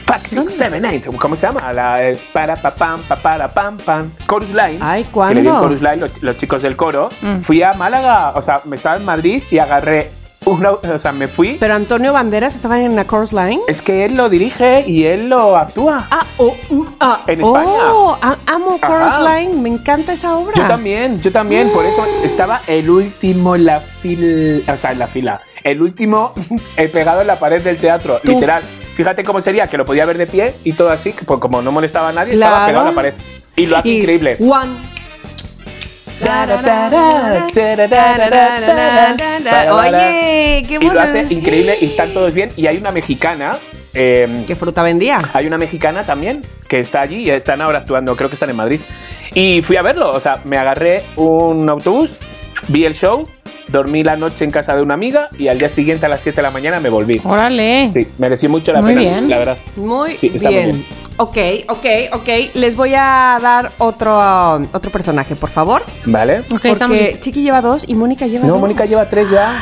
Speaker 3: Fuck Six Seven Eight, ¿cómo se llama? La, eh, para pa pam pa para pam pam Chorus Line.
Speaker 4: Ay,
Speaker 3: Que le vi en
Speaker 4: ¿cuándo?
Speaker 3: Chorus Line, los, los chicos del coro.
Speaker 2: Mm.
Speaker 3: Fui a Málaga, o sea, me estaba en Madrid y agarré una, o sea, me fui.
Speaker 4: Pero Antonio Banderas estaba en la Chorus Line.
Speaker 3: es que él lo dirige y él lo actúa.
Speaker 4: Ah, oh, uh, ah,
Speaker 3: En
Speaker 4: oh, a- amo
Speaker 3: Ajá.
Speaker 4: Chorus Line, me encanta esa obra.
Speaker 3: Yo también, yo también, por eso estaba el último en la fila, o sea, en la fila, el último eh, pegado en la pared del teatro,
Speaker 4: Tú.
Speaker 3: literal. Fíjate cómo sería, que lo podía ver de pie y todo así, que, pues, como no molestaba a nadie, estaba
Speaker 4: Claro.
Speaker 3: pegado a la pared. Y lo hace
Speaker 4: Y
Speaker 3: increíble.
Speaker 4: One. Oye, qué
Speaker 3: Y lo hace
Speaker 4: emoción.
Speaker 3: increíble y están todos bien. Y hay una mexicana, eh,
Speaker 4: ¿Qué fruta vendía?
Speaker 3: hay una mexicana también que está allí y están ahora actuando, creo que están en Madrid. Y fui a verlo, o sea, me agarré un autobús, vi el show, dormí la noche en casa de una amiga y al día siguiente a las 7 de la mañana me volví.
Speaker 2: Órale.
Speaker 3: Sí, mereció mucho la
Speaker 2: Muy
Speaker 3: pena,
Speaker 2: bien.
Speaker 3: la verdad.
Speaker 4: Muy,
Speaker 3: Sí, está muy
Speaker 4: bien.
Speaker 3: bien.
Speaker 4: Ok, ok, ok. Les voy a dar otro, um, otro personaje, por favor.
Speaker 3: ¿Vale?
Speaker 2: Ok, estamos
Speaker 4: porque
Speaker 2: listos.
Speaker 4: Chiqui lleva dos y Mónica lleva
Speaker 3: No,
Speaker 4: dos.
Speaker 3: Mónica lleva tres ya.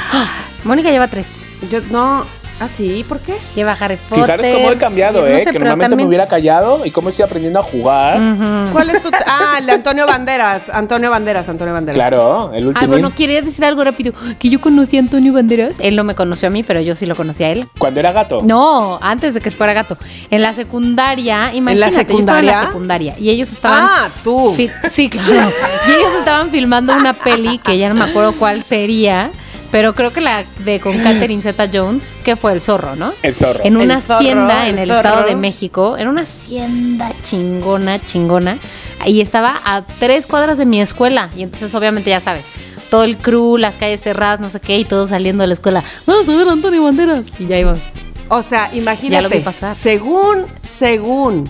Speaker 2: Mónica lleva tres.
Speaker 4: Yo, no. Ah, sí, ¿por qué?
Speaker 2: Lleva Harry Potter.
Speaker 3: Fijaros cómo he cambiado,
Speaker 2: no
Speaker 3: ¿eh?
Speaker 2: sé,
Speaker 3: que
Speaker 2: pero
Speaker 3: normalmente me
Speaker 2: también- Mm.
Speaker 3: hubiera callado y cómo estoy aprendiendo a jugar.
Speaker 2: Ujú.
Speaker 4: ¿Cuál es tu.? Ah, el de Antonio Banderas. Antonio Banderas, Antonio Banderas.
Speaker 3: Claro, el último.
Speaker 2: Ah, bueno, quería decir algo rápido. Que yo conocí a Antonio Banderas. Él no me conoció a mí, pero yo sí lo conocí a él.
Speaker 3: Cuando era gato.
Speaker 2: No, antes de que fuera gato. En la secundaria, imagínate, yo estaba en
Speaker 4: secundaria?
Speaker 2: la secundaria y ellos estaban.
Speaker 4: Ah, tú.
Speaker 2: fi- Sí, claro. y ellos estaban filmando una peli que ya no me acuerdo cuál sería, Pero creo que la de con Catherine Zeta Jones, que fue el zorro, ¿no?
Speaker 3: El zorro.
Speaker 2: En una
Speaker 4: El zorro,
Speaker 2: hacienda en
Speaker 4: el
Speaker 2: el Estado
Speaker 4: zorro.
Speaker 2: de México, en una hacienda chingona, chingona, y estaba a tres cuadras de mi escuela. Y entonces, obviamente, ya sabes, todo el crew, las calles cerradas, no sé qué, y todos saliendo de la escuela. Vamos a ver a Antonio Banderas. Y ya iban.
Speaker 4: O sea, imagínate,
Speaker 2: vi pasar.
Speaker 4: según, según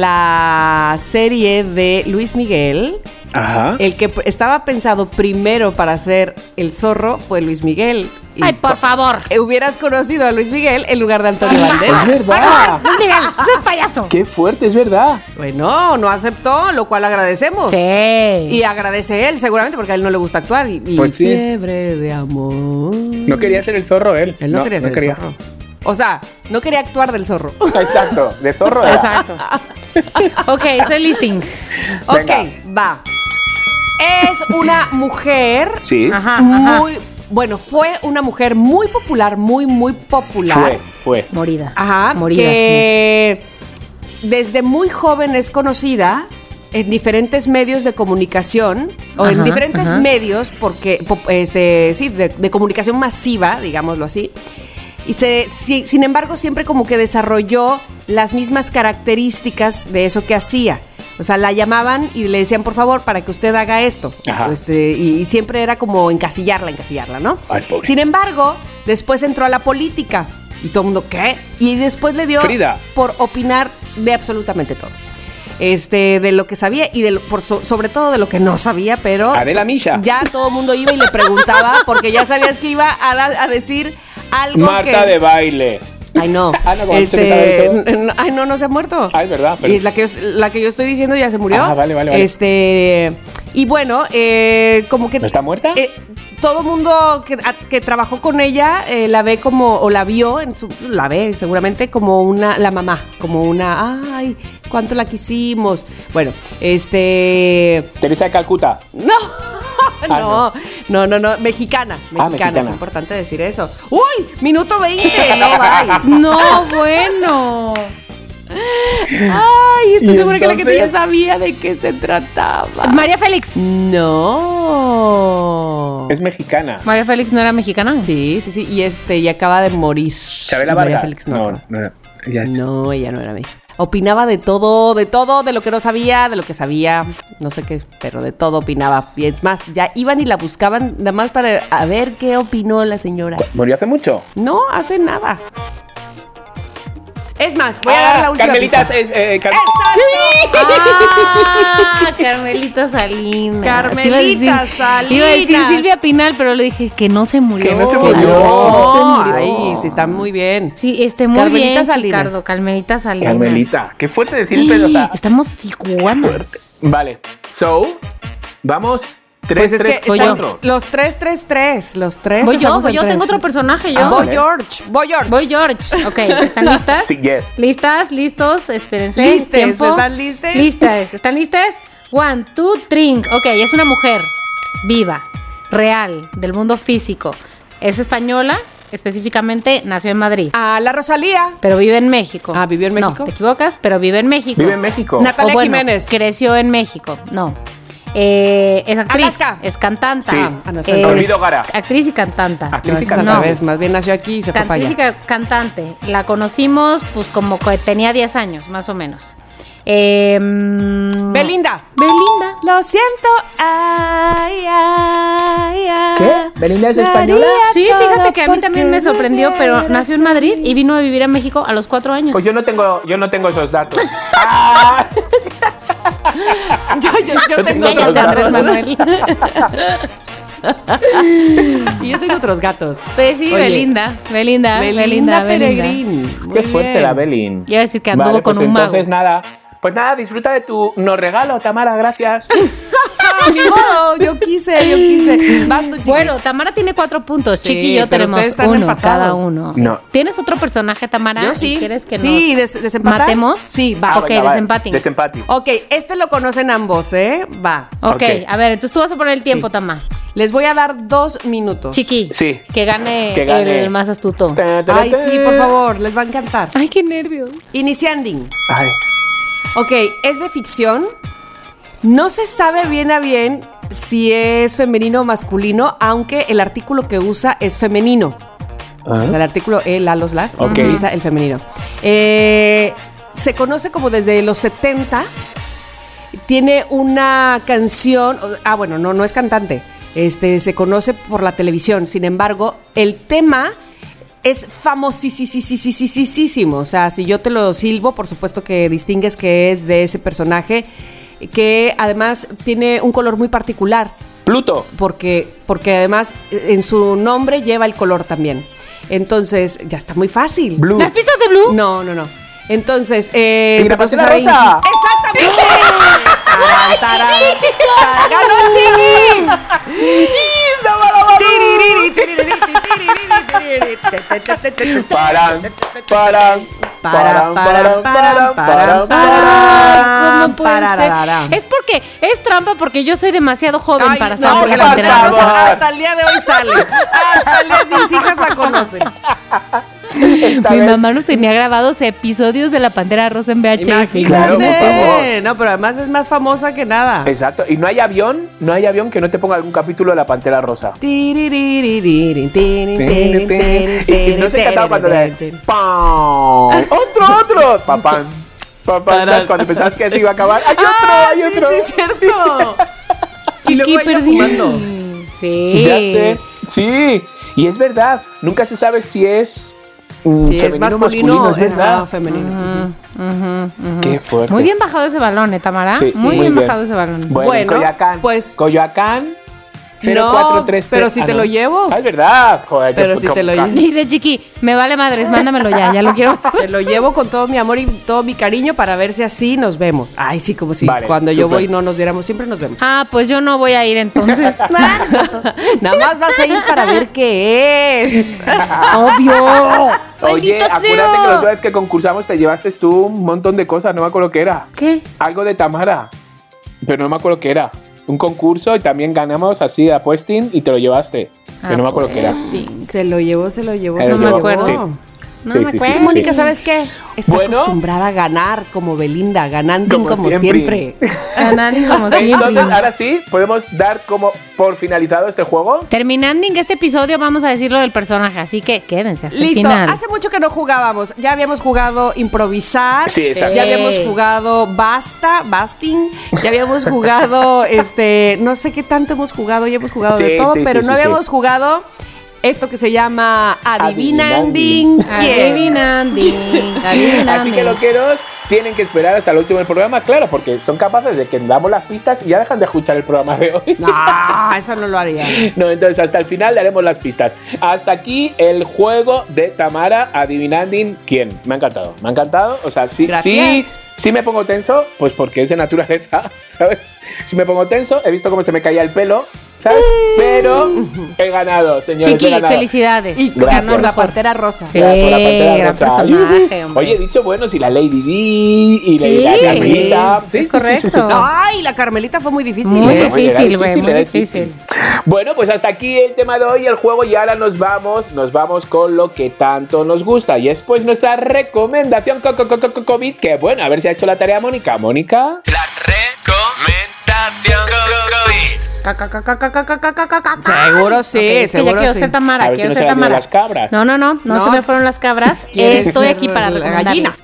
Speaker 4: la serie de Luis Miguel,
Speaker 3: Ajá.
Speaker 2: Eh,
Speaker 4: el que p- estaba pensado primero para ser el zorro fue Luis Miguel. Y
Speaker 2: Ay, por
Speaker 4: co-
Speaker 2: favor.
Speaker 4: eh, Hubieras conocido a Luis Miguel en lugar de Antonio Banderas.
Speaker 3: Es verdad.
Speaker 2: ah, Miguel, sos payaso.
Speaker 3: Qué fuerte, es verdad.
Speaker 4: Bueno, no aceptó, lo cual agradecemos.
Speaker 2: Sí.
Speaker 4: Y agradece él, seguramente, porque a él no le gusta actuar. Y, y
Speaker 3: Pues sí.
Speaker 4: fiebre de amor.
Speaker 3: No quería ser el zorro él.
Speaker 4: Él no, quería ser el zorro. O sea, no quería actuar del zorro.
Speaker 3: Exacto, de zorro. era.
Speaker 2: Exacto. ok, estoy listing.
Speaker 4: ok,
Speaker 3: Venga.
Speaker 4: va. Es una mujer
Speaker 3: Sí.
Speaker 2: Ajá, ajá.
Speaker 4: muy. Bueno, fue una mujer muy popular, muy, muy popular.
Speaker 3: Fue, fue.
Speaker 2: Morida.
Speaker 4: Ajá.
Speaker 2: Morida.
Speaker 4: que desde muy joven es conocida en diferentes medios de comunicación o en
Speaker 2: Ajá,
Speaker 4: diferentes
Speaker 2: ajá.
Speaker 4: medios porque pop- este sí de, de comunicación masiva, digámoslo así. Y se, si- sin embargo, siempre como que desarrolló las mismas características de eso que hacía. O sea, la llamaban y le decían, por favor, para que usted haga esto.
Speaker 3: Ajá.
Speaker 4: O este, y, y siempre era como encasillarla, encasillarla, ¿no?
Speaker 3: Ay, pobre.
Speaker 4: Sin embargo, después entró a la política. Y todo el mundo, ¿qué? Y después le dio
Speaker 3: Frida.
Speaker 4: por opinar de absolutamente todo. Este, de lo que sabía y de lo- por so- sobre todo de lo que no sabía, pero
Speaker 3: Adela Micha.
Speaker 4: ya todo el mundo iba y le preguntaba porque ya sabías que iba a, da- a decir algo
Speaker 3: Marta
Speaker 4: que-
Speaker 3: de baile.
Speaker 4: Ay, no.
Speaker 3: Ah, no, como
Speaker 4: Este,
Speaker 3: usted sabe todo.
Speaker 4: n- n- ay, no, no se ha muerto.
Speaker 3: Ah, es verdad, pero-
Speaker 4: Y la que, yo, la que yo estoy diciendo ya se murió.
Speaker 3: Ah, vale, vale, vale.
Speaker 4: Este. Y bueno, eh, como que.
Speaker 3: ¿No está muerta?
Speaker 4: eh, todo mundo que, a- que trabajó con ella eh, la ve como, o la vio, en su, la ve seguramente como una, la mamá, como una, ay, cuánto la quisimos. Bueno, este,
Speaker 3: Teresa de Calcuta.
Speaker 4: no.
Speaker 3: Ah,
Speaker 4: no, no, no, no, mexicana, mexicana,
Speaker 3: Ah, mexicana.
Speaker 4: qué importante decir eso. ¡Uy! Minuto 20, no, bye.
Speaker 2: No, bueno.
Speaker 4: Ay, estoy
Speaker 3: ¿Y
Speaker 4: segura que la gente ya
Speaker 3: entonces?
Speaker 4: sabía de qué se trataba.
Speaker 2: María Félix.
Speaker 4: no.
Speaker 3: Es mexicana.
Speaker 2: María Félix no era mexicana.
Speaker 4: Sí, sí, sí. Y este, y acaba de morir.
Speaker 3: Chabela
Speaker 4: Y María
Speaker 3: Vargas.
Speaker 4: Félix no.
Speaker 3: no,
Speaker 4: acaba.
Speaker 3: no, no. Ya está.
Speaker 4: No, ella no era mí. Opinaba de todo, de todo, de lo que no sabía, de lo que sabía, no sé qué, pero de todo opinaba. Y es más, ya iban y la buscaban nada más para a ver qué opinó la señora.
Speaker 3: ¿Murió hace mucho?
Speaker 4: No hace nada. Es más, voy a dar la última
Speaker 3: Ah, Carmelitas,
Speaker 4: pista.
Speaker 3: es, eh, Car-
Speaker 2: Ah, Carmelita Salinas.
Speaker 4: Carmelita
Speaker 2: Iba a decir-
Speaker 4: Salinas.
Speaker 2: Iba a decir Silvia Pinal, pero lo dije que no se murió.
Speaker 3: Que no se
Speaker 2: la
Speaker 3: murió.
Speaker 2: verdad, no se murió.
Speaker 4: Ay, sí, está muy bien.
Speaker 2: Sí, este, muy
Speaker 4: Carmelita
Speaker 2: bien,
Speaker 4: Salinas.
Speaker 2: Ricardo. Carmelita Salinas.
Speaker 3: Carmelita. Qué fuerte decir, pero, o
Speaker 2: Sí,
Speaker 3: sea,
Speaker 2: Estamos iguanas.
Speaker 3: Vale. So, vamos. 3,
Speaker 4: Pues es
Speaker 3: 3,
Speaker 4: que están
Speaker 3: 4.
Speaker 4: los 3-3-3, los tres.
Speaker 2: Voy yo,
Speaker 4: estamos
Speaker 2: voy
Speaker 4: en
Speaker 2: yo.
Speaker 4: tres.
Speaker 2: Tengo otro personaje
Speaker 4: Ah,
Speaker 2: yo.
Speaker 4: Voy George, voy George.
Speaker 2: Voy George. Ok, ¿están listas?
Speaker 3: Sí, yes.
Speaker 2: ¿Listas? ¿Listos? Espérense.
Speaker 4: Listes,
Speaker 2: tiempo.
Speaker 4: ¿están listes?
Speaker 2: Listas. ¿Están listas? One, two, three. Ok, es una mujer viva, real, del mundo físico. Es española, específicamente nació en Madrid,
Speaker 4: A la Rosalía.
Speaker 2: pero vive en México.
Speaker 4: Ah, ¿vivió en México?
Speaker 2: No, te equivocas, pero vive en México.
Speaker 3: Vive en México.
Speaker 4: Nat- Natalia
Speaker 2: O bueno,
Speaker 4: Jiménez.
Speaker 2: Creció en México, no. Eh, es actriz,
Speaker 4: Alaska.
Speaker 2: es cantante.
Speaker 3: Sí.
Speaker 4: Ah, no,
Speaker 2: es
Speaker 4: es en
Speaker 3: Olvido Gara.
Speaker 2: actriz y cantante.
Speaker 3: Actriz
Speaker 4: No,
Speaker 3: y
Speaker 4: esa es
Speaker 3: cantante.
Speaker 4: otra vez. Más bien nació aquí y se fue para
Speaker 2: Cantante,
Speaker 4: allá.
Speaker 2: cantante. La conocimos, pues, como que tenía 10 años, más o menos. Eh, mm,
Speaker 4: Belinda.
Speaker 2: Belinda.
Speaker 4: Lo siento. Ay, ay, ay.
Speaker 3: ¿Qué? ¿Belinda es española?
Speaker 4: Daría
Speaker 2: Sí,
Speaker 4: todo
Speaker 2: fíjate que a mí
Speaker 4: porque
Speaker 2: también me sorprendió, pero
Speaker 4: volvieras
Speaker 2: nació en Madrid y vino a vivir a México a los 4 años.
Speaker 3: Pues yo no tengo, yo no tengo esos datos.
Speaker 4: a- Yo, yo, yo tengo
Speaker 3: tengo
Speaker 4: otros
Speaker 3: otros
Speaker 4: gatos.
Speaker 2: Manuel.
Speaker 4: Y yo tengo otros gatos.
Speaker 2: Pues sí,
Speaker 4: Oye,
Speaker 2: Belinda, Belinda, Ah, Belinda,
Speaker 4: Belinda
Speaker 2: Belinda.
Speaker 4: Peregrín.
Speaker 3: Qué
Speaker 4: Muy
Speaker 3: fuerte
Speaker 4: bien.
Speaker 3: la Belin.
Speaker 2: Iba a decir que anduvo
Speaker 3: Vale,
Speaker 2: con
Speaker 3: pues
Speaker 2: un mago.
Speaker 3: Entonces, nada. Pues nada, disfruta de tu nos regalo, Tamara, gracias.
Speaker 4: Ah, ni modo, yo quise, yo quise. Vas tú, chiqui.
Speaker 2: Bueno, Tamara tiene cuatro puntos.
Speaker 4: Sí,
Speaker 2: Chiqui y yo
Speaker 4: pero
Speaker 2: tenemos
Speaker 4: ustedes están
Speaker 2: uno
Speaker 4: empatados.
Speaker 2: cada uno.
Speaker 3: No.
Speaker 2: ¿Tienes otro personaje, Tamara?
Speaker 4: Yo
Speaker 2: ¿Y
Speaker 4: sí.
Speaker 2: ¿Quieres que
Speaker 4: Sí,
Speaker 2: nos
Speaker 4: des- desempatar.
Speaker 2: matemos?
Speaker 4: Sí, va.
Speaker 2: Ok,
Speaker 3: Venga, Ah, vale.
Speaker 2: desempatín.
Speaker 3: Desempate.
Speaker 4: Ok, este lo conocen ambos, ¿eh? Va.
Speaker 2: ok,
Speaker 3: Ok.
Speaker 2: a ver, entonces tú vas a poner el tiempo,
Speaker 4: Sí.
Speaker 2: Tamara.
Speaker 4: Les voy a dar dos minutos.
Speaker 2: Chiqui.
Speaker 3: Sí.
Speaker 2: Que gane,
Speaker 3: Que gane.
Speaker 2: el más astuto.
Speaker 3: Ta, ta, ta,
Speaker 4: Ay,
Speaker 3: ta.
Speaker 4: sí, por favor, les va a encantar.
Speaker 2: Ay, qué nervios.
Speaker 4: Inicianding.
Speaker 3: Ay,
Speaker 4: Ok, es de ficción. No se sabe bien a bien si es femenino o masculino, aunque el artículo que usa es femenino.
Speaker 3: Ah.
Speaker 4: O sea, el artículo el a los las
Speaker 3: Ok.
Speaker 4: utiliza el femenino. Eh, se conoce como desde los 70. Tiene una canción. Ah, bueno, no, no es cantante. Este, se conoce por la televisión. Sin embargo, el tema es famosísimo. O sea, si yo te lo silbo, por supuesto que distingues que es de ese personaje. Que además tiene un color muy particular
Speaker 3: Pluto.
Speaker 4: porque, porque además eh, en su nombre lleva el color también. Entonces, ya está muy fácil.
Speaker 3: Blue.
Speaker 2: ¿Las pistas de Blue?
Speaker 4: No, no, no. Entonces, eh,
Speaker 3: Mira,
Speaker 4: entonces
Speaker 3: Pantera
Speaker 4: ahí
Speaker 3: Rosa.
Speaker 4: insist- ¡Exactamente! Tarán, tarán. Tarán, ¡Ganó Chiqui! Tiriri, tiriri, tiriri, tiriri, tiriri.
Speaker 3: Parán, parán,
Speaker 4: Parán, parán, parán, parán,
Speaker 2: Ay, ¿cómo puede
Speaker 4: Pararara.
Speaker 2: ser? Es porque es trampa porque yo soy demasiado joven
Speaker 4: Ay,
Speaker 2: para
Speaker 4: no,
Speaker 2: saber la
Speaker 4: porque la
Speaker 3: por
Speaker 2: Pantera
Speaker 4: Pantera
Speaker 3: favor.
Speaker 2: Rosa.
Speaker 4: Rosa hasta el día de hoy sale. Hasta el día de mis hijas la conocen.
Speaker 3: Esta
Speaker 2: Mi
Speaker 3: vez-
Speaker 2: mamá nos tenía grabados episodios de la Pantera Rosa en VHS.
Speaker 4: Imagínate.
Speaker 3: Claro, por favor.
Speaker 4: No, pero además es más famosa que nada.
Speaker 3: Exacto. Y no hay avión, no hay avión que no te ponga algún capítulo de la Pantera Rosa.
Speaker 4: Tiririririn, tirin, tirin, tirin,
Speaker 3: Y no se cantaba cuando
Speaker 4: tirin,
Speaker 3: le-
Speaker 4: tirin.
Speaker 3: ¡Pam! ¡Otro, otro! ¡Papam! ¡Papam! ¿Sabes? Cuando pensabas que se iba a acabar. ¡Hay otro,
Speaker 4: Ah,
Speaker 3: hay
Speaker 4: sí,
Speaker 3: otro!
Speaker 4: sí, es cierto.
Speaker 2: Y
Speaker 4: Y luego ella
Speaker 2: perdí.
Speaker 4: fumando.
Speaker 3: Mm.
Speaker 2: Sí.
Speaker 3: Ya sé. Sí. Y es verdad. Nunca se sabe si es. mm,
Speaker 4: Si es
Speaker 3: femenino o
Speaker 4: masculino,
Speaker 3: es verdad.
Speaker 4: ah, femenino.
Speaker 3: Qué fuerte.
Speaker 2: Muy bien bajado ese balón, ¿eh, Tamara?
Speaker 3: Sí,
Speaker 2: muy,
Speaker 3: muy
Speaker 2: bien,
Speaker 3: bien.
Speaker 2: bajado ese balón.
Speaker 3: Bueno,
Speaker 4: Bueno,
Speaker 3: Coyoacán.
Speaker 4: pues-
Speaker 3: Coyoacán. 0433.
Speaker 4: pero si te lo llevo.
Speaker 3: Ah, es verdad. Joder,
Speaker 4: Pero
Speaker 3: yo-
Speaker 4: si te lo
Speaker 3: ca-
Speaker 4: llevo.
Speaker 2: Dice Chiqui, me vale madres, mándamelo ya, ya lo quiero.
Speaker 4: Te lo llevo con todo mi amor y todo mi cariño para ver si así nos vemos. Ay, sí, como si
Speaker 3: Vale,
Speaker 4: cuando yo
Speaker 3: súper.
Speaker 4: voy no nos viéramos, siempre nos vemos.
Speaker 2: Ah, pues yo no voy a ir entonces.
Speaker 4: Nada más vas a ir para ver qué es.
Speaker 2: Obvio.
Speaker 3: Oye,
Speaker 2: Maldito
Speaker 3: acuérdate que
Speaker 2: sea.
Speaker 3: la otra vez que concursamos te llevaste tú un montón de cosas. No me acuerdo qué era.
Speaker 2: ¿Qué?
Speaker 3: Algo de Tamara. Pero no me acuerdo qué era. Un concurso y también ganamos así de apuesting y te lo llevaste.
Speaker 4: Ah,
Speaker 3: Pero no me acuerdo qué era.
Speaker 4: Se lo llevó, se lo llevó,
Speaker 3: Eh,
Speaker 4: se
Speaker 2: No
Speaker 4: lo
Speaker 2: me
Speaker 4: llevó.
Speaker 2: acuerdo.
Speaker 3: Sí.
Speaker 2: No
Speaker 3: Sí,
Speaker 2: me
Speaker 3: sí, sí,
Speaker 2: acuerdo.
Speaker 3: sí, sí.
Speaker 4: Mónica, ¿sabes qué? Está
Speaker 3: Bueno.
Speaker 4: acostumbrada a ganar como Belinda, ganando
Speaker 3: Como
Speaker 4: como,
Speaker 3: siempre.
Speaker 4: siempre.
Speaker 2: Ganando como
Speaker 3: Entonces,
Speaker 2: siempre.
Speaker 3: ahora sí, podemos dar como por finalizado este juego.
Speaker 2: Terminando en este episodio vamos a decir lo del personaje, así que quédense hasta el
Speaker 4: Listo,
Speaker 2: final.
Speaker 4: hace mucho que no jugábamos. Ya habíamos jugado improvisar.
Speaker 3: Sí, exacto.
Speaker 4: Ya habíamos
Speaker 2: Sí.
Speaker 4: jugado basta, basting. Ya habíamos jugado, este, no sé qué tanto hemos jugado, ya hemos jugado
Speaker 3: Sí,
Speaker 4: de todo,
Speaker 3: sí,
Speaker 4: pero
Speaker 3: sí,
Speaker 4: no
Speaker 3: sí,
Speaker 4: habíamos jugado esto que se llama Adivinanding. ¿Quién?
Speaker 2: Adivinando, adivinando.
Speaker 3: Así que loqueros tienen que esperar hasta el último del programa, claro, porque son capaces de que damos las pistas y ya dejan de escuchar el programa de hoy.
Speaker 4: No, eso no lo haría.
Speaker 3: No, entonces hasta el final daremos las pistas. Hasta aquí el juego de Tamara adivinandin quién. Me ha encantado, me ha encantado. O sea, sí, sí,
Speaker 4: Gracias.
Speaker 3: sí me pongo tenso, pues porque es de naturaleza, ¿sabes? Si me pongo tenso, he visto cómo se me caía el pelo, ¿sabes? Pero he ganado, señores. he
Speaker 2: Chiqui,
Speaker 3: ganado.
Speaker 2: felicidades.
Speaker 4: Y
Speaker 3: Gracias.
Speaker 4: ganó la
Speaker 2: Mejor.
Speaker 4: pantera rosa.
Speaker 2: Sí,
Speaker 3: Gracias por la pantera
Speaker 2: gran
Speaker 3: rosa.
Speaker 2: personaje,
Speaker 3: Ujú.
Speaker 2: hombre.
Speaker 3: Oye, he dicho bueno, si la Lady D y la-
Speaker 2: Sí.
Speaker 3: la Carmelita. Sí,
Speaker 2: Es
Speaker 3: sí, sí, sí, sí.
Speaker 2: correcto.
Speaker 3: No,
Speaker 4: Ay, la Carmelita fue muy difícil.
Speaker 2: Muy
Speaker 4: ¿eh?
Speaker 3: Era
Speaker 2: difícil, güey,
Speaker 3: era
Speaker 2: muy difícil.
Speaker 3: Bueno, pues hasta aquí el tema de hoy, el juego, y ahora nos vamos, nos vamos con lo que tanto nos gusta, y es pues nuestra recomendación co- co- co- co- co- COVID, que bueno, a ver si ha hecho la tarea Mónica. Mónica.
Speaker 6: La recomendación COVID.
Speaker 2: Ca, ca, ca, ca, ca, ca, ca, ca, ca, ca.
Speaker 4: Seguro sí,
Speaker 2: Ok, es que ya
Speaker 4: seguro
Speaker 2: quiero
Speaker 4: sí.
Speaker 2: ser Tamara,
Speaker 3: A ver si
Speaker 2: quiero
Speaker 3: no se
Speaker 2: ser
Speaker 3: le han ido
Speaker 2: Tamara.
Speaker 3: las cabras.
Speaker 2: No, no, no, no,
Speaker 4: No.
Speaker 2: se me fueron las cabras.
Speaker 4: ¿Quieres
Speaker 2: Estoy
Speaker 4: ser
Speaker 2: aquí para
Speaker 4: la
Speaker 2: recomendarles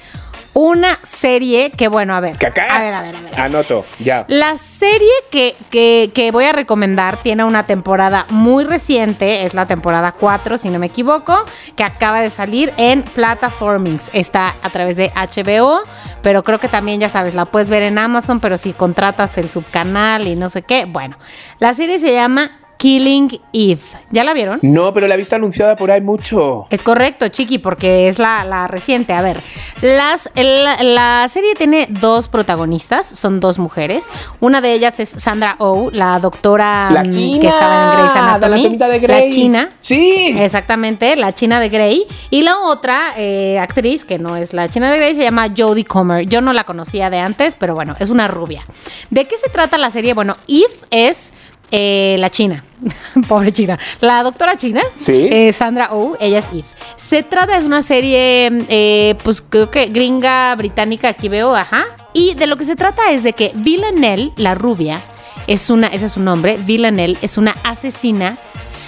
Speaker 2: una serie que, bueno, a ver.
Speaker 3: Cacá.
Speaker 2: A ver, a ver, a ver.
Speaker 3: Anoto, ya.
Speaker 2: La serie que, que- que voy a recomendar tiene una temporada muy reciente, es la temporada 4, si no me equivoco, que acaba de salir en Plataformings. Está a través de HBO, pero creo que también, ya sabes, la puedes ver en Amazon, pero si contratas el subcanal y no sé qué. Bueno, la serie se llama Killing Eve. ¿Ya la vieron?
Speaker 3: No, pero la he visto anunciada por ahí mucho.
Speaker 2: Es correcto, Chiqui, porque es la, la reciente. A ver, las, la, la serie tiene dos protagonistas, son dos mujeres. Una de ellas es Sandra Oh, la doctora
Speaker 3: La
Speaker 2: mm,
Speaker 3: china,
Speaker 2: que estaba en Grey's
Speaker 3: la
Speaker 2: Anatomy.
Speaker 3: anatomita de
Speaker 2: La
Speaker 3: Grey.
Speaker 2: china.
Speaker 3: Sí.
Speaker 2: Exactamente, la china de Grey. Y la otra eh, actriz, que no es la china de Grey, se llama Jodie Comer. Yo no la conocía de antes, pero bueno, es una rubia. ¿De qué se trata la serie? Bueno, Eve es... eh, la China, pobre China, la doctora China,
Speaker 3: Sí.
Speaker 2: eh, Sandra Oh, ella es Eve. Se trata de una serie, eh, pues creo que gringa, británica, aquí veo, ajá. Y de lo que se trata es de que Villanelle, la rubia, es una, ese es su nombre, Villanelle, es una asesina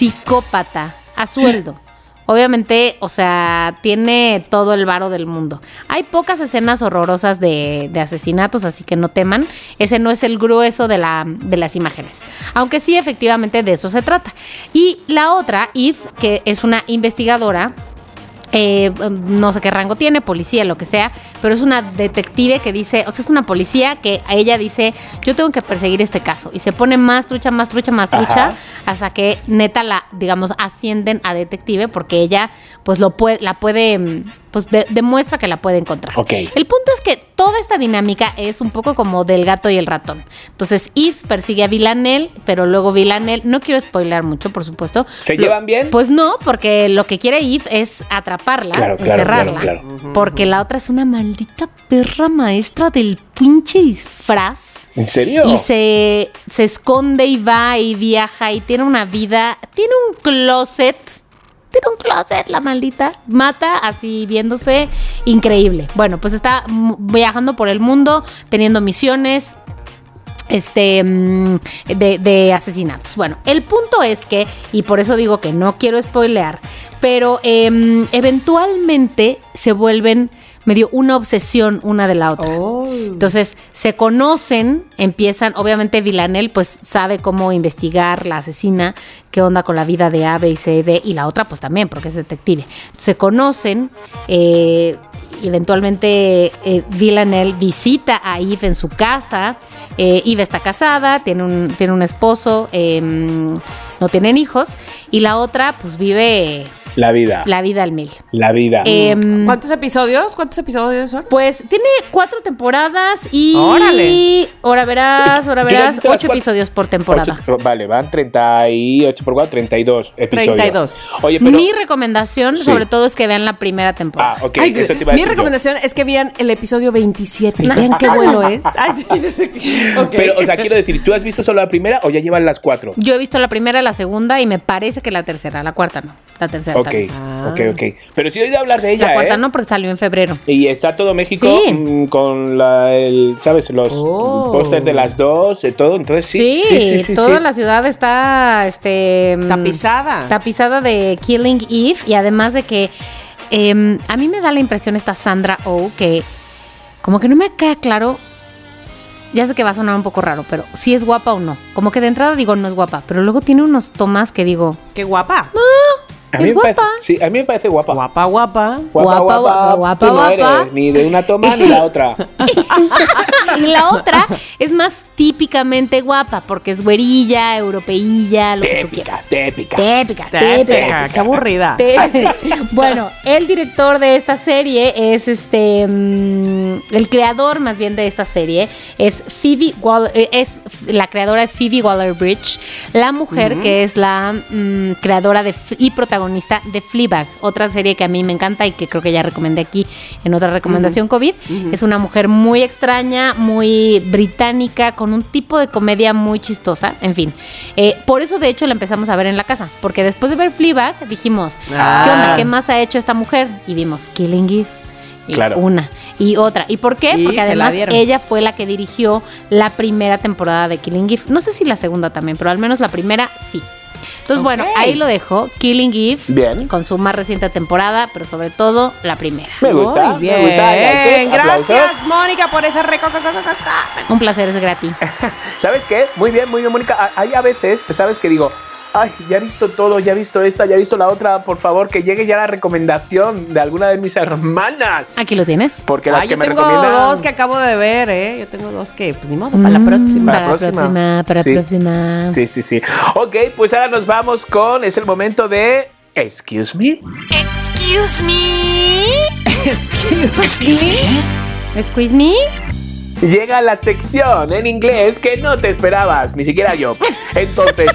Speaker 2: psicópata a sueldo. Obviamente, o sea, tiene todo el varo del mundo. Hay pocas escenas horrorosas de, de asesinatos, así que no teman. Ese no es el grueso de, la, de las imágenes. Aunque sí, efectivamente, de eso se trata. Y la otra, Eve, que es una investigadora, eh, no sé qué rango tiene, policía, lo que sea, pero es una detective que dice, o sea, es una policía que a ella dice, yo tengo que perseguir este caso. Y se pone más trucha, más trucha, más trucha,
Speaker 3: Ajá.
Speaker 2: hasta que neta la, digamos, ascienden a detective porque ella, pues, lo puede, la puede, mm, pues, de- demuestra que la puede encontrar.
Speaker 3: Ok.
Speaker 2: El punto es que toda esta dinámica es un poco como del gato y el ratón. Entonces, Eve persigue a Villanelle, pero luego Villanelle, no quiero spoilar mucho, por supuesto.
Speaker 3: ¿Se
Speaker 2: Lo-
Speaker 3: llevan bien?
Speaker 2: Pues no, porque lo que quiere Eve es atraparla,
Speaker 3: Claro, claro,
Speaker 2: encerrarla.
Speaker 3: claro,
Speaker 2: Porque la otra es una maldita perra maestra del pinche disfraz.
Speaker 3: ¿En serio?
Speaker 2: Y se, se esconde y va y viaja y tiene una vida. Tiene un closet. Tiene un closet, la maldita. Mata así viéndose increíble. Bueno, pues está mm, viajando por el mundo, teniendo misiones, este mm, de, de asesinatos. Bueno, el punto es que, y por eso digo que no quiero spoilear, pero em, eventualmente se vuelven medio una obsesión una de la otra. Entonces se conocen, empiezan, obviamente Villanel pues sabe cómo investigar la asesina, qué onda con la vida de A, B y C, D, y la otra pues también porque es detective. Se conocen, eh, y eventualmente eh, Villanelle visita a Eve en su casa. Eh, Eve está casada, tiene un, tiene un esposo, eh, no tienen hijos. Y la otra, pues vive
Speaker 3: La vida. La,
Speaker 2: la vida al mil.
Speaker 3: vida.
Speaker 2: Em,
Speaker 4: ¿Cuántos episodios? ¿Cuántos episodios son?
Speaker 2: pues tiene cuatro temporadas y.
Speaker 4: Órale.
Speaker 2: Ahora verás, ahora
Speaker 3: Yo ya he
Speaker 2: verás.
Speaker 3: visto las
Speaker 2: Ocho
Speaker 3: cuatro-
Speaker 2: episodios por temporada.
Speaker 3: Ocho- vale, van 38 por 4, 32 episodios.
Speaker 4: 32.
Speaker 3: Oye, pero.
Speaker 2: Mi recomendación,
Speaker 3: Sí.
Speaker 2: sobre todo, es que vean la primera temporada.
Speaker 3: Ah, ok,
Speaker 4: Ay,
Speaker 3: eso te iba a
Speaker 4: mi
Speaker 3: decir yo.
Speaker 4: recomendación es que vean el episodio 27. Vean qué bueno es. Ay, sí, yo sé que- ok.
Speaker 3: Pero, o sea, quiero decir, ¿tú has visto solo la primera o ya llevan las cuatro?
Speaker 2: Yo he visto la primera, la segunda y me parece que la tercera. La cuarta no. La tercera
Speaker 3: Ok,
Speaker 2: también.
Speaker 3: ok, ok. Pero sí he oído hablar de ella,
Speaker 2: La cuarta
Speaker 3: ¿eh?
Speaker 2: no, porque salió en febrero.
Speaker 3: Y está todo México
Speaker 2: Sí.
Speaker 3: mm, con la, el, ¿sabes? Los
Speaker 4: Oh.
Speaker 3: pósters de las dos, de todo. Entonces, sí.
Speaker 2: Sí, toda la ciudad está este, mm,
Speaker 4: Tapizada.
Speaker 2: Tapizada de Killing Eve. Y además de que em, a mí me da la impresión esta Sandra Oh que como que no me queda claro. Ya sé que va a sonar un poco raro, pero si es guapa o no. Como que de entrada digo no es guapa, pero luego tiene unos tomas que digo
Speaker 4: Qué guapa.
Speaker 3: A mí
Speaker 2: es
Speaker 3: me parece-
Speaker 2: guapa.
Speaker 3: sí, a mí me parece guapa.
Speaker 4: Guapa, guapa.
Speaker 2: Guapa, guapa, guapa,
Speaker 3: tú no
Speaker 2: guapa.
Speaker 3: eres ni de una toma ni la otra.
Speaker 2: y la otra es más típicamente guapa, porque es güerilla, europeilla, lo que tú
Speaker 3: Tépica,
Speaker 2: quieras.
Speaker 3: tépica.
Speaker 2: Tépica, tépica.
Speaker 4: Tépica, Qué aburrida.
Speaker 2: Te- Este, bueno, el director de esta serie es este. mm, el creador más bien de esta serie es Phoebe Waller. eh, Es, la creadora es Phoebe Waller Bridge, la mujer que es la mm, creadora de, F- y protagonista de Fleabag, otra serie que a mí me encanta y que creo que ya recomendé aquí en otra recomendación COVID. Es una mujer muy extraña, muy británica, con un tipo de comedia muy chistosa. En fin, Eh, por eso de hecho la empezamos a ver en la casa, porque después de ver Fleabag dijimos.
Speaker 4: Ah.
Speaker 2: ¿Qué onda? ¿Qué más ha hecho esta mujer? Y vimos Killing Eve. Y
Speaker 3: Claro.
Speaker 2: Una y otra. ¿Y por qué?
Speaker 4: Y
Speaker 2: Porque
Speaker 4: se la
Speaker 2: además
Speaker 4: dieron.
Speaker 2: ella fue la que dirigió la primera temporada de Killing Eve. No sé si la segunda también, pero al menos la primera sí. Entonces, bueno,
Speaker 4: Ok.
Speaker 2: ahí lo dejo. Killing Eve.
Speaker 3: Bien.
Speaker 2: Con su más reciente temporada, pero sobre todo la primera.
Speaker 3: Me gusta,
Speaker 4: Muy bien.
Speaker 3: me gusta. Hay que- aplausos.
Speaker 4: Gracias, Mónica, por esa reco. co- co- co- co-
Speaker 2: Un placer es gratis.
Speaker 3: ¿Sabes qué? Muy bien, muy bien, Mónica. A- Hay a veces, ¿sabes qué digo? Ay, ya he visto todo, ya he visto esta, ya he visto la otra. Por favor, que llegue ya la recomendación de alguna de mis hermanas.
Speaker 2: Aquí lo tienes.
Speaker 3: Porque las
Speaker 4: Ah,
Speaker 3: que
Speaker 4: yo
Speaker 3: me
Speaker 4: tengo
Speaker 3: recomiendan.
Speaker 4: dos que acabo de ver, ¿eh? Yo tengo dos que, pues ni modo, para la próxima.
Speaker 2: Mm, Para la próxima, para la
Speaker 3: Sí.
Speaker 2: próxima.
Speaker 3: Sí, sí, sí. Ok, pues ahora nos vamos con. Es el momento de. Excuse me.
Speaker 5: Excuse me.
Speaker 2: Squeeze me.
Speaker 3: Llega la sección en inglés que no te esperabas, ni siquiera yo. Entonces,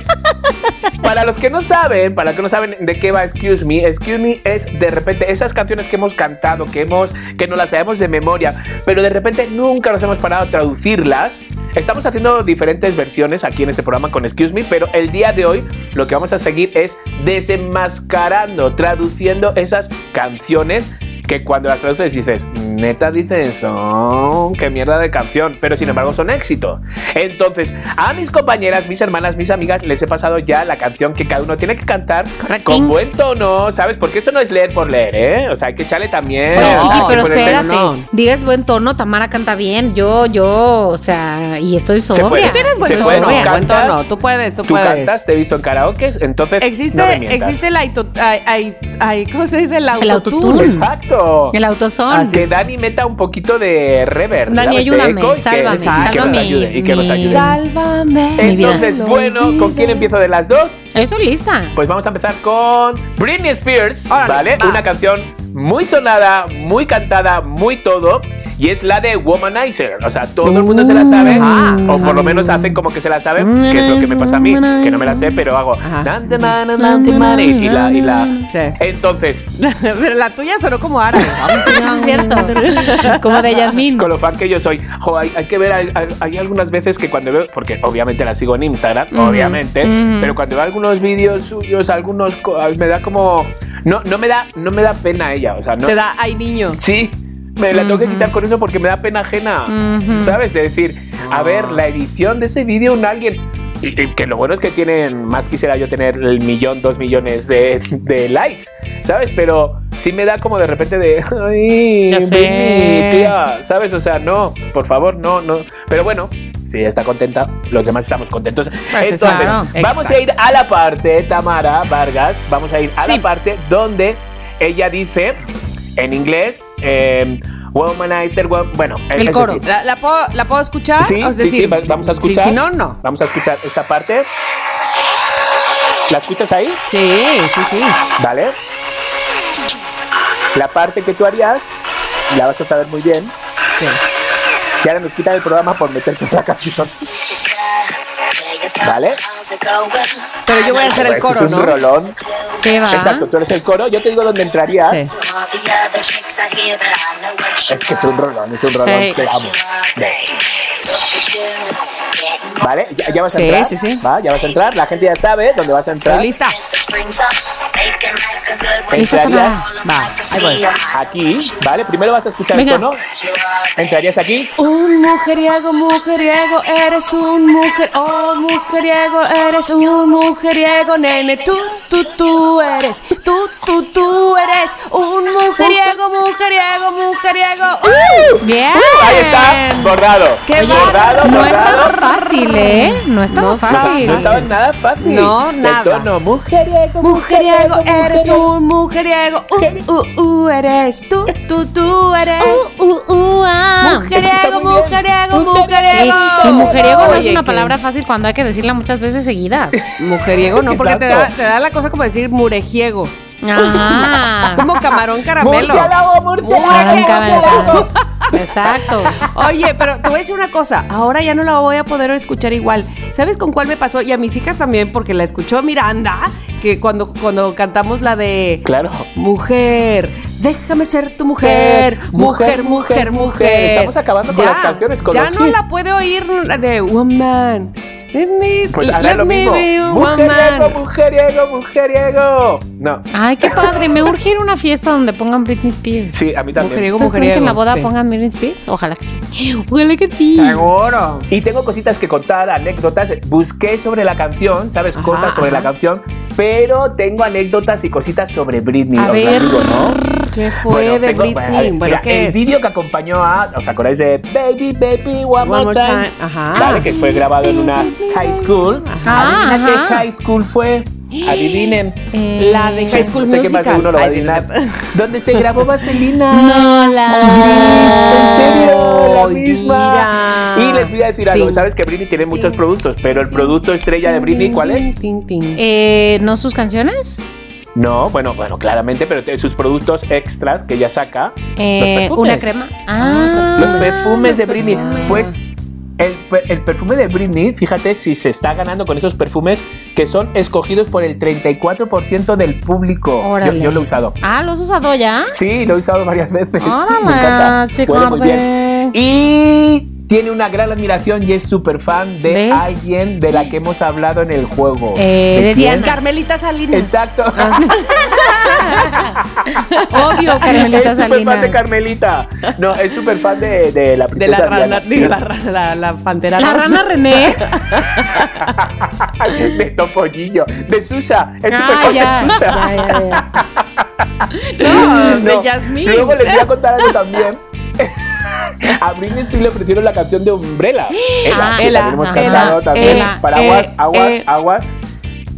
Speaker 3: para los que no saben, para los que no saben de qué va Excuse Me, Excuse Me es de repente esas canciones que hemos cantado, que hemos, que no las sabemos de memoria, pero de repente nunca nos hemos parado a traducirlas. Estamos haciendo diferentes versiones aquí en este programa con Excuse Me, pero el día de hoy lo que vamos a seguir es desenmascarando, traduciendo esas canciones que cuando las traduces dices, "Mm, neta dices, son qué mierda de canción, pero sin embargo son éxito. Entonces, a mis compañeras, mis hermanas, mis amigas, les he pasado ya la canción que cada uno tiene que cantar
Speaker 2: Correctín.
Speaker 3: con buen tono, ¿sabes? Porque esto no es leer por leer, ¿eh? O sea, hay que echarle también.
Speaker 2: Oye,
Speaker 4: No,
Speaker 2: chiqui,
Speaker 4: no,
Speaker 2: pero
Speaker 4: no, no,
Speaker 2: espérate.
Speaker 4: no.
Speaker 2: Digas buen tono, Tamara canta bien. Yo, yo, o sea, y estoy sobria.
Speaker 3: puede.
Speaker 4: Tú tienes buen
Speaker 3: Se
Speaker 4: tono,
Speaker 3: puede, ¿no?
Speaker 4: buen
Speaker 3: Cantas,
Speaker 4: tono. Tú puedes, tú,
Speaker 3: Tú
Speaker 4: puedes.
Speaker 3: cantas, te he visto en karaoke, entonces.
Speaker 4: Existe,
Speaker 3: no me mientas.
Speaker 4: existe el auto, ay, ay, ay, ¿cómo se dice? El autotune.
Speaker 2: autotune.
Speaker 3: Exacto.
Speaker 2: El autosón.
Speaker 4: Así
Speaker 3: Que Dani meta un poquito de reverb.
Speaker 2: Dani,
Speaker 3: ¿sabes? De
Speaker 2: ayúdame,
Speaker 3: eco y que-
Speaker 2: sálvame,
Speaker 3: y que nos
Speaker 2: sálvame
Speaker 3: ayude. Y que nos
Speaker 2: mi-
Speaker 3: ayude.
Speaker 4: Sálvame.
Speaker 2: mi vida.
Speaker 3: Entonces, bueno, ¿con quién empiezo de las dos?
Speaker 2: Eso lista.
Speaker 3: Pues vamos a empezar con Britney Spears,
Speaker 4: Órale,
Speaker 3: ¿vale?
Speaker 4: va.
Speaker 3: Una canción muy sonada, muy cantada, muy todo. Y es la de Womanizer. O sea, todo el mundo se la sabe.
Speaker 4: Ah.
Speaker 3: O por lo menos hacen como que se la saben, que es lo que me pasa a mí, que no me la sé, pero hago.
Speaker 4: Ajá.
Speaker 3: "Nante mane, nante mane", Y la. Y la
Speaker 4: Sí.
Speaker 3: entonces,
Speaker 4: Pero la tuya sonó como árabe.
Speaker 2: Cierto. Como de Yasmín.
Speaker 3: con lo fan que yo soy, jo, hay, hay que ver, hay, hay- hay algunas veces que cuando veo, porque obviamente la sigo en Instagram,
Speaker 2: Ujú,
Speaker 3: obviamente,
Speaker 2: ujú.
Speaker 3: pero cuando veo algunos vídeos suyos, algunos, co- me da como, no, no me da, no me da pena ella, o sea, no,
Speaker 4: Te da, ay, niño.
Speaker 3: sí, me la tengo que quitar con eso porque me da pena ajena,
Speaker 2: Ujú.
Speaker 3: ¿sabes? De decir, a ver, la edición de ese vídeo, un alguien. Y, y que lo bueno es que tienen, más quisiera yo tener el millón, dos millones de, de likes, ¿sabes? Pero sí me da como de repente de, ay,
Speaker 2: Ya sé.
Speaker 3: Britney, tía, ¿sabes? O sea, no, por favor, no, no. Pero bueno, si ella está contenta, los demás estamos contentos.
Speaker 4: Pues
Speaker 3: Entonces,
Speaker 4: claro,
Speaker 3: vamos
Speaker 4: exacto.
Speaker 3: a ir a la parte, Tamara Vargas, vamos a ir a
Speaker 4: Sí.
Speaker 3: la parte donde ella dice en inglés, eh, womanizer, wo- bueno, es- es
Speaker 2: coro.
Speaker 3: decir,
Speaker 4: ¿La, la puedo, ¿La puedo escuchar?
Speaker 3: Sí,
Speaker 4: O es
Speaker 3: sí,
Speaker 4: decir,
Speaker 3: sí, va- vamos a escuchar.
Speaker 4: Si, si no, no.
Speaker 3: Vamos a escuchar esta parte. ¿La escuchas ahí?
Speaker 4: Sí, sí, sí.
Speaker 3: Vale. La parte que tú harías, la vas a saber muy bien.
Speaker 4: sí.
Speaker 3: Y ahora nos quitan el programa por meterse en la canción. ¿Vale?
Speaker 4: Pero yo voy a hacer el
Speaker 3: Eso Pues, es
Speaker 4: coro,
Speaker 3: un
Speaker 4: ¿no?
Speaker 3: rolón.
Speaker 2: ¿Qué va?
Speaker 3: Exacto, tú eres el coro. Yo te digo dónde entrarías.
Speaker 4: Sí.
Speaker 3: Es que es un rolón, es un rolón.
Speaker 2: Sí.
Speaker 3: Que vamos. ¿Vale? Ya, ya vas a
Speaker 4: Sí,
Speaker 3: entrar.
Speaker 4: sí, sí.
Speaker 3: Va, ya vas a entrar. La gente ya sabe dónde vas a entrar.
Speaker 4: Estoy lista.
Speaker 3: Entrarías
Speaker 4: Va, ahí voy.
Speaker 3: aquí, ¿vale? Primero vas a escuchar
Speaker 2: Venga.
Speaker 3: el tono. Entrarías aquí.
Speaker 4: Un mujeriego, mujeriego, eres un mujer. Oh, mujeriego, eres un mujeriego, nene. Tú, tú, tú eres. Tú, tú, tú eres. Un mujeriego, mujeriego, mujeriego. ¡Uh!
Speaker 2: Bien.
Speaker 3: Ahí está, bordado.
Speaker 4: ¡Qué
Speaker 2: Oye,
Speaker 3: bordado,
Speaker 2: no
Speaker 3: bordado.
Speaker 2: estaba fácil, ¿eh? No estaba
Speaker 4: No estaba
Speaker 2: fácil.
Speaker 3: No estaba nada fácil.
Speaker 4: No,
Speaker 3: El
Speaker 4: nada.
Speaker 3: tono, mujeriego,
Speaker 4: Mujeriego, eres un mujeriego. Uh, uh, uh, eres. Tú, tú, tú eres.
Speaker 2: Uh, uh, uh, ah.
Speaker 4: Mujeriego,
Speaker 3: muy bien.
Speaker 4: mujeriego,
Speaker 2: Sí,
Speaker 4: mujeriego.
Speaker 2: Y mujeriego no es
Speaker 4: Oye,
Speaker 2: una
Speaker 4: que-
Speaker 2: palabra fácil cuando hay que decirla muchas veces seguidas.
Speaker 4: Mujeriego no, porque te da,
Speaker 3: Exacto.
Speaker 4: te da la cosa como decir murejiego.
Speaker 2: Ah.
Speaker 4: Es como camarón caramelo.
Speaker 3: Murciélago,
Speaker 2: Ah,
Speaker 3: murciélago.
Speaker 2: cabrón. Exacto.
Speaker 4: Oye, pero te voy a decir una cosa, ahora ya no la voy a poder escuchar igual. ¿Sabes con cuál me pasó? Y a mis hijas también, porque la escuchó Miranda, que cuando, cuando cantamos la de...
Speaker 3: Claro.
Speaker 4: Mujer, déjame ser tu mujer, mujer, mujer, mujer.
Speaker 3: Estamos acabando con las canciones, con
Speaker 4: ya
Speaker 3: los
Speaker 4: no
Speaker 3: hits.
Speaker 4: la puedo oír de woman. Let me,
Speaker 3: Pues
Speaker 4: let
Speaker 3: hará lo
Speaker 4: me
Speaker 3: mismo.
Speaker 4: be a
Speaker 3: Mujeriego,
Speaker 4: woman.
Speaker 3: mujeriego, mujeriego. No.
Speaker 2: Ay, qué padre. Me urge ir a una fiesta donde pongan Britney Spears.
Speaker 3: Sí, a mí también.
Speaker 4: Mujeriego.
Speaker 2: ¿Ustedes creen que en la boda
Speaker 4: sí.
Speaker 2: pongan Britney Spears? Ojalá que sí. Ojalá que sí.
Speaker 4: Seguro.
Speaker 3: Y tengo cositas que contar, anécdotas. Busqué sobre la canción, ¿sabes?
Speaker 4: Ajá,
Speaker 3: cosas sobre
Speaker 4: ajá.
Speaker 3: la canción. Pero tengo anécdotas y cositas sobre Britney.
Speaker 2: A
Speaker 3: os las
Speaker 2: ver.
Speaker 3: digo, ¿no?
Speaker 4: ¿Qué fue
Speaker 3: Bueno,
Speaker 4: de
Speaker 3: tengo-
Speaker 4: Britney?
Speaker 3: a ver,
Speaker 4: Bueno,
Speaker 3: mira,
Speaker 4: ¿qué
Speaker 3: el
Speaker 4: es?
Speaker 3: vídeo que acompañó a, ¿os acordáis de Baby Baby One, More Time?
Speaker 4: Ajá.
Speaker 3: Vale, que fue grabado en una high school.
Speaker 2: Ajá.
Speaker 3: Adivina
Speaker 2: Ajá.
Speaker 3: qué high school fue. Adivinen.
Speaker 2: Eh,
Speaker 4: La de High School
Speaker 3: Sé que más de
Speaker 4: Musical.
Speaker 3: uno lo va a
Speaker 4: Ay, sí,
Speaker 3: adivinar.
Speaker 4: la-
Speaker 3: ¿Dónde se grabó Vaselina?
Speaker 2: No
Speaker 3: ¿En
Speaker 2: la.
Speaker 3: serio? La
Speaker 4: Ay,
Speaker 3: misma.
Speaker 4: mira.
Speaker 3: Y les voy a decir algo.
Speaker 4: Tin,
Speaker 3: Sabes que Britney tiene muchos productos, pero el producto estrella de Britney, ¿cuál es?
Speaker 4: Tin, tin, tin.
Speaker 2: Eh, ¿No sus canciones?
Speaker 3: No, bueno, bueno, claramente, pero te- sus productos extras que ella saca.
Speaker 2: Eh,
Speaker 3: los perfumes.
Speaker 2: una crema. Ah,
Speaker 3: Los perfumes de Britney.
Speaker 2: perfumes.
Speaker 3: Pues el, per- el perfume de Britney, fíjate si se está ganando con esos perfumes que son escogidos por el 34% del público. Yo,
Speaker 2: Órale.
Speaker 3: yo lo he usado.
Speaker 2: Ah, ¿los has usado ya?
Speaker 3: Sí, lo he usado varias veces.
Speaker 2: Ah,
Speaker 3: Me
Speaker 2: Órale,
Speaker 3: encanta. Huele
Speaker 2: chico.
Speaker 3: muy bien. Y tiene una gran admiración y es súper fan de,
Speaker 2: ¿De?
Speaker 3: alguien de la que hemos hablado en el juego.
Speaker 2: Eh, de
Speaker 3: quién?
Speaker 2: Diana. Ah,
Speaker 4: Carmelita Salinas.
Speaker 3: Exacto.
Speaker 2: Obvio, Carmelita
Speaker 3: es súper fan de
Speaker 2: Salinas.
Speaker 3: Carmelita. No, es súper fan de, de la
Speaker 4: De la
Speaker 3: princesa
Speaker 4: rana,
Speaker 3: Diana.
Speaker 4: sí, la, rana- la, la pantera.
Speaker 2: La
Speaker 4: rosa.
Speaker 2: rana René.
Speaker 3: de Topollillo. De Susa. Es súper
Speaker 2: Ah,
Speaker 3: fan
Speaker 2: ya.
Speaker 3: de Susa.
Speaker 2: Ya, ya, ya.
Speaker 4: No,
Speaker 3: No.
Speaker 4: Ah, de Yasmín.
Speaker 3: Luego les voy a contar algo también. A Britney Spears le ofrecieron la canción de Umbrella. Ella,
Speaker 2: Ah,
Speaker 3: que
Speaker 4: Ela,
Speaker 3: también hemos
Speaker 2: ajá.
Speaker 3: cantado
Speaker 4: Ela,
Speaker 3: también.
Speaker 2: Ela,
Speaker 3: Paraguas,
Speaker 4: eh,
Speaker 3: aguas,
Speaker 4: eh.
Speaker 3: aguas.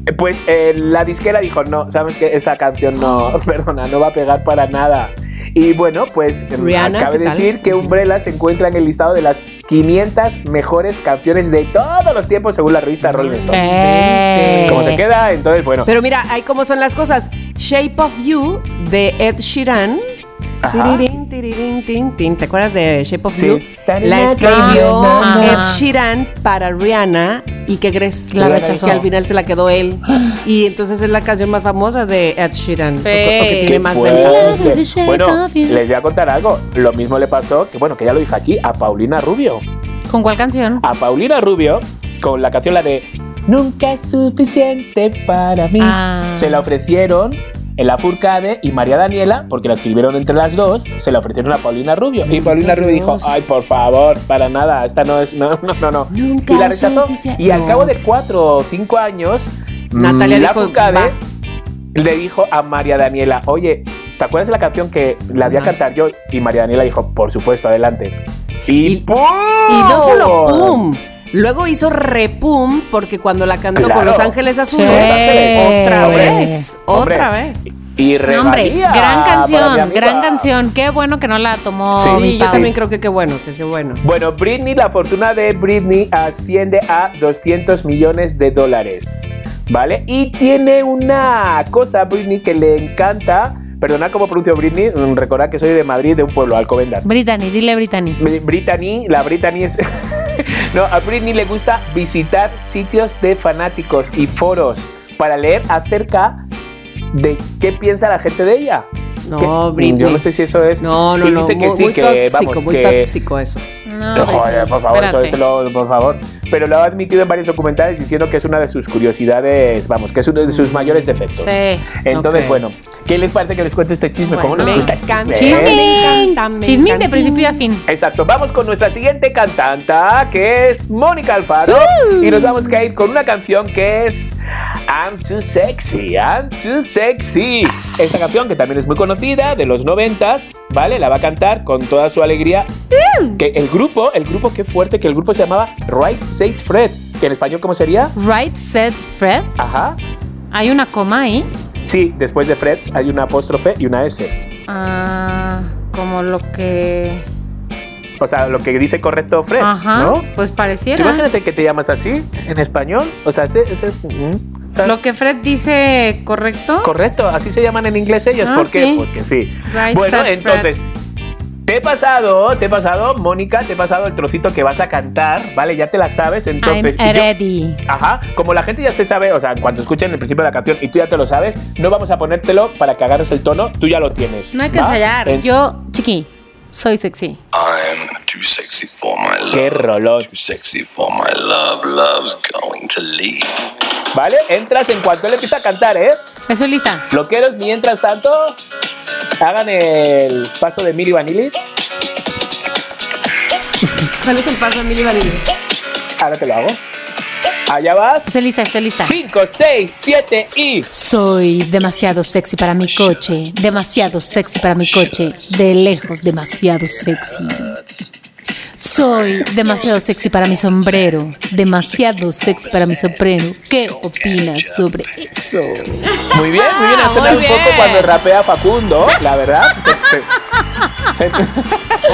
Speaker 3: Eh, Pues eh, la disquera dijo, no, sabes que esa canción no, perdona, no va a pegar para nada. Y bueno, pues eh,
Speaker 4: Rihanna,
Speaker 3: cabe
Speaker 4: ¿qué tal?
Speaker 3: decir que Umbrella se encuentra en el listado de las 500 mejores canciones de todos los tiempos según la revista Rolling Stone.
Speaker 4: Eh.
Speaker 2: Sí.
Speaker 3: ¿Cómo se queda? Entonces, bueno.
Speaker 4: Pero mira, ahí cómo son las cosas. Shape of You de Ed Sheeran.
Speaker 3: Ajá.
Speaker 4: Tirirín, tirirín, tin, tin. ¿Te acuerdas de Shape of
Speaker 3: Sí.
Speaker 4: You? La escribió
Speaker 2: Ajá.
Speaker 4: Ed Sheeran para Rihanna y que crees
Speaker 2: La
Speaker 3: rechazó.
Speaker 4: que al final se la quedó él. Y entonces es la canción más famosa de Ed Sheeran, o- o que
Speaker 2: Qué
Speaker 4: tiene más
Speaker 3: fuerte.
Speaker 4: ventaja.
Speaker 3: Bueno, les voy a contar algo. Lo mismo le pasó, que bueno, que ya lo dije aquí, a Paulina Rubio.
Speaker 2: ¿Con cuál canción?
Speaker 3: A Paulina Rubio, con la canción la de Nunca es suficiente para mí.
Speaker 2: Ah.
Speaker 3: Se la ofrecieron en la Furcade y María Daniela, porque la escribieron entre las dos, se la ofrecieron a Paulina Rubio. Y Paulina Rubio dijo, ay, por favor, para nada, esta no es, no, no, no. no.
Speaker 4: Nunca
Speaker 3: y la
Speaker 4: es
Speaker 3: rechazó.
Speaker 4: suficiente.
Speaker 3: Y al
Speaker 4: No.
Speaker 3: cabo de cuatro o cinco años,
Speaker 4: Natalia
Speaker 3: mm, la
Speaker 4: dijo,
Speaker 3: Furcade
Speaker 4: "Va".
Speaker 3: le dijo a María Daniela, oye, ¿te acuerdas de la canción que la voy a
Speaker 4: Ajá.
Speaker 3: cantar yo? Y María Daniela dijo, por supuesto, adelante. Y,
Speaker 4: Y-
Speaker 3: ¡pum!
Speaker 4: Y no solo pum. Luego hizo repum porque cuando la cantó
Speaker 3: Claro.
Speaker 4: con Los Ángeles Azules,
Speaker 2: Sí.
Speaker 4: otra
Speaker 2: Hombre.
Speaker 4: vez, otra
Speaker 3: Hombre.
Speaker 4: vez.
Speaker 3: Y
Speaker 2: No, hombre,
Speaker 3: revalía
Speaker 2: gran
Speaker 3: para mi
Speaker 2: canción,
Speaker 3: amiga.
Speaker 2: gran canción. Qué bueno que no la tomó.
Speaker 3: Sí,
Speaker 2: mi
Speaker 4: Sí, yo
Speaker 2: Pau.
Speaker 4: también creo que qué bueno, que qué bueno.
Speaker 3: Bueno, Britney, la fortuna de Britney asciende a 200 millones de dólares, ¿vale? Y tiene una cosa a Britney que le encanta, perdonad cómo pronuncio Britney, mm, recordad que soy de Madrid, de un pueblo, Alcobendas.
Speaker 2: Brittany, dile Brittany.
Speaker 3: Br- Brittany, la Brittany es... no, a Britney le gusta visitar sitios de fanáticos y foros para leer acerca de qué piensa la gente de ella.
Speaker 4: No,
Speaker 3: Que- mm,
Speaker 4: Britney.
Speaker 3: Yo no sé si eso es.
Speaker 4: No, no,
Speaker 3: y
Speaker 4: no.
Speaker 3: dice que
Speaker 4: muy,
Speaker 3: sí,
Speaker 4: muy
Speaker 3: que,
Speaker 4: tóxico,
Speaker 3: vamos,
Speaker 4: muy
Speaker 3: que-
Speaker 4: tóxico eso.
Speaker 2: No,
Speaker 3: No, joder,
Speaker 2: Brittany,
Speaker 3: por favor, eso,
Speaker 2: Ah, espérate.
Speaker 3: díselo, por favor. Pero lo ha admitido en varios documentales diciendo que es una de sus curiosidades, vamos, que es uno de sus mayores defectos.
Speaker 2: Sí.
Speaker 3: Entonces,
Speaker 4: ok.
Speaker 3: bueno, ¿qué les parece que les cuente este chisme? ¿Cómo nos
Speaker 4: me
Speaker 3: gusta el
Speaker 4: encanta.
Speaker 3: chisme, eh?
Speaker 4: Chisme.
Speaker 2: Chismín.
Speaker 4: encanta, me
Speaker 2: Chismín de
Speaker 4: encanta.
Speaker 2: principio a fin.
Speaker 3: Exacto, vamos con nuestra siguiente cantanta, que es Mónica Alfaro. Y nos vamos a ir con una canción que es I'm Too Sexy, I'm Too Sexy. Esta canción que también es muy conocida, de los noventas, ¿vale? La va a cantar con toda su alegría. Que el grupo, el grupo, qué fuerte, que el grupo se llamaba Right Said Fred. Que en español, ¿cómo sería?
Speaker 2: Right said Fred.
Speaker 3: Ajá.
Speaker 2: Hay una coma ahí.
Speaker 3: Sí, después de Fred hay una apóstrofe y una S.
Speaker 2: Ah, como lo que.
Speaker 3: O sea, lo que dice correcto Fred,
Speaker 2: Ajá.
Speaker 3: ¿no?
Speaker 2: Pues
Speaker 3: Tú
Speaker 2: pareciera.
Speaker 3: Imagínate que te llamas así en español. O sea, ese, ese- mm, o sea,
Speaker 2: Lo que Fred dice correcto.
Speaker 3: correcto. Así se llaman en inglés ellos.
Speaker 2: Ah,
Speaker 3: ¿Por qué?
Speaker 2: sí.
Speaker 3: Porque sí.
Speaker 2: Right
Speaker 3: bueno,
Speaker 2: side
Speaker 3: entonces. Te he pasado, te he pasado, Mónica, te he pasado el trocito que vas a cantar, ¿vale? Ya te la sabes,
Speaker 2: I'm
Speaker 3: entonces. y yo-
Speaker 2: ready.
Speaker 3: ajá, como la gente ya se sabe, o sea, en cuanto escuchen el principio de la canción y tú ya te lo sabes, no vamos a ponértelo para que agarres el tono, tú ya lo tienes.
Speaker 2: No hay que
Speaker 3: ¿va?
Speaker 2: ensayar.
Speaker 3: En-
Speaker 2: Yo, chiqui, soy sexy.
Speaker 7: I'm too sexy for my love.
Speaker 3: Qué rolón.
Speaker 7: Too sexy for my love. Love's going to leave.
Speaker 3: ¿Vale? Entras en cuanto él empieza a cantar, ¿eh?
Speaker 2: Estoy lista.
Speaker 3: Loqueros, mientras tanto, hagan el paso de Mili Vanilli.
Speaker 4: ¿Cuál es el paso de Milly Vanilli?
Speaker 3: Ahora te lo hago. Allá vas.
Speaker 2: Estoy lista, estoy lista.
Speaker 3: 5, 6, 7 y.
Speaker 2: Soy demasiado sexy para mi coche, demasiado sexy para mi coche, de lejos demasiado sexy. Soy demasiado sexy para mi sombrero, demasiado sexy para mi sombrero. ¿Qué opinas sobre eso?
Speaker 3: Muy bien, Ah, muy bien. Ha sonado
Speaker 4: muy
Speaker 3: un poco
Speaker 4: bien.
Speaker 3: cuando rapea Facundo, la verdad. Se- se- se-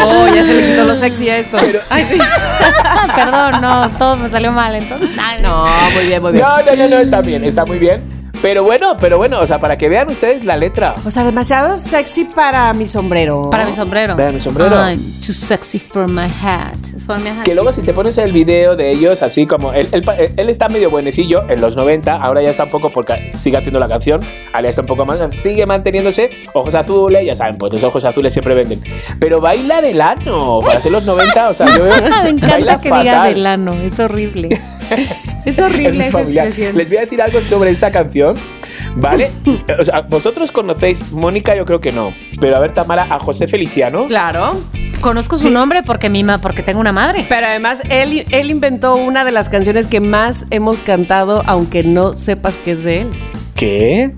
Speaker 4: Oh, ya se le quitó lo sexy a esto. Ay, sí.
Speaker 2: Ah, Perdón, no, todo me salió mal entonces.
Speaker 4: No, muy bien, muy bien.
Speaker 3: No, no, no, no, está bien, está muy bien. Pero bueno, pero bueno, o sea, para que vean ustedes la letra.
Speaker 4: O sea, demasiado sexy para mi sombrero.
Speaker 2: Para mi sombrero.
Speaker 3: Para mi sombrero.
Speaker 2: I'm too sexy for my hat. For my hat.
Speaker 3: Que luego si te pones el video de ellos, así como él, él pa- él está medio buenecillo en los 90, ahora ya está un poco porque sigue haciendo la canción, ahora ya está un poco más, sigue manteniéndose, ojos azules, ya saben, pues los ojos azules siempre venden. Pero baila de lano, para ser los 90, o sea, yo veo,
Speaker 2: Me
Speaker 3: baila
Speaker 2: encanta que diga
Speaker 3: fatal.
Speaker 2: delano, es horrible. Es
Speaker 3: Es muy
Speaker 2: horrible esa
Speaker 3: familiar.
Speaker 2: expresión.
Speaker 3: Les voy a decir algo sobre esta canción. ¿Vale? O sea, vosotros conocéis, Mónica, yo creo que no. Pero a ver, Tamara, a José Feliciano.
Speaker 4: Claro.
Speaker 2: Conozco su nombre porque mi ma- porque tengo una madre.
Speaker 4: Pero además, él, él inventó una de las canciones que más hemos cantado, aunque no sepas que es de él.
Speaker 3: ¿Qué?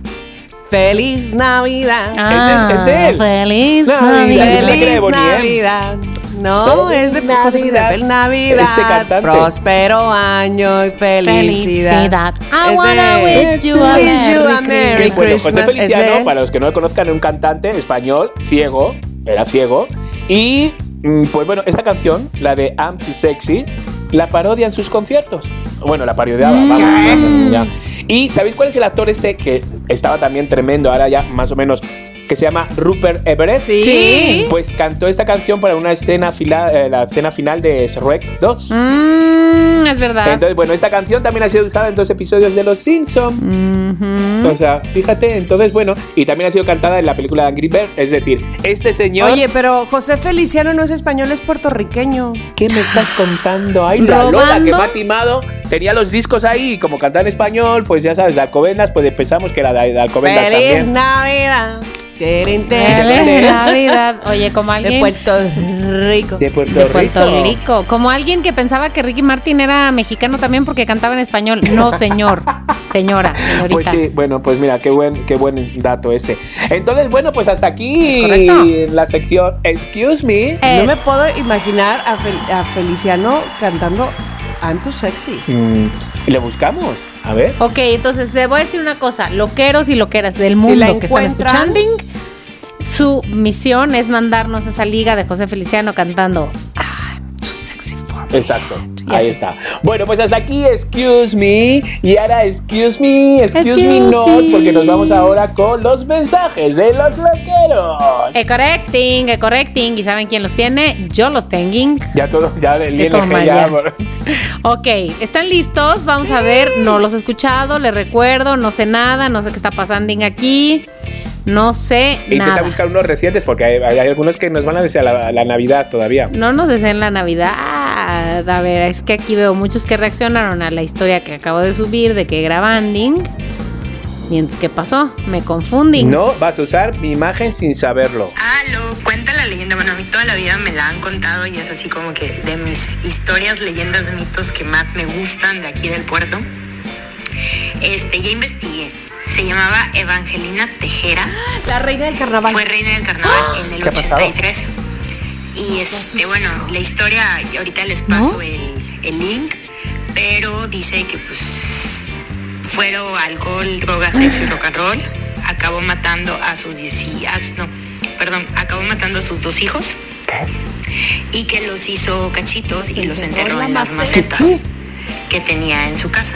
Speaker 4: ¡Feliz Navidad!
Speaker 2: Ah,
Speaker 3: es él.
Speaker 2: Feliz
Speaker 3: Navidad.
Speaker 2: Navidad.
Speaker 3: Feliz
Speaker 4: ¡Feliz
Speaker 3: Bonnie M.
Speaker 4: Navidad! No,
Speaker 3: No,
Speaker 4: es de
Speaker 3: Navidad.
Speaker 4: José José. ¡Feliz Navidad!
Speaker 3: Ese cantante.
Speaker 4: ¡Próspero año y felicidad!
Speaker 2: Felicidad. I
Speaker 4: Es
Speaker 2: wanna
Speaker 4: de-
Speaker 2: wish you a
Speaker 4: wish you a
Speaker 2: Merry
Speaker 4: Merry
Speaker 3: Bueno, José
Speaker 2: Christmas.
Speaker 4: Christmas. Es de
Speaker 3: Feliciano,
Speaker 4: él.
Speaker 3: para los que no lo conozcan, es un cantante español, ciego, era ciego. Y mm, pues bueno, esta canción, la de I'm Too Sexy, la parodia en sus conciertos. Bueno, la parodiaba,
Speaker 4: Mm.
Speaker 3: vamos. ya. Y ¿sabéis cuál es el actor este que estaba también tremendo, ahora ya más o menos, que se llama Rupert Everett?
Speaker 4: Sí. Sí.
Speaker 3: Pues cantó esta canción para una escena fila- eh, la escena final de Shrek 2.
Speaker 2: Mm, es verdad.
Speaker 3: Entonces, bueno, esta canción también ha sido usada en dos episodios de Los Simpsons.
Speaker 2: Mm.
Speaker 3: O sea, fíjate, entonces, bueno, y también ha sido cantada en la película de Angry Bird. Es decir, este señor.
Speaker 4: Oye, pero José Feliciano no es español, es puertorriqueño.
Speaker 3: ¿qué me estás contando? Ay, la Lola
Speaker 2: ¿Robando?
Speaker 3: que me ha timado. Tenía los discos ahí y como cantaba en español, pues ya sabes, de Alcobendas, pues pensamos que era de, de Alcobendas
Speaker 4: ¡Feliz
Speaker 3: también.
Speaker 4: Navidad! Tin, tin,
Speaker 2: Feliz
Speaker 4: tin.
Speaker 2: Navidad. Oye, como
Speaker 4: De
Speaker 2: alguien
Speaker 4: Puerto Rico.
Speaker 3: De Puerto,
Speaker 2: de Puerto
Speaker 3: Rico.
Speaker 2: Rico. Como alguien que pensaba que Ricky Martin era mexicano también porque cantaba en español. No, señor. Señora, señorita.
Speaker 3: Pues sí, bueno, pues mira, qué buen, qué buen dato ese. Entonces, bueno, pues hasta aquí
Speaker 2: Es correcto.
Speaker 3: la sección Excuse Me.
Speaker 4: No
Speaker 2: Es-
Speaker 4: me puedo imaginar a, Fel- a Feliciano cantando I'm Too Sexy.
Speaker 3: Mm, le buscamos, a ver.
Speaker 2: Ok, entonces te voy a decir una cosa. Loqueros y loqueras del mundo
Speaker 4: la
Speaker 2: que están
Speaker 4: encuentran-
Speaker 2: escuchando, su misión es mandarnos esa liga de José Feliciano cantando. I'm too sexy for me.
Speaker 3: Exacto, ahí
Speaker 2: así.
Speaker 3: está. Bueno, pues hasta aquí, excuse me. Y ahora, excuse me, excuse, me,
Speaker 2: Excuse
Speaker 3: nos,
Speaker 2: me.
Speaker 3: porque nos vamos ahora con los mensajes de los loqueros.
Speaker 2: Eh, "E E-correcting, e-correcting. ¿Y saben quién los tiene? Yo los tengo.
Speaker 3: Ya todo, ya el
Speaker 2: Qué
Speaker 3: ING ya.
Speaker 2: comadre.
Speaker 3: por-
Speaker 2: Ok, ¿están listos? Vamos a ver. No los he escuchado, les recuerdo. No sé nada, no sé qué está pasando aquí. No sé
Speaker 3: Intenta
Speaker 2: nada.
Speaker 3: buscar unos recientes porque hay, hay algunos que nos van a desear la, la Navidad todavía.
Speaker 2: No nos deseen la Navidad. A ver, es que aquí veo muchos que reaccionaron a la historia que acabo de subir de que grabanding. Y entonces, ¿qué pasó? Me confundí.
Speaker 3: No vas a usar mi imagen sin saberlo.
Speaker 5: Aló, cuenta la leyenda. Bueno, a mí toda la vida me la han contado y es así como que de mis historias, leyendas, mitos que más me gustan de aquí del puerto. Este, ya investigué. Se llamaba Evangelina Tejera.
Speaker 4: La reina del carnaval.
Speaker 5: Fue reina del carnaval en el
Speaker 3: ¡Ah! ¿Qué ha pasado?
Speaker 5: 83. Y este, bueno, la historia, y ahorita les paso el, el link, pero dice que pues fueron alcohol, droga, sexo y rock and roll. Acabó matando a sus 10 a- no, perdón, acabó matando a sus dos hijos. Y que los hizo cachitos y los enterró en las macetas que tenía en su casa.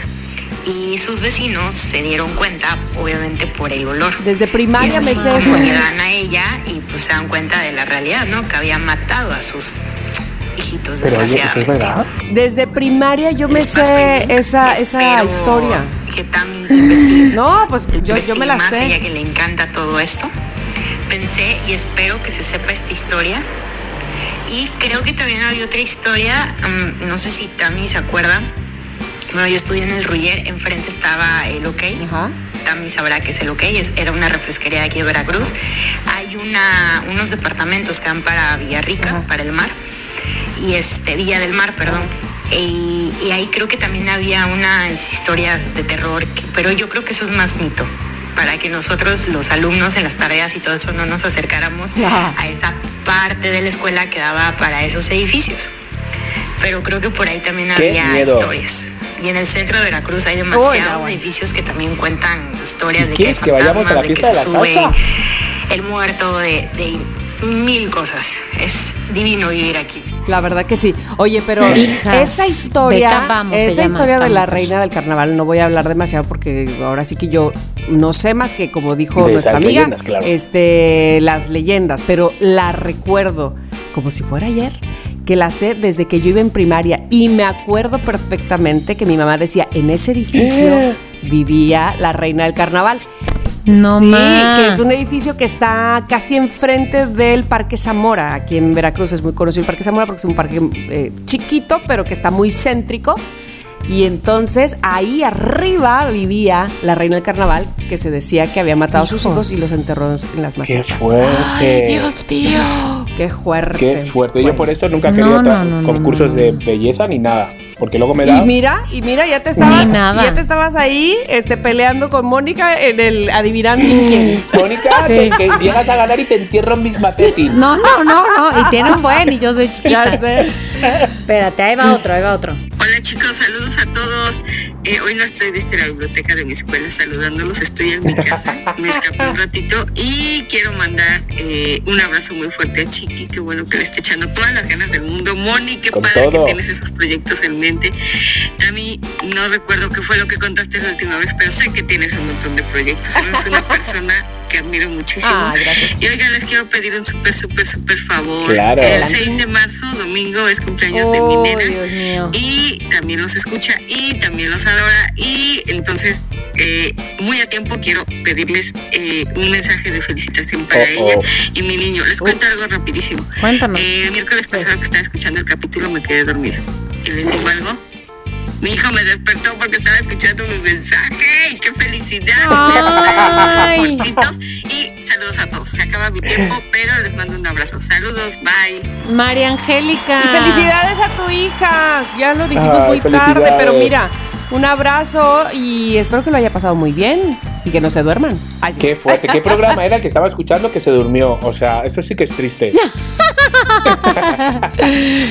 Speaker 5: Y sus vecinos se dieron cuenta, obviamente por el olor.
Speaker 4: Desde
Speaker 5: Y
Speaker 4: primaria
Speaker 5: es
Speaker 4: me
Speaker 5: así
Speaker 4: sé
Speaker 5: como
Speaker 4: eso.
Speaker 5: llegan a ella y pues se dan cuenta de la realidad, ¿no? Que había matado a sus hijitos desgraciadamente.
Speaker 4: Desde primaria yo me
Speaker 5: Les paso el
Speaker 4: sé
Speaker 5: link.
Speaker 4: esa, esa
Speaker 5: Espero
Speaker 4: historia.
Speaker 5: Que Tami investigue.
Speaker 4: No, pues yo, yo
Speaker 5: investigue
Speaker 4: me la
Speaker 5: más, Ella
Speaker 4: sé.
Speaker 5: que le encanta todo esto. Pensé y espero que se sepa esta historia. Y creo que también había otra historia, mm, no sé si Tami se acuerda. Bueno, yo estudié en el Ruyer, enfrente estaba el OK.
Speaker 4: Ajá.
Speaker 5: También sabrá que es el OK, es- era una refresquería de aquí de Veracruz. Hay una, unos departamentos que dan para Villarrica, para el mar, y este, Villa del Mar, perdón. Y, y ahí creo que también había unas historias de terror, que- pero yo creo que eso es más mito, para que nosotros los alumnos en las tareas y todo eso no nos acercáramos a esa parte de la escuela que daba para esos edificios. Pero creo que por ahí también
Speaker 3: Qué
Speaker 5: había
Speaker 3: miedo.
Speaker 5: historias. pues, Y en el centro de Veracruz hay demasiados edificios que también cuentan historias
Speaker 3: ¿Y
Speaker 5: de
Speaker 3: qué
Speaker 5: que, hay
Speaker 3: es? ¿Que vayamos a la
Speaker 5: fantasmas, de que
Speaker 3: fiesta
Speaker 5: se
Speaker 3: de la
Speaker 5: suben,
Speaker 3: salsa?
Speaker 5: el muerto, de, de mil cosas. Es divino vivir aquí.
Speaker 4: La verdad que sí. Oye, pero
Speaker 2: Hijas
Speaker 4: esa
Speaker 2: de
Speaker 4: historia,
Speaker 2: Cabamo se
Speaker 4: esa
Speaker 2: llama
Speaker 4: historia
Speaker 2: esta
Speaker 4: de la
Speaker 2: mujer.
Speaker 4: reina del carnaval, no voy a hablar demasiado porque ahora sí que yo no sé más que como dijo
Speaker 3: De
Speaker 4: nuestra
Speaker 3: esas
Speaker 4: amiga,
Speaker 3: leyendas, claro.
Speaker 4: este, las leyendas, pero la recuerdo como si fuera ayer, que la sé desde que yo iba en primaria y me acuerdo perfectamente que mi mamá decía en ese edificio vivía la reina del carnaval.
Speaker 2: No
Speaker 4: sí,
Speaker 2: ma.
Speaker 4: que es un edificio que está casi enfrente del Parque Zamora, aquí en Veracruz es muy conocido el Parque Zamora porque es un parque eh, chiquito, pero que está muy céntrico. Y entonces ahí arriba vivía la reina del carnaval que se decía que había matado a sus
Speaker 2: Hijos.
Speaker 4: hijos y los enterró en las
Speaker 3: Qué
Speaker 4: macetas.
Speaker 3: fuerte.
Speaker 2: tío!
Speaker 4: Qué fuerte.
Speaker 3: Qué fuerte. Yo
Speaker 4: Bueno.
Speaker 3: por eso nunca he
Speaker 2: No,
Speaker 3: querido
Speaker 2: no,
Speaker 3: tra-
Speaker 2: no, no,
Speaker 3: concursos
Speaker 2: no, no.
Speaker 3: de belleza ni nada. Porque luego me da.
Speaker 4: Y mira, y mira, ya te estabas,
Speaker 2: Ni nada.
Speaker 4: ya te estabas ahí, este, peleando con Mónica en el adivinando quién.
Speaker 3: Mónica, te- que llegas a ganar y te entierro en mis matetis.
Speaker 2: No, no, no, no. Y tiene un buen y yo soy chiquita.
Speaker 4: Ya sé.
Speaker 2: Espérate, ahí va otro, ahí va otro.
Speaker 5: Hola chicos, saludos a todos. Eh, hoy no estoy desde la biblioteca de mi escuela saludándolos, estoy en mi casa, me escapé un ratito y quiero mandar eh, un abrazo muy fuerte a Chiqui, qué bueno que le esté echando todas las ganas del mundo. Moni, qué
Speaker 3: Con
Speaker 5: padre
Speaker 3: todo.
Speaker 5: que tienes esos proyectos en mente. Tami, no recuerdo qué fue lo que contaste la última vez, pero sé que tienes un montón de proyectos. Eres una persona que admiro muchísimo.
Speaker 4: Ah, gracias.
Speaker 5: Y oigan, les quiero pedir un súper, súper, súper favor.
Speaker 3: Claro.
Speaker 5: El 6 de marzo, domingo, es cumpleaños de mi
Speaker 2: Oh,
Speaker 5: nena
Speaker 2: Dios mío.
Speaker 5: y también los escucha y también los adora y entonces eh, muy a tiempo quiero pedirles eh, un mensaje de felicitación para
Speaker 3: Oh, oh.
Speaker 5: ella y mi niño. Les cuento algo rapidísimo.
Speaker 2: Cuéntanos.
Speaker 5: Eh, el miércoles pasado que estaba escuchando el capítulo me quedé dormida. Y les digo algo. Mi hijo me despertó porque estaba escuchando mi mensaje y qué felicidad. Voy a poner
Speaker 2: Ay.
Speaker 5: unos cortitos. Y saludos a todos. Se acaba mi tiempo, pero les mando un abrazo. Saludos, bye.
Speaker 2: María Angélica.
Speaker 4: Y felicidades a tu hija. Ya lo dijimos
Speaker 3: Ay,
Speaker 4: muy tarde, pero
Speaker 3: felicidades.
Speaker 4: mira, un abrazo y espero que lo haya pasado muy bien y que no se duerman. Ay, sí.
Speaker 3: Qué fuerte. ¿Qué programa era el que estaba escuchando que se durmió? O sea, eso sí que es triste.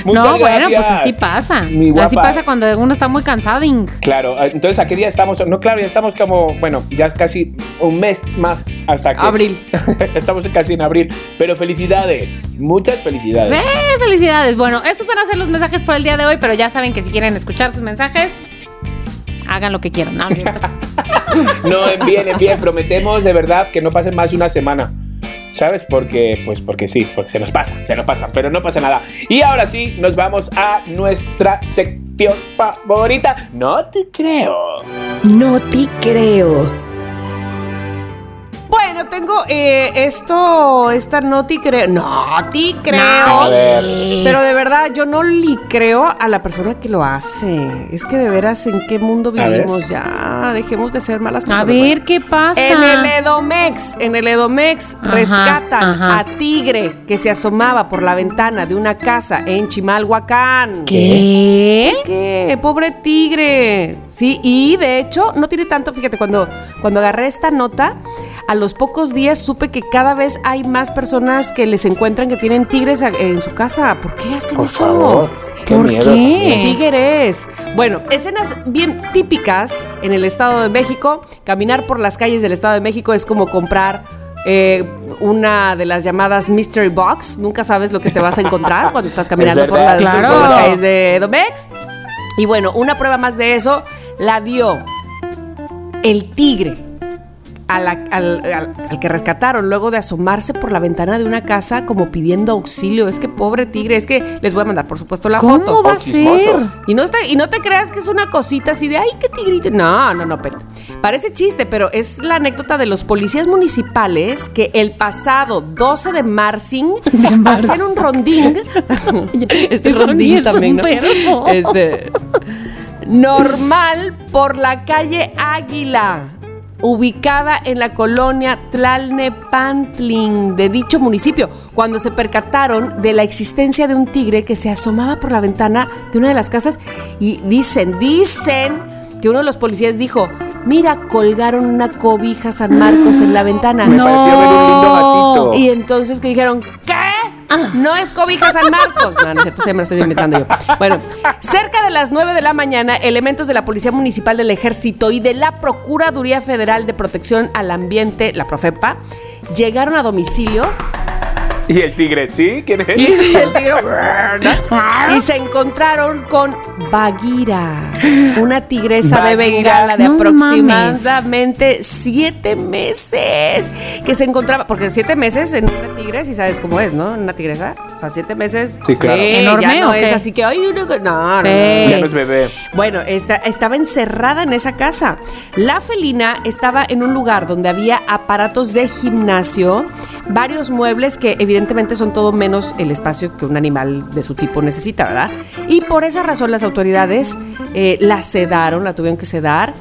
Speaker 3: Muchas
Speaker 2: no, bueno,
Speaker 3: gracias.
Speaker 2: pues así pasa.
Speaker 3: Mi guapa.
Speaker 2: Así pasa cuando uno está muy cansado. Ing.
Speaker 3: Claro, eh, entonces ¿a qué día estamos? No, claro, ya estamos como, bueno, ya es casi un mes más hasta que...
Speaker 4: Abril.
Speaker 3: estamos casi en abril. Pero felicidades, muchas felicidades.
Speaker 2: Sí, felicidades. Bueno, esos van a ser los mensajes por el día de hoy, pero ya saben que si quieren escuchar sus mensajes, hagan lo que quieran. No, no es cierto.
Speaker 3: No, envíen, envíen, prometemos de verdad que no pasen más de una semana. ¿Sabes? Porque, pues porque sí, porque se nos pasa, se nos pasa, pero no pasa nada. Y ahora sí, nos vamos a nuestra sección favorita. No te creo.
Speaker 8: No te creo.
Speaker 4: Bueno, tengo eh, esto, esta no te creo. No te
Speaker 3: A
Speaker 4: creo.
Speaker 3: ver.
Speaker 4: Pero de verdad, yo no le creo a la persona que lo hace. Es que de veras, ¿en qué mundo
Speaker 3: A ver.
Speaker 4: vivimos ya? Dejemos de ser malas personas.
Speaker 2: A
Speaker 4: Bueno.
Speaker 2: ver qué pasa.
Speaker 4: En el Edomex, en el Edomex
Speaker 2: Ajá,
Speaker 4: rescatan
Speaker 2: ajá.
Speaker 4: a Tigre que se asomaba por la ventana de una casa en Chimalhuacán.
Speaker 2: ¿Qué?
Speaker 4: ¿Qué? Pobre tigre. Sí, y de hecho, no tiene tanto, fíjate, cuando, cuando agarré esta nota, a los pocos días supe que cada vez hay más personas que les encuentran que tienen tigres a- en su casa. ¿Por qué hacen
Speaker 3: Por
Speaker 4: eso?
Speaker 3: favor.
Speaker 2: ¿Por
Speaker 3: miedo.
Speaker 2: qué?
Speaker 4: Tigres. Bueno, escenas bien típicas en el Estado de México. Caminar por las calles del Estado de México es como comprar eh, una de las llamadas Mystery Box. Nunca sabes lo que te vas a encontrar cuando estás caminando por
Speaker 3: verdad,
Speaker 4: las,
Speaker 3: eso es
Speaker 4: por las
Speaker 3: verdad.
Speaker 4: calles de Domex. Y bueno, una prueba más de eso la dio el tigre. a la- al, al- al que rescataron luego de asomarse por la ventana de una casa como pidiendo auxilio. Es que pobre tigre, es que les voy a mandar por supuesto la
Speaker 2: ¿Cómo
Speaker 4: foto.
Speaker 2: va a
Speaker 3: Oh, chismoso.
Speaker 2: ser?
Speaker 4: Y no, te, y no te creas que es una cosita así de, ay, qué tigrito. No, no, no, pero parece chiste, pero es la anécdota de los policías municipales que el pasado 12 de marzo hacían un rondín. este
Speaker 2: Rondín es un verbo.
Speaker 4: Este, normal por la calle Águila. Ubicada en la colonia Tlalnepantling de dicho municipio, cuando se percataron de la existencia de un tigre que se asomaba por la ventana de una de las casas y dicen, dicen que uno de los policías dijo, mira, colgaron una cobija San Marcos en la ventana.
Speaker 3: Me pareció ver un lindo gatito.
Speaker 4: Y entonces que dijeron, ¿qué? No es cobija San Marcos. No, no es cierto, se me lo estoy inventando yo. Bueno, cerca de las 9 de la mañana, elementos de la Policía Municipal del Ejército y de la Procuraduría Federal de Protección al Ambiente, la Profepa, llegaron a domicilio
Speaker 3: ¿Y el tigre? ¿Sí? ¿Quién es?
Speaker 4: y, el tigre, y se encontraron con Bagheera, una tigresa de Bengala de
Speaker 2: No
Speaker 4: aproximadamente siete meses, que se encontraba, porque siete meses en una tigre, si sabes cómo es, ¿no? Una tigresa, o sea, siete meses,
Speaker 3: Sí, claro.
Speaker 2: ¿Enorme
Speaker 4: ya no
Speaker 2: o qué?
Speaker 4: es así que, ay, no, no, no, no.
Speaker 2: Sí.
Speaker 3: Ya no es bebé.
Speaker 4: Bueno, esta- estaba encerrada en esa casa. La felina estaba en un lugar donde había aparatos de gimnasio, varios muebles que evidentemente son todo menos el espacio que un animal de su tipo necesita, ¿verdad? Y por esa razón las autoridades eh, la sedaron, la tuvieron que sedar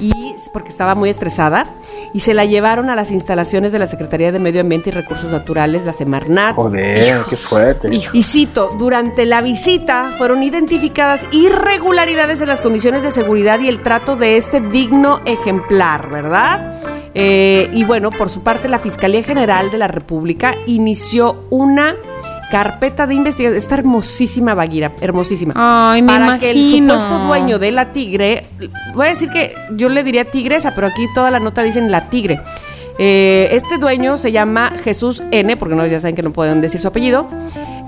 Speaker 4: y porque estaba muy estresada y se la llevaron a las instalaciones de la Secretaría de Medio Ambiente y Recursos Naturales, la Semarnat,
Speaker 3: Joder, qué fuerte.
Speaker 2: Hijo.
Speaker 4: y cito, durante la visita fueron identificadas irregularidades en las condiciones de seguridad y el trato de este digno ejemplar, ¿verdad? Eh, y bueno, por su parte, la Fiscalía General de la República inició una carpeta de investigación. Está hermosísima Baguira, hermosísima.
Speaker 2: Ay, me
Speaker 4: Para que el
Speaker 2: imagino.
Speaker 4: supuesto dueño de la tigre, voy a decir que yo le diría tigresa, pero aquí toda la nota dicen la tigre. Eh, este dueño se llama Jesús N, porque no, ya saben que no pueden decir su apellido.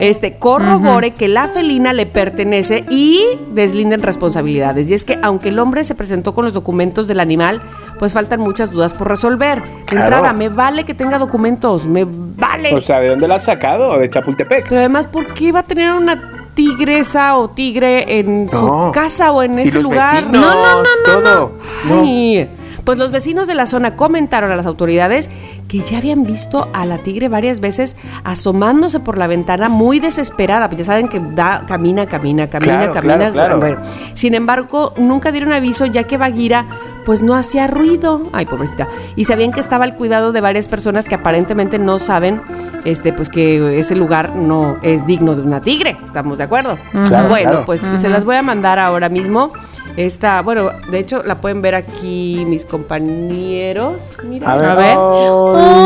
Speaker 4: Este corrobore que la felina le pertenece y deslinden responsabilidades. Y es que aunque el hombre se presentó con los documentos del animal, pues faltan muchas dudas por resolver. De
Speaker 3: Claro.
Speaker 4: entrada, me vale que tenga documentos, me vale.
Speaker 3: O sea, ¿de dónde la has sacado? ¿De Chapultepec?
Speaker 4: Pero además, ¿por qué va a tener una tigresa o tigre en
Speaker 3: No.
Speaker 4: su casa o en
Speaker 3: Y
Speaker 4: ese
Speaker 3: los
Speaker 4: lugar?
Speaker 3: vecinos,
Speaker 4: no, no, no, no,
Speaker 3: todo.
Speaker 4: no.
Speaker 3: No.
Speaker 4: Ay. Pues los vecinos de la zona comentaron a las autoridades que ya habían visto a la tigre varias veces asomándose por la ventana muy desesperada. Pues ya saben que da, camina, camina, camina,
Speaker 3: Claro,
Speaker 4: camina.
Speaker 3: claro, claro.
Speaker 4: Bueno, sin embargo, nunca dieron aviso ya que Baguira pues no hacía ruido. Ay, pobrecita. Y sabían que estaba al cuidado de varias personas que aparentemente no saben este pues que ese lugar no es digno de una tigre. ¿Estamos de acuerdo?
Speaker 3: Claro,
Speaker 4: bueno,
Speaker 3: claro.
Speaker 4: pues se las voy a mandar ahora mismo. Esta, bueno, de hecho la pueden ver aquí mis compañeros. Mira,
Speaker 3: A ver.
Speaker 2: A ver.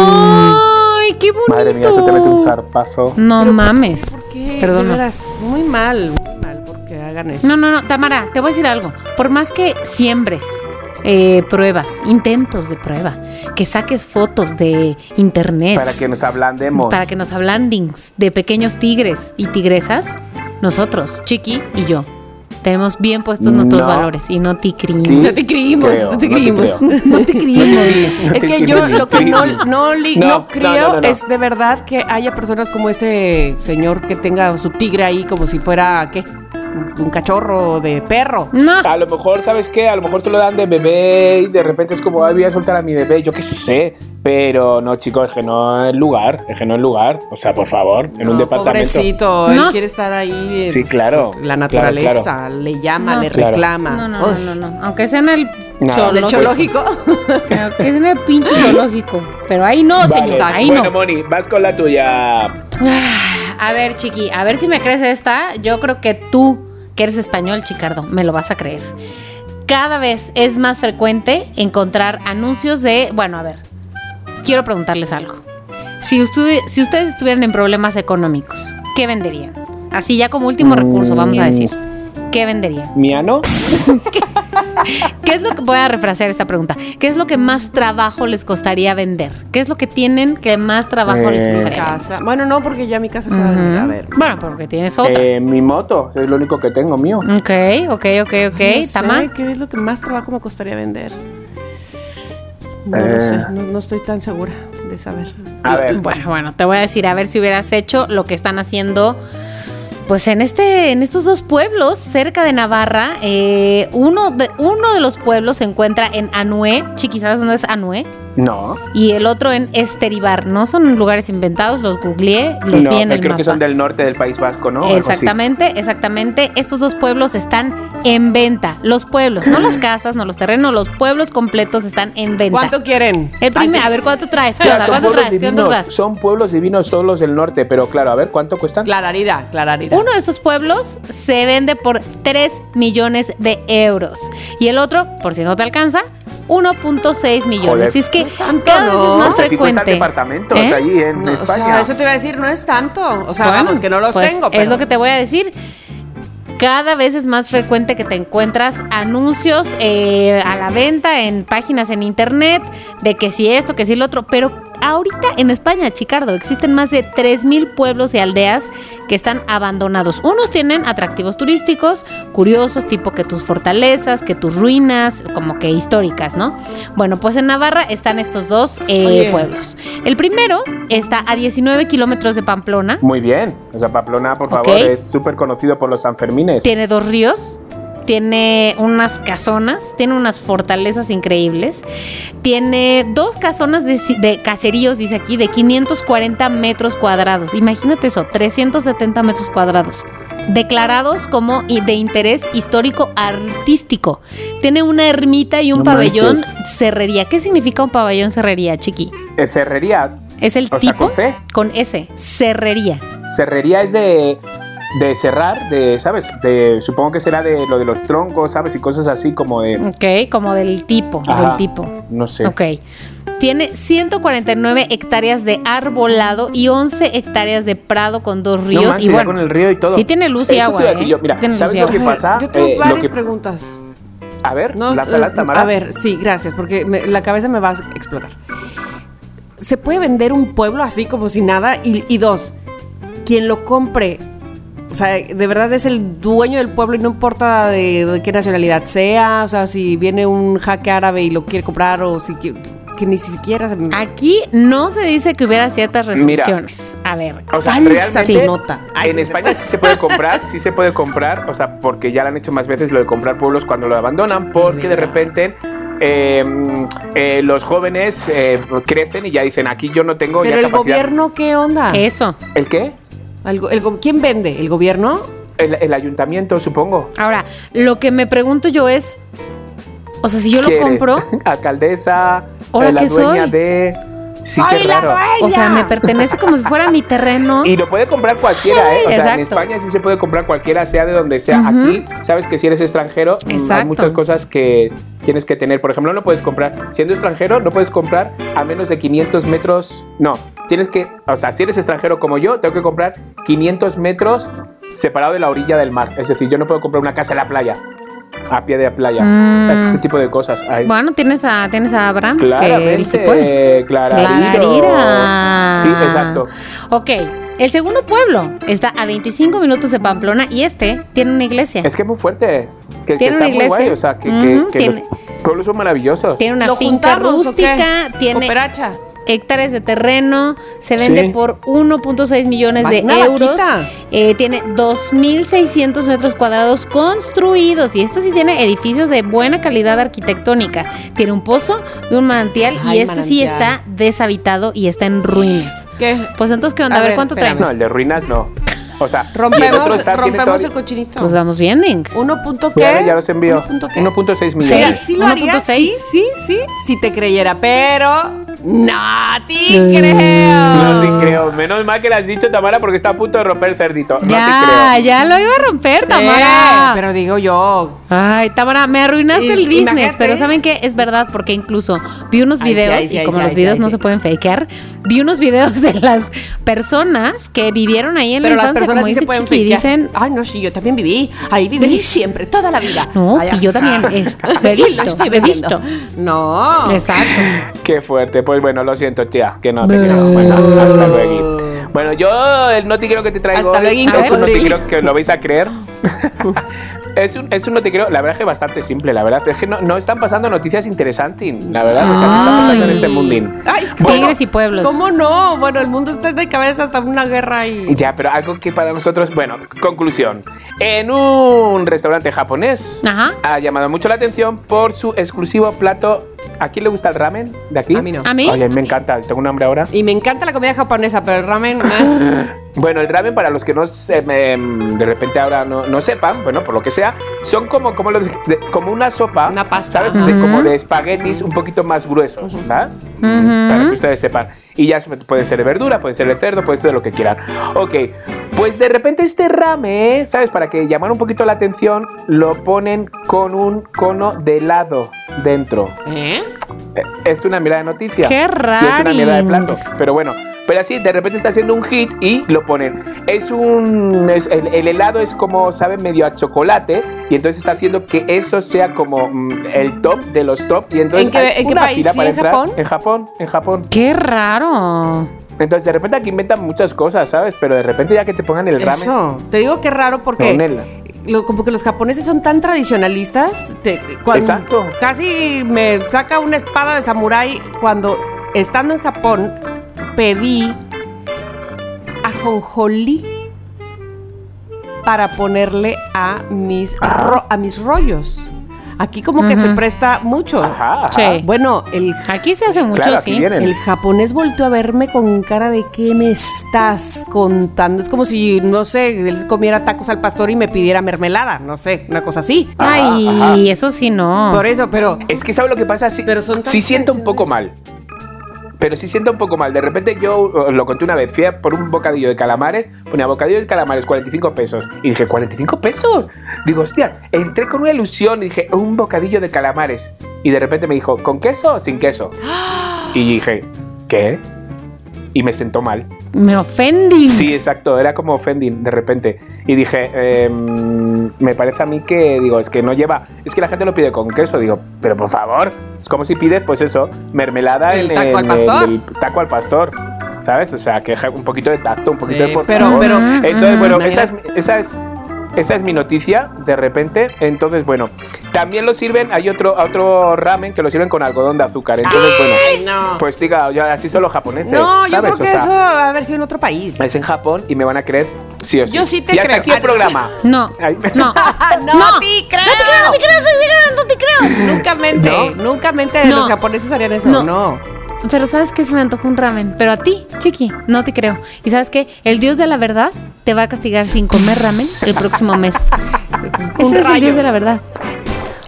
Speaker 2: Ay, qué bonito.
Speaker 3: Madre mía, se te mete un zarpazo.
Speaker 2: No mames.
Speaker 4: ¿Qué?
Speaker 2: Perdona.
Speaker 4: De veras, muy mal, muy mal porque hagan eso.
Speaker 2: No, no, no, Tamara, te voy a decir algo. Por más que siembres eh, pruebas, intentos de prueba, que saques fotos de internet,
Speaker 3: Para que nos ablandemos.
Speaker 2: para que nos ablandings de pequeños tigres y tigresas, nosotros, Chiqui y yo, tenemos bien puestos nuestros
Speaker 3: No.
Speaker 2: valores y no te
Speaker 3: Sí,
Speaker 2: creímos.
Speaker 4: No te creímos,
Speaker 3: creo,
Speaker 4: no te
Speaker 3: no te
Speaker 4: creímos.
Speaker 3: creo.
Speaker 2: No te creímos.
Speaker 4: Es que yo lo que no, no, li-
Speaker 3: No,
Speaker 4: no
Speaker 3: no,
Speaker 4: creo
Speaker 3: no, no, no.
Speaker 4: es de verdad que haya personas como ese señor que tenga su tigre ahí como si fuera, ¿qué? Un un cachorro de perro.
Speaker 2: No.
Speaker 3: A lo mejor, ¿sabes qué? A lo mejor se lo dan de bebé y de repente es como, ay, voy a soltar a mi bebé, yo qué sé. Pero no, chicos, es que no es lugar, es que no es lugar. O sea, por favor, en un
Speaker 4: No,
Speaker 3: departamento.
Speaker 4: Pobrecito, él
Speaker 2: No.
Speaker 4: quiere estar ahí. eh,
Speaker 3: Sí, claro,
Speaker 4: La
Speaker 3: claro,
Speaker 4: naturaleza le llama,
Speaker 2: No.
Speaker 4: le
Speaker 3: Claro.
Speaker 4: reclama.
Speaker 2: No, no, no,
Speaker 4: Uf.
Speaker 2: no, no. Aunque sea en el
Speaker 3: No,
Speaker 4: Del
Speaker 2: cholo-
Speaker 4: chológico.
Speaker 2: Aunque sea en el pinche zoológico. Pero ahí no,
Speaker 3: Vale,
Speaker 2: señor. Ahí
Speaker 3: bueno,
Speaker 2: no.
Speaker 3: Moni, vas con la tuya.
Speaker 2: A ver, Chiqui, a ver si me crees esta. Yo creo que tú, que eres español, Chicardo, me lo vas a creer. Cada vez es más frecuente encontrar anuncios de, bueno, a ver, quiero preguntarles algo. Si, ustu- si ustedes estuvieran en problemas económicos, ¿qué venderían? Así ya como último recurso, vamos a decir. ¿Qué venderían?
Speaker 3: ¿Miano?
Speaker 2: ¿Qué es lo que voy a refrasear esta pregunta? ¿Qué es lo que más trabajo les costaría vender? ¿Qué es lo que tienen que más trabajo les
Speaker 3: Eh,
Speaker 2: costaría? vender?
Speaker 4: Casa. Bueno, no, porque ya mi casa se va a vender.
Speaker 2: Ujú.
Speaker 4: A ver.
Speaker 2: Bueno, porque tienes otra.
Speaker 3: Eh, mi moto, es lo único que tengo mío.
Speaker 2: Ok, ok, ok, ok.
Speaker 4: No sé,
Speaker 2: Tama.
Speaker 4: ¿Qué es lo que más trabajo me costaría vender? No lo
Speaker 3: Eh.
Speaker 4: sé, no, no estoy tan segura de saber.
Speaker 3: A ver,
Speaker 2: Bueno, bueno, te voy a decir a ver si hubieras hecho lo que están haciendo. Pues en este, en estos dos pueblos, cerca de Navarra, eh, uno, de, uno de los pueblos se encuentra en Anué, Chiqui, ¿sabes dónde es Anué?
Speaker 3: no.
Speaker 2: Y el otro en Esteribar. No son lugares inventados, los googleé, los
Speaker 3: No,
Speaker 2: vi
Speaker 3: que
Speaker 2: en
Speaker 3: creo
Speaker 2: el
Speaker 3: que
Speaker 2: mapa.
Speaker 3: son del norte del País Vasco, ¿no? Algo así.
Speaker 2: Exactamente, exactamente. Estos dos pueblos están en venta. Los pueblos, no las casas, no los terrenos, los pueblos completos están en venta.
Speaker 4: ¿Cuánto quieren?
Speaker 2: El primer, a ver, ¿cuánto traes? ¿Qué
Speaker 3: O sea,
Speaker 2: onda?
Speaker 3: Ah, son
Speaker 2: ¿Cuánto
Speaker 3: pueblos
Speaker 2: traes? ¿Qué onda
Speaker 3: divinos,
Speaker 2: traes?
Speaker 3: Son pueblos divinos todos los del norte, pero claro, a ver, ¿cuánto cuestan?
Speaker 4: Clararira, clararira.
Speaker 2: Uno de esos pueblos se vende por 3 millones de euros y el otro, por si no te alcanza, 1.6 millones.
Speaker 3: Joder.
Speaker 2: Así es que
Speaker 4: No es tanto,
Speaker 2: cada vez
Speaker 4: ¿no?
Speaker 2: es más
Speaker 3: Necesito estar
Speaker 2: frecuente.
Speaker 3: departamentos
Speaker 2: ¿Eh?
Speaker 3: allí en
Speaker 4: No, o
Speaker 3: España.
Speaker 4: sea, eso te iba a decir, no es tanto. O sea,
Speaker 2: Bueno,
Speaker 4: vamos, que no los
Speaker 2: pues,
Speaker 4: tengo.
Speaker 2: Es
Speaker 4: pero-
Speaker 2: lo que te voy a decir. Cada vez es más frecuente que te encuentras anuncios eh, a la venta en páginas en internet de que si esto, que si el otro, pero ahorita en España, Chicardo, existen más de 3.000 pueblos y aldeas que están abandonados. Unos tienen atractivos turísticos, curiosos, tipo que tus fortalezas, que tus ruinas, como que históricas, ¿no? Bueno, pues en Navarra están estos dos eh,
Speaker 4: Oye.
Speaker 2: pueblos. El primero está a 19 kilómetros de Pamplona.
Speaker 3: Muy bien. O sea, Pamplona, por
Speaker 2: Ok.
Speaker 3: favor, es súper conocido por los Sanfermines.
Speaker 2: Tiene dos ríos. tiene unas casonas, tiene unas fortalezas increíbles, tiene dos casonas de, ci- de caseríos, dice aquí, de 540 metros cuadrados. Imagínate eso, 370 metros cuadrados. Declarados como i- de interés histórico artístico. Tiene una ermita y un
Speaker 3: No
Speaker 2: pabellón
Speaker 3: manches.
Speaker 2: cerrería. ¿Qué significa un pabellón cerrería, chiqui?
Speaker 3: Es Eh, Cerrería.
Speaker 2: Es el
Speaker 3: O sea,
Speaker 2: tipo
Speaker 3: con C.
Speaker 2: con S, cerrería.
Speaker 3: Cerrería es de, de cerrar, de, ¿sabes? De, supongo que será de lo de los troncos, ¿sabes? Y cosas así como de.
Speaker 2: Ok, como del tipo,
Speaker 3: Ajá,
Speaker 2: del tipo.
Speaker 3: No sé.
Speaker 2: Mm. Ok. Tiene 149 hectáreas de arbolado y 11 hectáreas de prado con dos ríos.
Speaker 3: manches,
Speaker 2: y
Speaker 3: ya
Speaker 2: bueno,
Speaker 3: con el río y todo.
Speaker 2: Sí tiene luz y
Speaker 3: Eso te
Speaker 2: agua.
Speaker 3: iba a decir
Speaker 2: ¿eh?
Speaker 3: yo, mira,
Speaker 2: Sí tiene
Speaker 3: ¿sabes
Speaker 2: luz y
Speaker 3: lo que
Speaker 2: agua.
Speaker 3: ¿Qué pasa?
Speaker 4: Yo tengo
Speaker 3: Eh, lo
Speaker 4: varias
Speaker 3: que-
Speaker 4: preguntas.
Speaker 3: A ver,
Speaker 4: No,
Speaker 3: la
Speaker 4: eh,
Speaker 3: Tamara.
Speaker 4: a ver, sí, gracias, porque me- la cabeza me va a explotar. ¿Se puede vender un pueblo así como si nada? Y, y dos, quien lo compre, o sea, de verdad es el dueño del pueblo y no importa de, de qué nacionalidad sea, o sea, si viene un jaque árabe y lo quiere comprar o si qui- que ni siquiera se me...
Speaker 2: Aquí no se dice que hubiera ciertas
Speaker 3: Mira.
Speaker 2: restricciones. a ver.
Speaker 3: O sea,
Speaker 4: Falsa
Speaker 3: realmente,
Speaker 4: tu nota. Ay,
Speaker 3: en
Speaker 4: sí,
Speaker 3: España sí se puede comprar, sí se puede comprar, o sea, porque ya lo han hecho más veces lo de comprar pueblos cuando lo abandonan, porque de repente eh, eh, los jóvenes eh, crecen y ya dicen, aquí yo no tengo
Speaker 4: Pero
Speaker 3: ya
Speaker 4: el
Speaker 3: capacidad".
Speaker 4: gobierno, ¿qué
Speaker 3: Ah.
Speaker 4: onda?
Speaker 2: Eso.
Speaker 3: ¿El qué?
Speaker 4: Algo- el go- ¿Quién vende? ¿El gobierno?
Speaker 3: El, el ayuntamiento, supongo.
Speaker 2: Ahora, lo que me pregunto yo es. O sea, si yo lo
Speaker 3: ¿Qué
Speaker 2: compro.
Speaker 3: eres? Alcaldesa,
Speaker 2: ¿Ahora
Speaker 3: eh, la
Speaker 2: qué
Speaker 3: dueña
Speaker 2: soy?
Speaker 3: de... Sí,
Speaker 4: ¡Soy
Speaker 3: qué
Speaker 4: la
Speaker 3: raro.
Speaker 2: O sea, me pertenece como si fuera mi terreno.
Speaker 3: Y lo puede comprar cualquiera, ¿eh? O sea, en
Speaker 2: Exacto.
Speaker 3: España sí se puede comprar cualquiera, sea de donde sea. Aquí, sabes que si eres extranjero, mm, hay
Speaker 2: Exacto.
Speaker 3: muchas cosas que tienes que tener. Por ejemplo, no puedes comprar, siendo extranjero, no puedes comprar a menos de 500 metros. No, tienes que, o sea, si eres extranjero como yo, tengo que comprar 500 metros separado de la orilla del mar. Es decir, yo no puedo comprar una casa en la playa, a pie de la playa. O sea, ese tipo de cosas. Ay,
Speaker 2: Mm. Bueno, tienes a, tienes a Abraham, que él se puede.
Speaker 3: Claramente, clarariro.
Speaker 2: Clararira.
Speaker 3: Sí, exacto.
Speaker 2: Ok, el segundo pueblo está a 25 minutos de Pamplona y este tiene una iglesia.
Speaker 3: Es que es muy fuerte. Que, que
Speaker 2: Tiene
Speaker 3: está
Speaker 2: una
Speaker 3: muy guay.
Speaker 2: iglesia.
Speaker 3: O sea, que, que-
Speaker 2: Ujú,
Speaker 3: que
Speaker 2: tiene-
Speaker 3: los pueblos son maravillosos.
Speaker 2: tiene una
Speaker 4: ¿Lo
Speaker 2: finca
Speaker 4: juntamos o qué?
Speaker 2: rústica, tiene
Speaker 4: Cooperacha.
Speaker 2: hectáreas de terreno, se vende
Speaker 3: Sí.
Speaker 2: por 1.6 millones de
Speaker 4: Una
Speaker 2: euros.
Speaker 4: vaquita.
Speaker 2: Eh, tiene 2.600 metros cuadrados construidos y este sí tiene edificios de buena calidad arquitectónica. Tiene un pozo y un manantial
Speaker 4: Ay,
Speaker 2: y este sí
Speaker 4: manantial.
Speaker 2: está deshabitado y está en ruinas.
Speaker 4: ¿Qué?
Speaker 2: Pues entonces, ¿qué onda?
Speaker 4: A
Speaker 2: A ver,
Speaker 4: ver,
Speaker 2: ¿cuánto
Speaker 4: espérame.
Speaker 3: No,
Speaker 2: traemos?
Speaker 3: el de ruinas no. O sea, y el otro
Speaker 4: Rompemos,
Speaker 3: está- tiene
Speaker 4: rompemos
Speaker 3: todavía-
Speaker 4: el cochinito.
Speaker 2: Pues vamos bien, Link.
Speaker 4: ¿Uno punto qué?
Speaker 3: Mira, ya los envío.
Speaker 4: ¿Uno punto qué?
Speaker 3: 1.6
Speaker 4: Sí,
Speaker 3: millones.
Speaker 4: sí lo haría,
Speaker 2: 1.6.
Speaker 4: sí, sí, sí, si te creyera, pero no te
Speaker 2: Eh.
Speaker 4: creo.
Speaker 3: No te creo. Menos mal que lo has dicho, Tamara, porque está a punto de romper el cerdito. No
Speaker 2: Ya,
Speaker 3: te creo.
Speaker 2: ya lo iba a romper, Tamara.
Speaker 4: Sí, pero digo yo,
Speaker 2: Ay, Tamara, me arruinaste
Speaker 4: Y-
Speaker 2: el business,
Speaker 4: imagínate.
Speaker 2: pero ¿saben qué? Es verdad, porque incluso vi unos
Speaker 4: Ay, sí,
Speaker 2: videos,
Speaker 4: ay, sí,
Speaker 2: y
Speaker 4: ay,
Speaker 2: como
Speaker 4: sí,
Speaker 2: los
Speaker 4: ay,
Speaker 2: videos
Speaker 4: sí,
Speaker 2: no
Speaker 4: ay,
Speaker 2: se
Speaker 4: sí.
Speaker 2: pueden fakear, vi unos videos de las personas que vivieron ahí en
Speaker 4: pero
Speaker 2: la
Speaker 4: las
Speaker 2: infancia,
Speaker 4: personas
Speaker 2: como
Speaker 4: sí se
Speaker 2: dice
Speaker 4: pueden
Speaker 2: Chiqui, y
Speaker 4: fijar.
Speaker 2: dicen,
Speaker 4: Ay, no, sí, yo también viví, ahí viví siempre, toda la vida.
Speaker 2: no,
Speaker 4: Ay,
Speaker 2: sí, yo
Speaker 4: ajá.
Speaker 2: también, es, lo he
Speaker 4: Y lo
Speaker 2: visto,
Speaker 4: estoy
Speaker 2: lo he
Speaker 4: bebiendo.
Speaker 2: visto.
Speaker 4: No.
Speaker 2: Exacto.
Speaker 3: Qué fuerte. Pues bueno, lo siento, tía, que no te creo. Bueno, hasta luego. Bueno, yo el no te creo que te traigo.
Speaker 4: Hasta
Speaker 3: hoy
Speaker 4: luego,
Speaker 3: es un no te
Speaker 4: Ingrid.
Speaker 3: creo que lo vais a creer. Es un, es un no te creo, la verdad es que bastante simple, la verdad. Es que no, no están pasando noticias interesantes, la verdad. O sea, no están pasando en este
Speaker 4: Ay.
Speaker 3: mundín.
Speaker 4: Ay, es que-
Speaker 2: Tigres y pueblos.
Speaker 4: ¿Cómo no? Bueno, el mundo está de cabeza hasta una guerra y
Speaker 3: Ya, pero algo que para nosotros, bueno, conclusión. En un restaurante japonés
Speaker 2: Ajá.
Speaker 3: ha llamado mucho la atención por su exclusivo plato. ¿A quién le gusta el ramen? ¿De aquí?
Speaker 4: A mí no.
Speaker 2: ¿A mí?
Speaker 3: Ay, me encanta, tengo un hambre ahora.
Speaker 4: y me encanta la comida japonesa, pero el ramen eh.
Speaker 3: Bueno, el ramen, para los que no se- em, de repente ahora no, no sepan, bueno, por lo que sea, son como, como, los, de- como una sopa.
Speaker 4: Una pasta.
Speaker 3: ¿Sabes? De- como de espaguetis un poquito más gruesos, ¿verdad? Para que ustedes sepan. Y ya se- puede ser de verdura, puede ser de cerdo, puede ser de lo que quieran. Ok, pues de repente este ramen, ¿sabes? Para que llamar un poquito la atención, lo ponen con un cono de helado dentro.
Speaker 4: ¿Eh?
Speaker 3: Eh, Es una mirada de noticia.
Speaker 2: Qué
Speaker 3: Y es una mirada de
Speaker 2: rarín.
Speaker 3: plato. Pero bueno. Pero así, de repente está haciendo un hit y lo ponen. Es un. es- el, el helado es como, sabe, medio a chocolate. Y entonces está haciendo que eso sea como mm, el top de los top. Y entonces.
Speaker 4: ¿En qué-
Speaker 3: hay
Speaker 4: en qué
Speaker 3: una
Speaker 4: país?
Speaker 3: fila
Speaker 4: ¿Sí,
Speaker 3: para
Speaker 4: en
Speaker 3: entrar.
Speaker 4: Japón?
Speaker 3: En Japón, en Japón.
Speaker 2: Qué raro.
Speaker 3: Entonces, de repente aquí inventan muchas cosas, ¿sabes? Pero de repente ya que te pongan el ramen.
Speaker 4: Eso. Te digo que raro porque
Speaker 3: Con él.
Speaker 4: lo- como que los japoneses son tan tradicionalistas. te- cuando-
Speaker 3: Exacto.
Speaker 4: Casi me saca una espada de samurái cuando estando en Japón pedí ajonjolí. para ponerle a mis,
Speaker 3: Ah.
Speaker 4: ro- a mis rollos. Aquí como que se presta mucho.
Speaker 3: Ajá, ajá.
Speaker 2: Sí.
Speaker 4: Bueno, el, ja-
Speaker 2: Aquí se hace mucho,
Speaker 3: Claro, aquí
Speaker 2: sí.
Speaker 3: vienen.
Speaker 4: el japonés volteó a verme con cara de ¿qué me estás contando? Es como si, no sé, él comiera tacos al pastor y me pidiera mermelada, no sé, una cosa así.
Speaker 2: Ay,
Speaker 3: Ajá, ajá.
Speaker 2: eso sí
Speaker 3: Ah.
Speaker 2: no.
Speaker 4: Ah, Por e- eso, pero...
Speaker 3: Es que sabe lo que pasa, sí,
Speaker 4: Pero son tan
Speaker 3: sí siento un poco mal.
Speaker 4: tradicionales.
Speaker 3: Pero sí siento un poco mal. De repente yo os lo conté una vez, fui a por un bocadillo de calamares, ponía bocadillo de calamares 45 pesos. Y dije, ¿45 pesos? Digo, hostia, entré con una ilusión y dije, un bocadillo de calamares. Y de repente me dijo, ¿con queso o sin queso? Y dije, ¿qué? Y me sentó mal.
Speaker 2: Me ofendí.
Speaker 3: Sí, exacto, era como offending de repente. Y dije, em, me parece a mí que, digo, es que no lleva, es que la gente lo pide con queso, digo, pero por favor, es como si pides, pues eso, mermelada
Speaker 4: El
Speaker 3: en
Speaker 4: taco al
Speaker 3: en-
Speaker 4: pastor.
Speaker 3: en el taco al pastor. ¿Sabes? O sea, que ja- un poquito de tacto, un poquito
Speaker 4: Sí,
Speaker 3: de por
Speaker 4: pero-
Speaker 3: favor. Eh,
Speaker 4: pero- mm,
Speaker 3: Entonces, bueno,
Speaker 4: Ujú.
Speaker 3: esa es, esa es esa es mi noticia, de repente. Entonces, bueno, también lo sirven, hay otro, otro ramen que lo sirven con algodón de azúcar. Entonces, bueno,
Speaker 4: no.
Speaker 3: pues diga, yo- así son los japoneses.
Speaker 4: No, yo
Speaker 3: pues, eh, ¿sabes?
Speaker 4: creo que
Speaker 3: O sea,
Speaker 4: eso ha haber sido en otro país.
Speaker 3: es en Japón y me van a creer sí o sí.
Speaker 4: Yo sí te
Speaker 3: y hasta
Speaker 4: creo.
Speaker 3: aquí el programa.
Speaker 2: No,
Speaker 3: Ay.
Speaker 2: no.
Speaker 4: Ah, no,
Speaker 2: No.
Speaker 4: te creo. No te creo, no te creo, no te creo. Nunca mente, nunca mente
Speaker 2: No.
Speaker 4: los japoneses harían eso. No.
Speaker 2: No. Pero sabes que se me antoja un ramen. Pero a ti, chiqui, no te creo. Y sabes que el dios de la verdad te va a castigar sin comer ramen el próximo mes.
Speaker 4: Un
Speaker 2: Ese es el
Speaker 4: rayo.
Speaker 2: dios de la verdad.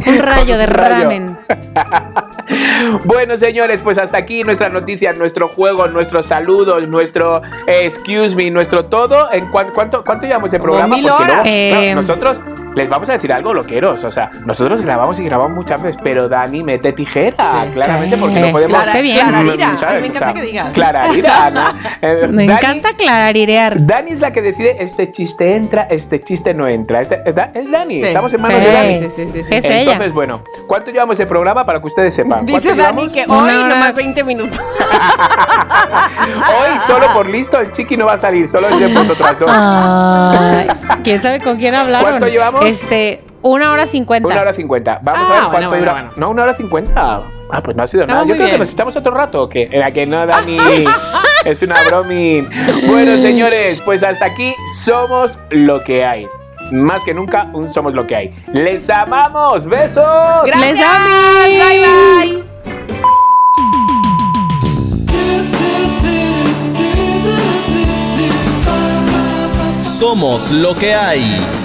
Speaker 2: Un rayo de
Speaker 3: Un rayo.
Speaker 2: ramen.
Speaker 3: Bueno, señores, pues hasta aquí nuestras noticias, nuestro juego, nuestros saludos, nuestro eh, excuse me, nuestro todo. ¿En cuan- cuánto, ¿Cuánto llevamos de
Speaker 4: Como
Speaker 3: programa?
Speaker 4: mil
Speaker 3: Porque luego-
Speaker 4: horas. Em.
Speaker 2: Eh.
Speaker 3: no, nosotros les vamos a decir algo, loqueros. O sea, nosotros grabamos y grabamos muchas veces, pero Dani mete tijera,
Speaker 4: Sí.
Speaker 3: claramente,
Speaker 2: Sí.
Speaker 3: porque no podemos.
Speaker 2: Clara- Sé bien.
Speaker 4: Clararira.
Speaker 3: ¿sabes?
Speaker 4: Me encanta que digas.
Speaker 3: Clararira, ¿no? Eh,
Speaker 2: Me
Speaker 3: Dani-
Speaker 2: encanta clarirear.
Speaker 3: Dani es la que decide este chiste entra, este chiste no entra. Este- es, Da- es Dani,
Speaker 4: Sí.
Speaker 3: estamos en manos de
Speaker 2: Sí.
Speaker 3: Dani.
Speaker 4: Sí, sí, sí, sí.
Speaker 2: Es
Speaker 3: Entonces,
Speaker 2: ella.
Speaker 3: bueno, ¿cuánto llevamos el programa para que ustedes sepan? ¿Cuánto
Speaker 4: Dice Dani
Speaker 3: llevamos?
Speaker 4: que
Speaker 2: Una
Speaker 4: hoy
Speaker 2: hora.
Speaker 4: nomás 20 minutos.
Speaker 3: Hoy solo por listo el chiqui no va a salir, solo es de vosotras dos.
Speaker 2: Ah. Ay, quién sabe con quién hablaron.
Speaker 3: ¿Cuánto llevamos?
Speaker 2: Este, una hora cincuenta.
Speaker 3: Una hora cincuenta. Vamos
Speaker 4: Ah,
Speaker 3: a ver cuánto
Speaker 4: bueno, bueno,
Speaker 3: dura.
Speaker 4: bueno.
Speaker 3: No, una hora cincuenta. Ah, pues no ha sido
Speaker 4: Estamos
Speaker 3: nada. Yo
Speaker 4: muy
Speaker 3: creo que
Speaker 4: bien.
Speaker 3: nos echamos otro rato, ¿o qué? Era que no, Dani. es una bromin. Bueno, señores, pues hasta aquí somos lo que hay. Más que nunca, un somos lo que hay. ¡Les amamos! ¡Besos!
Speaker 4: Gracias.
Speaker 2: Les amo.
Speaker 4: Bye, bye.
Speaker 1: Somos lo que hay.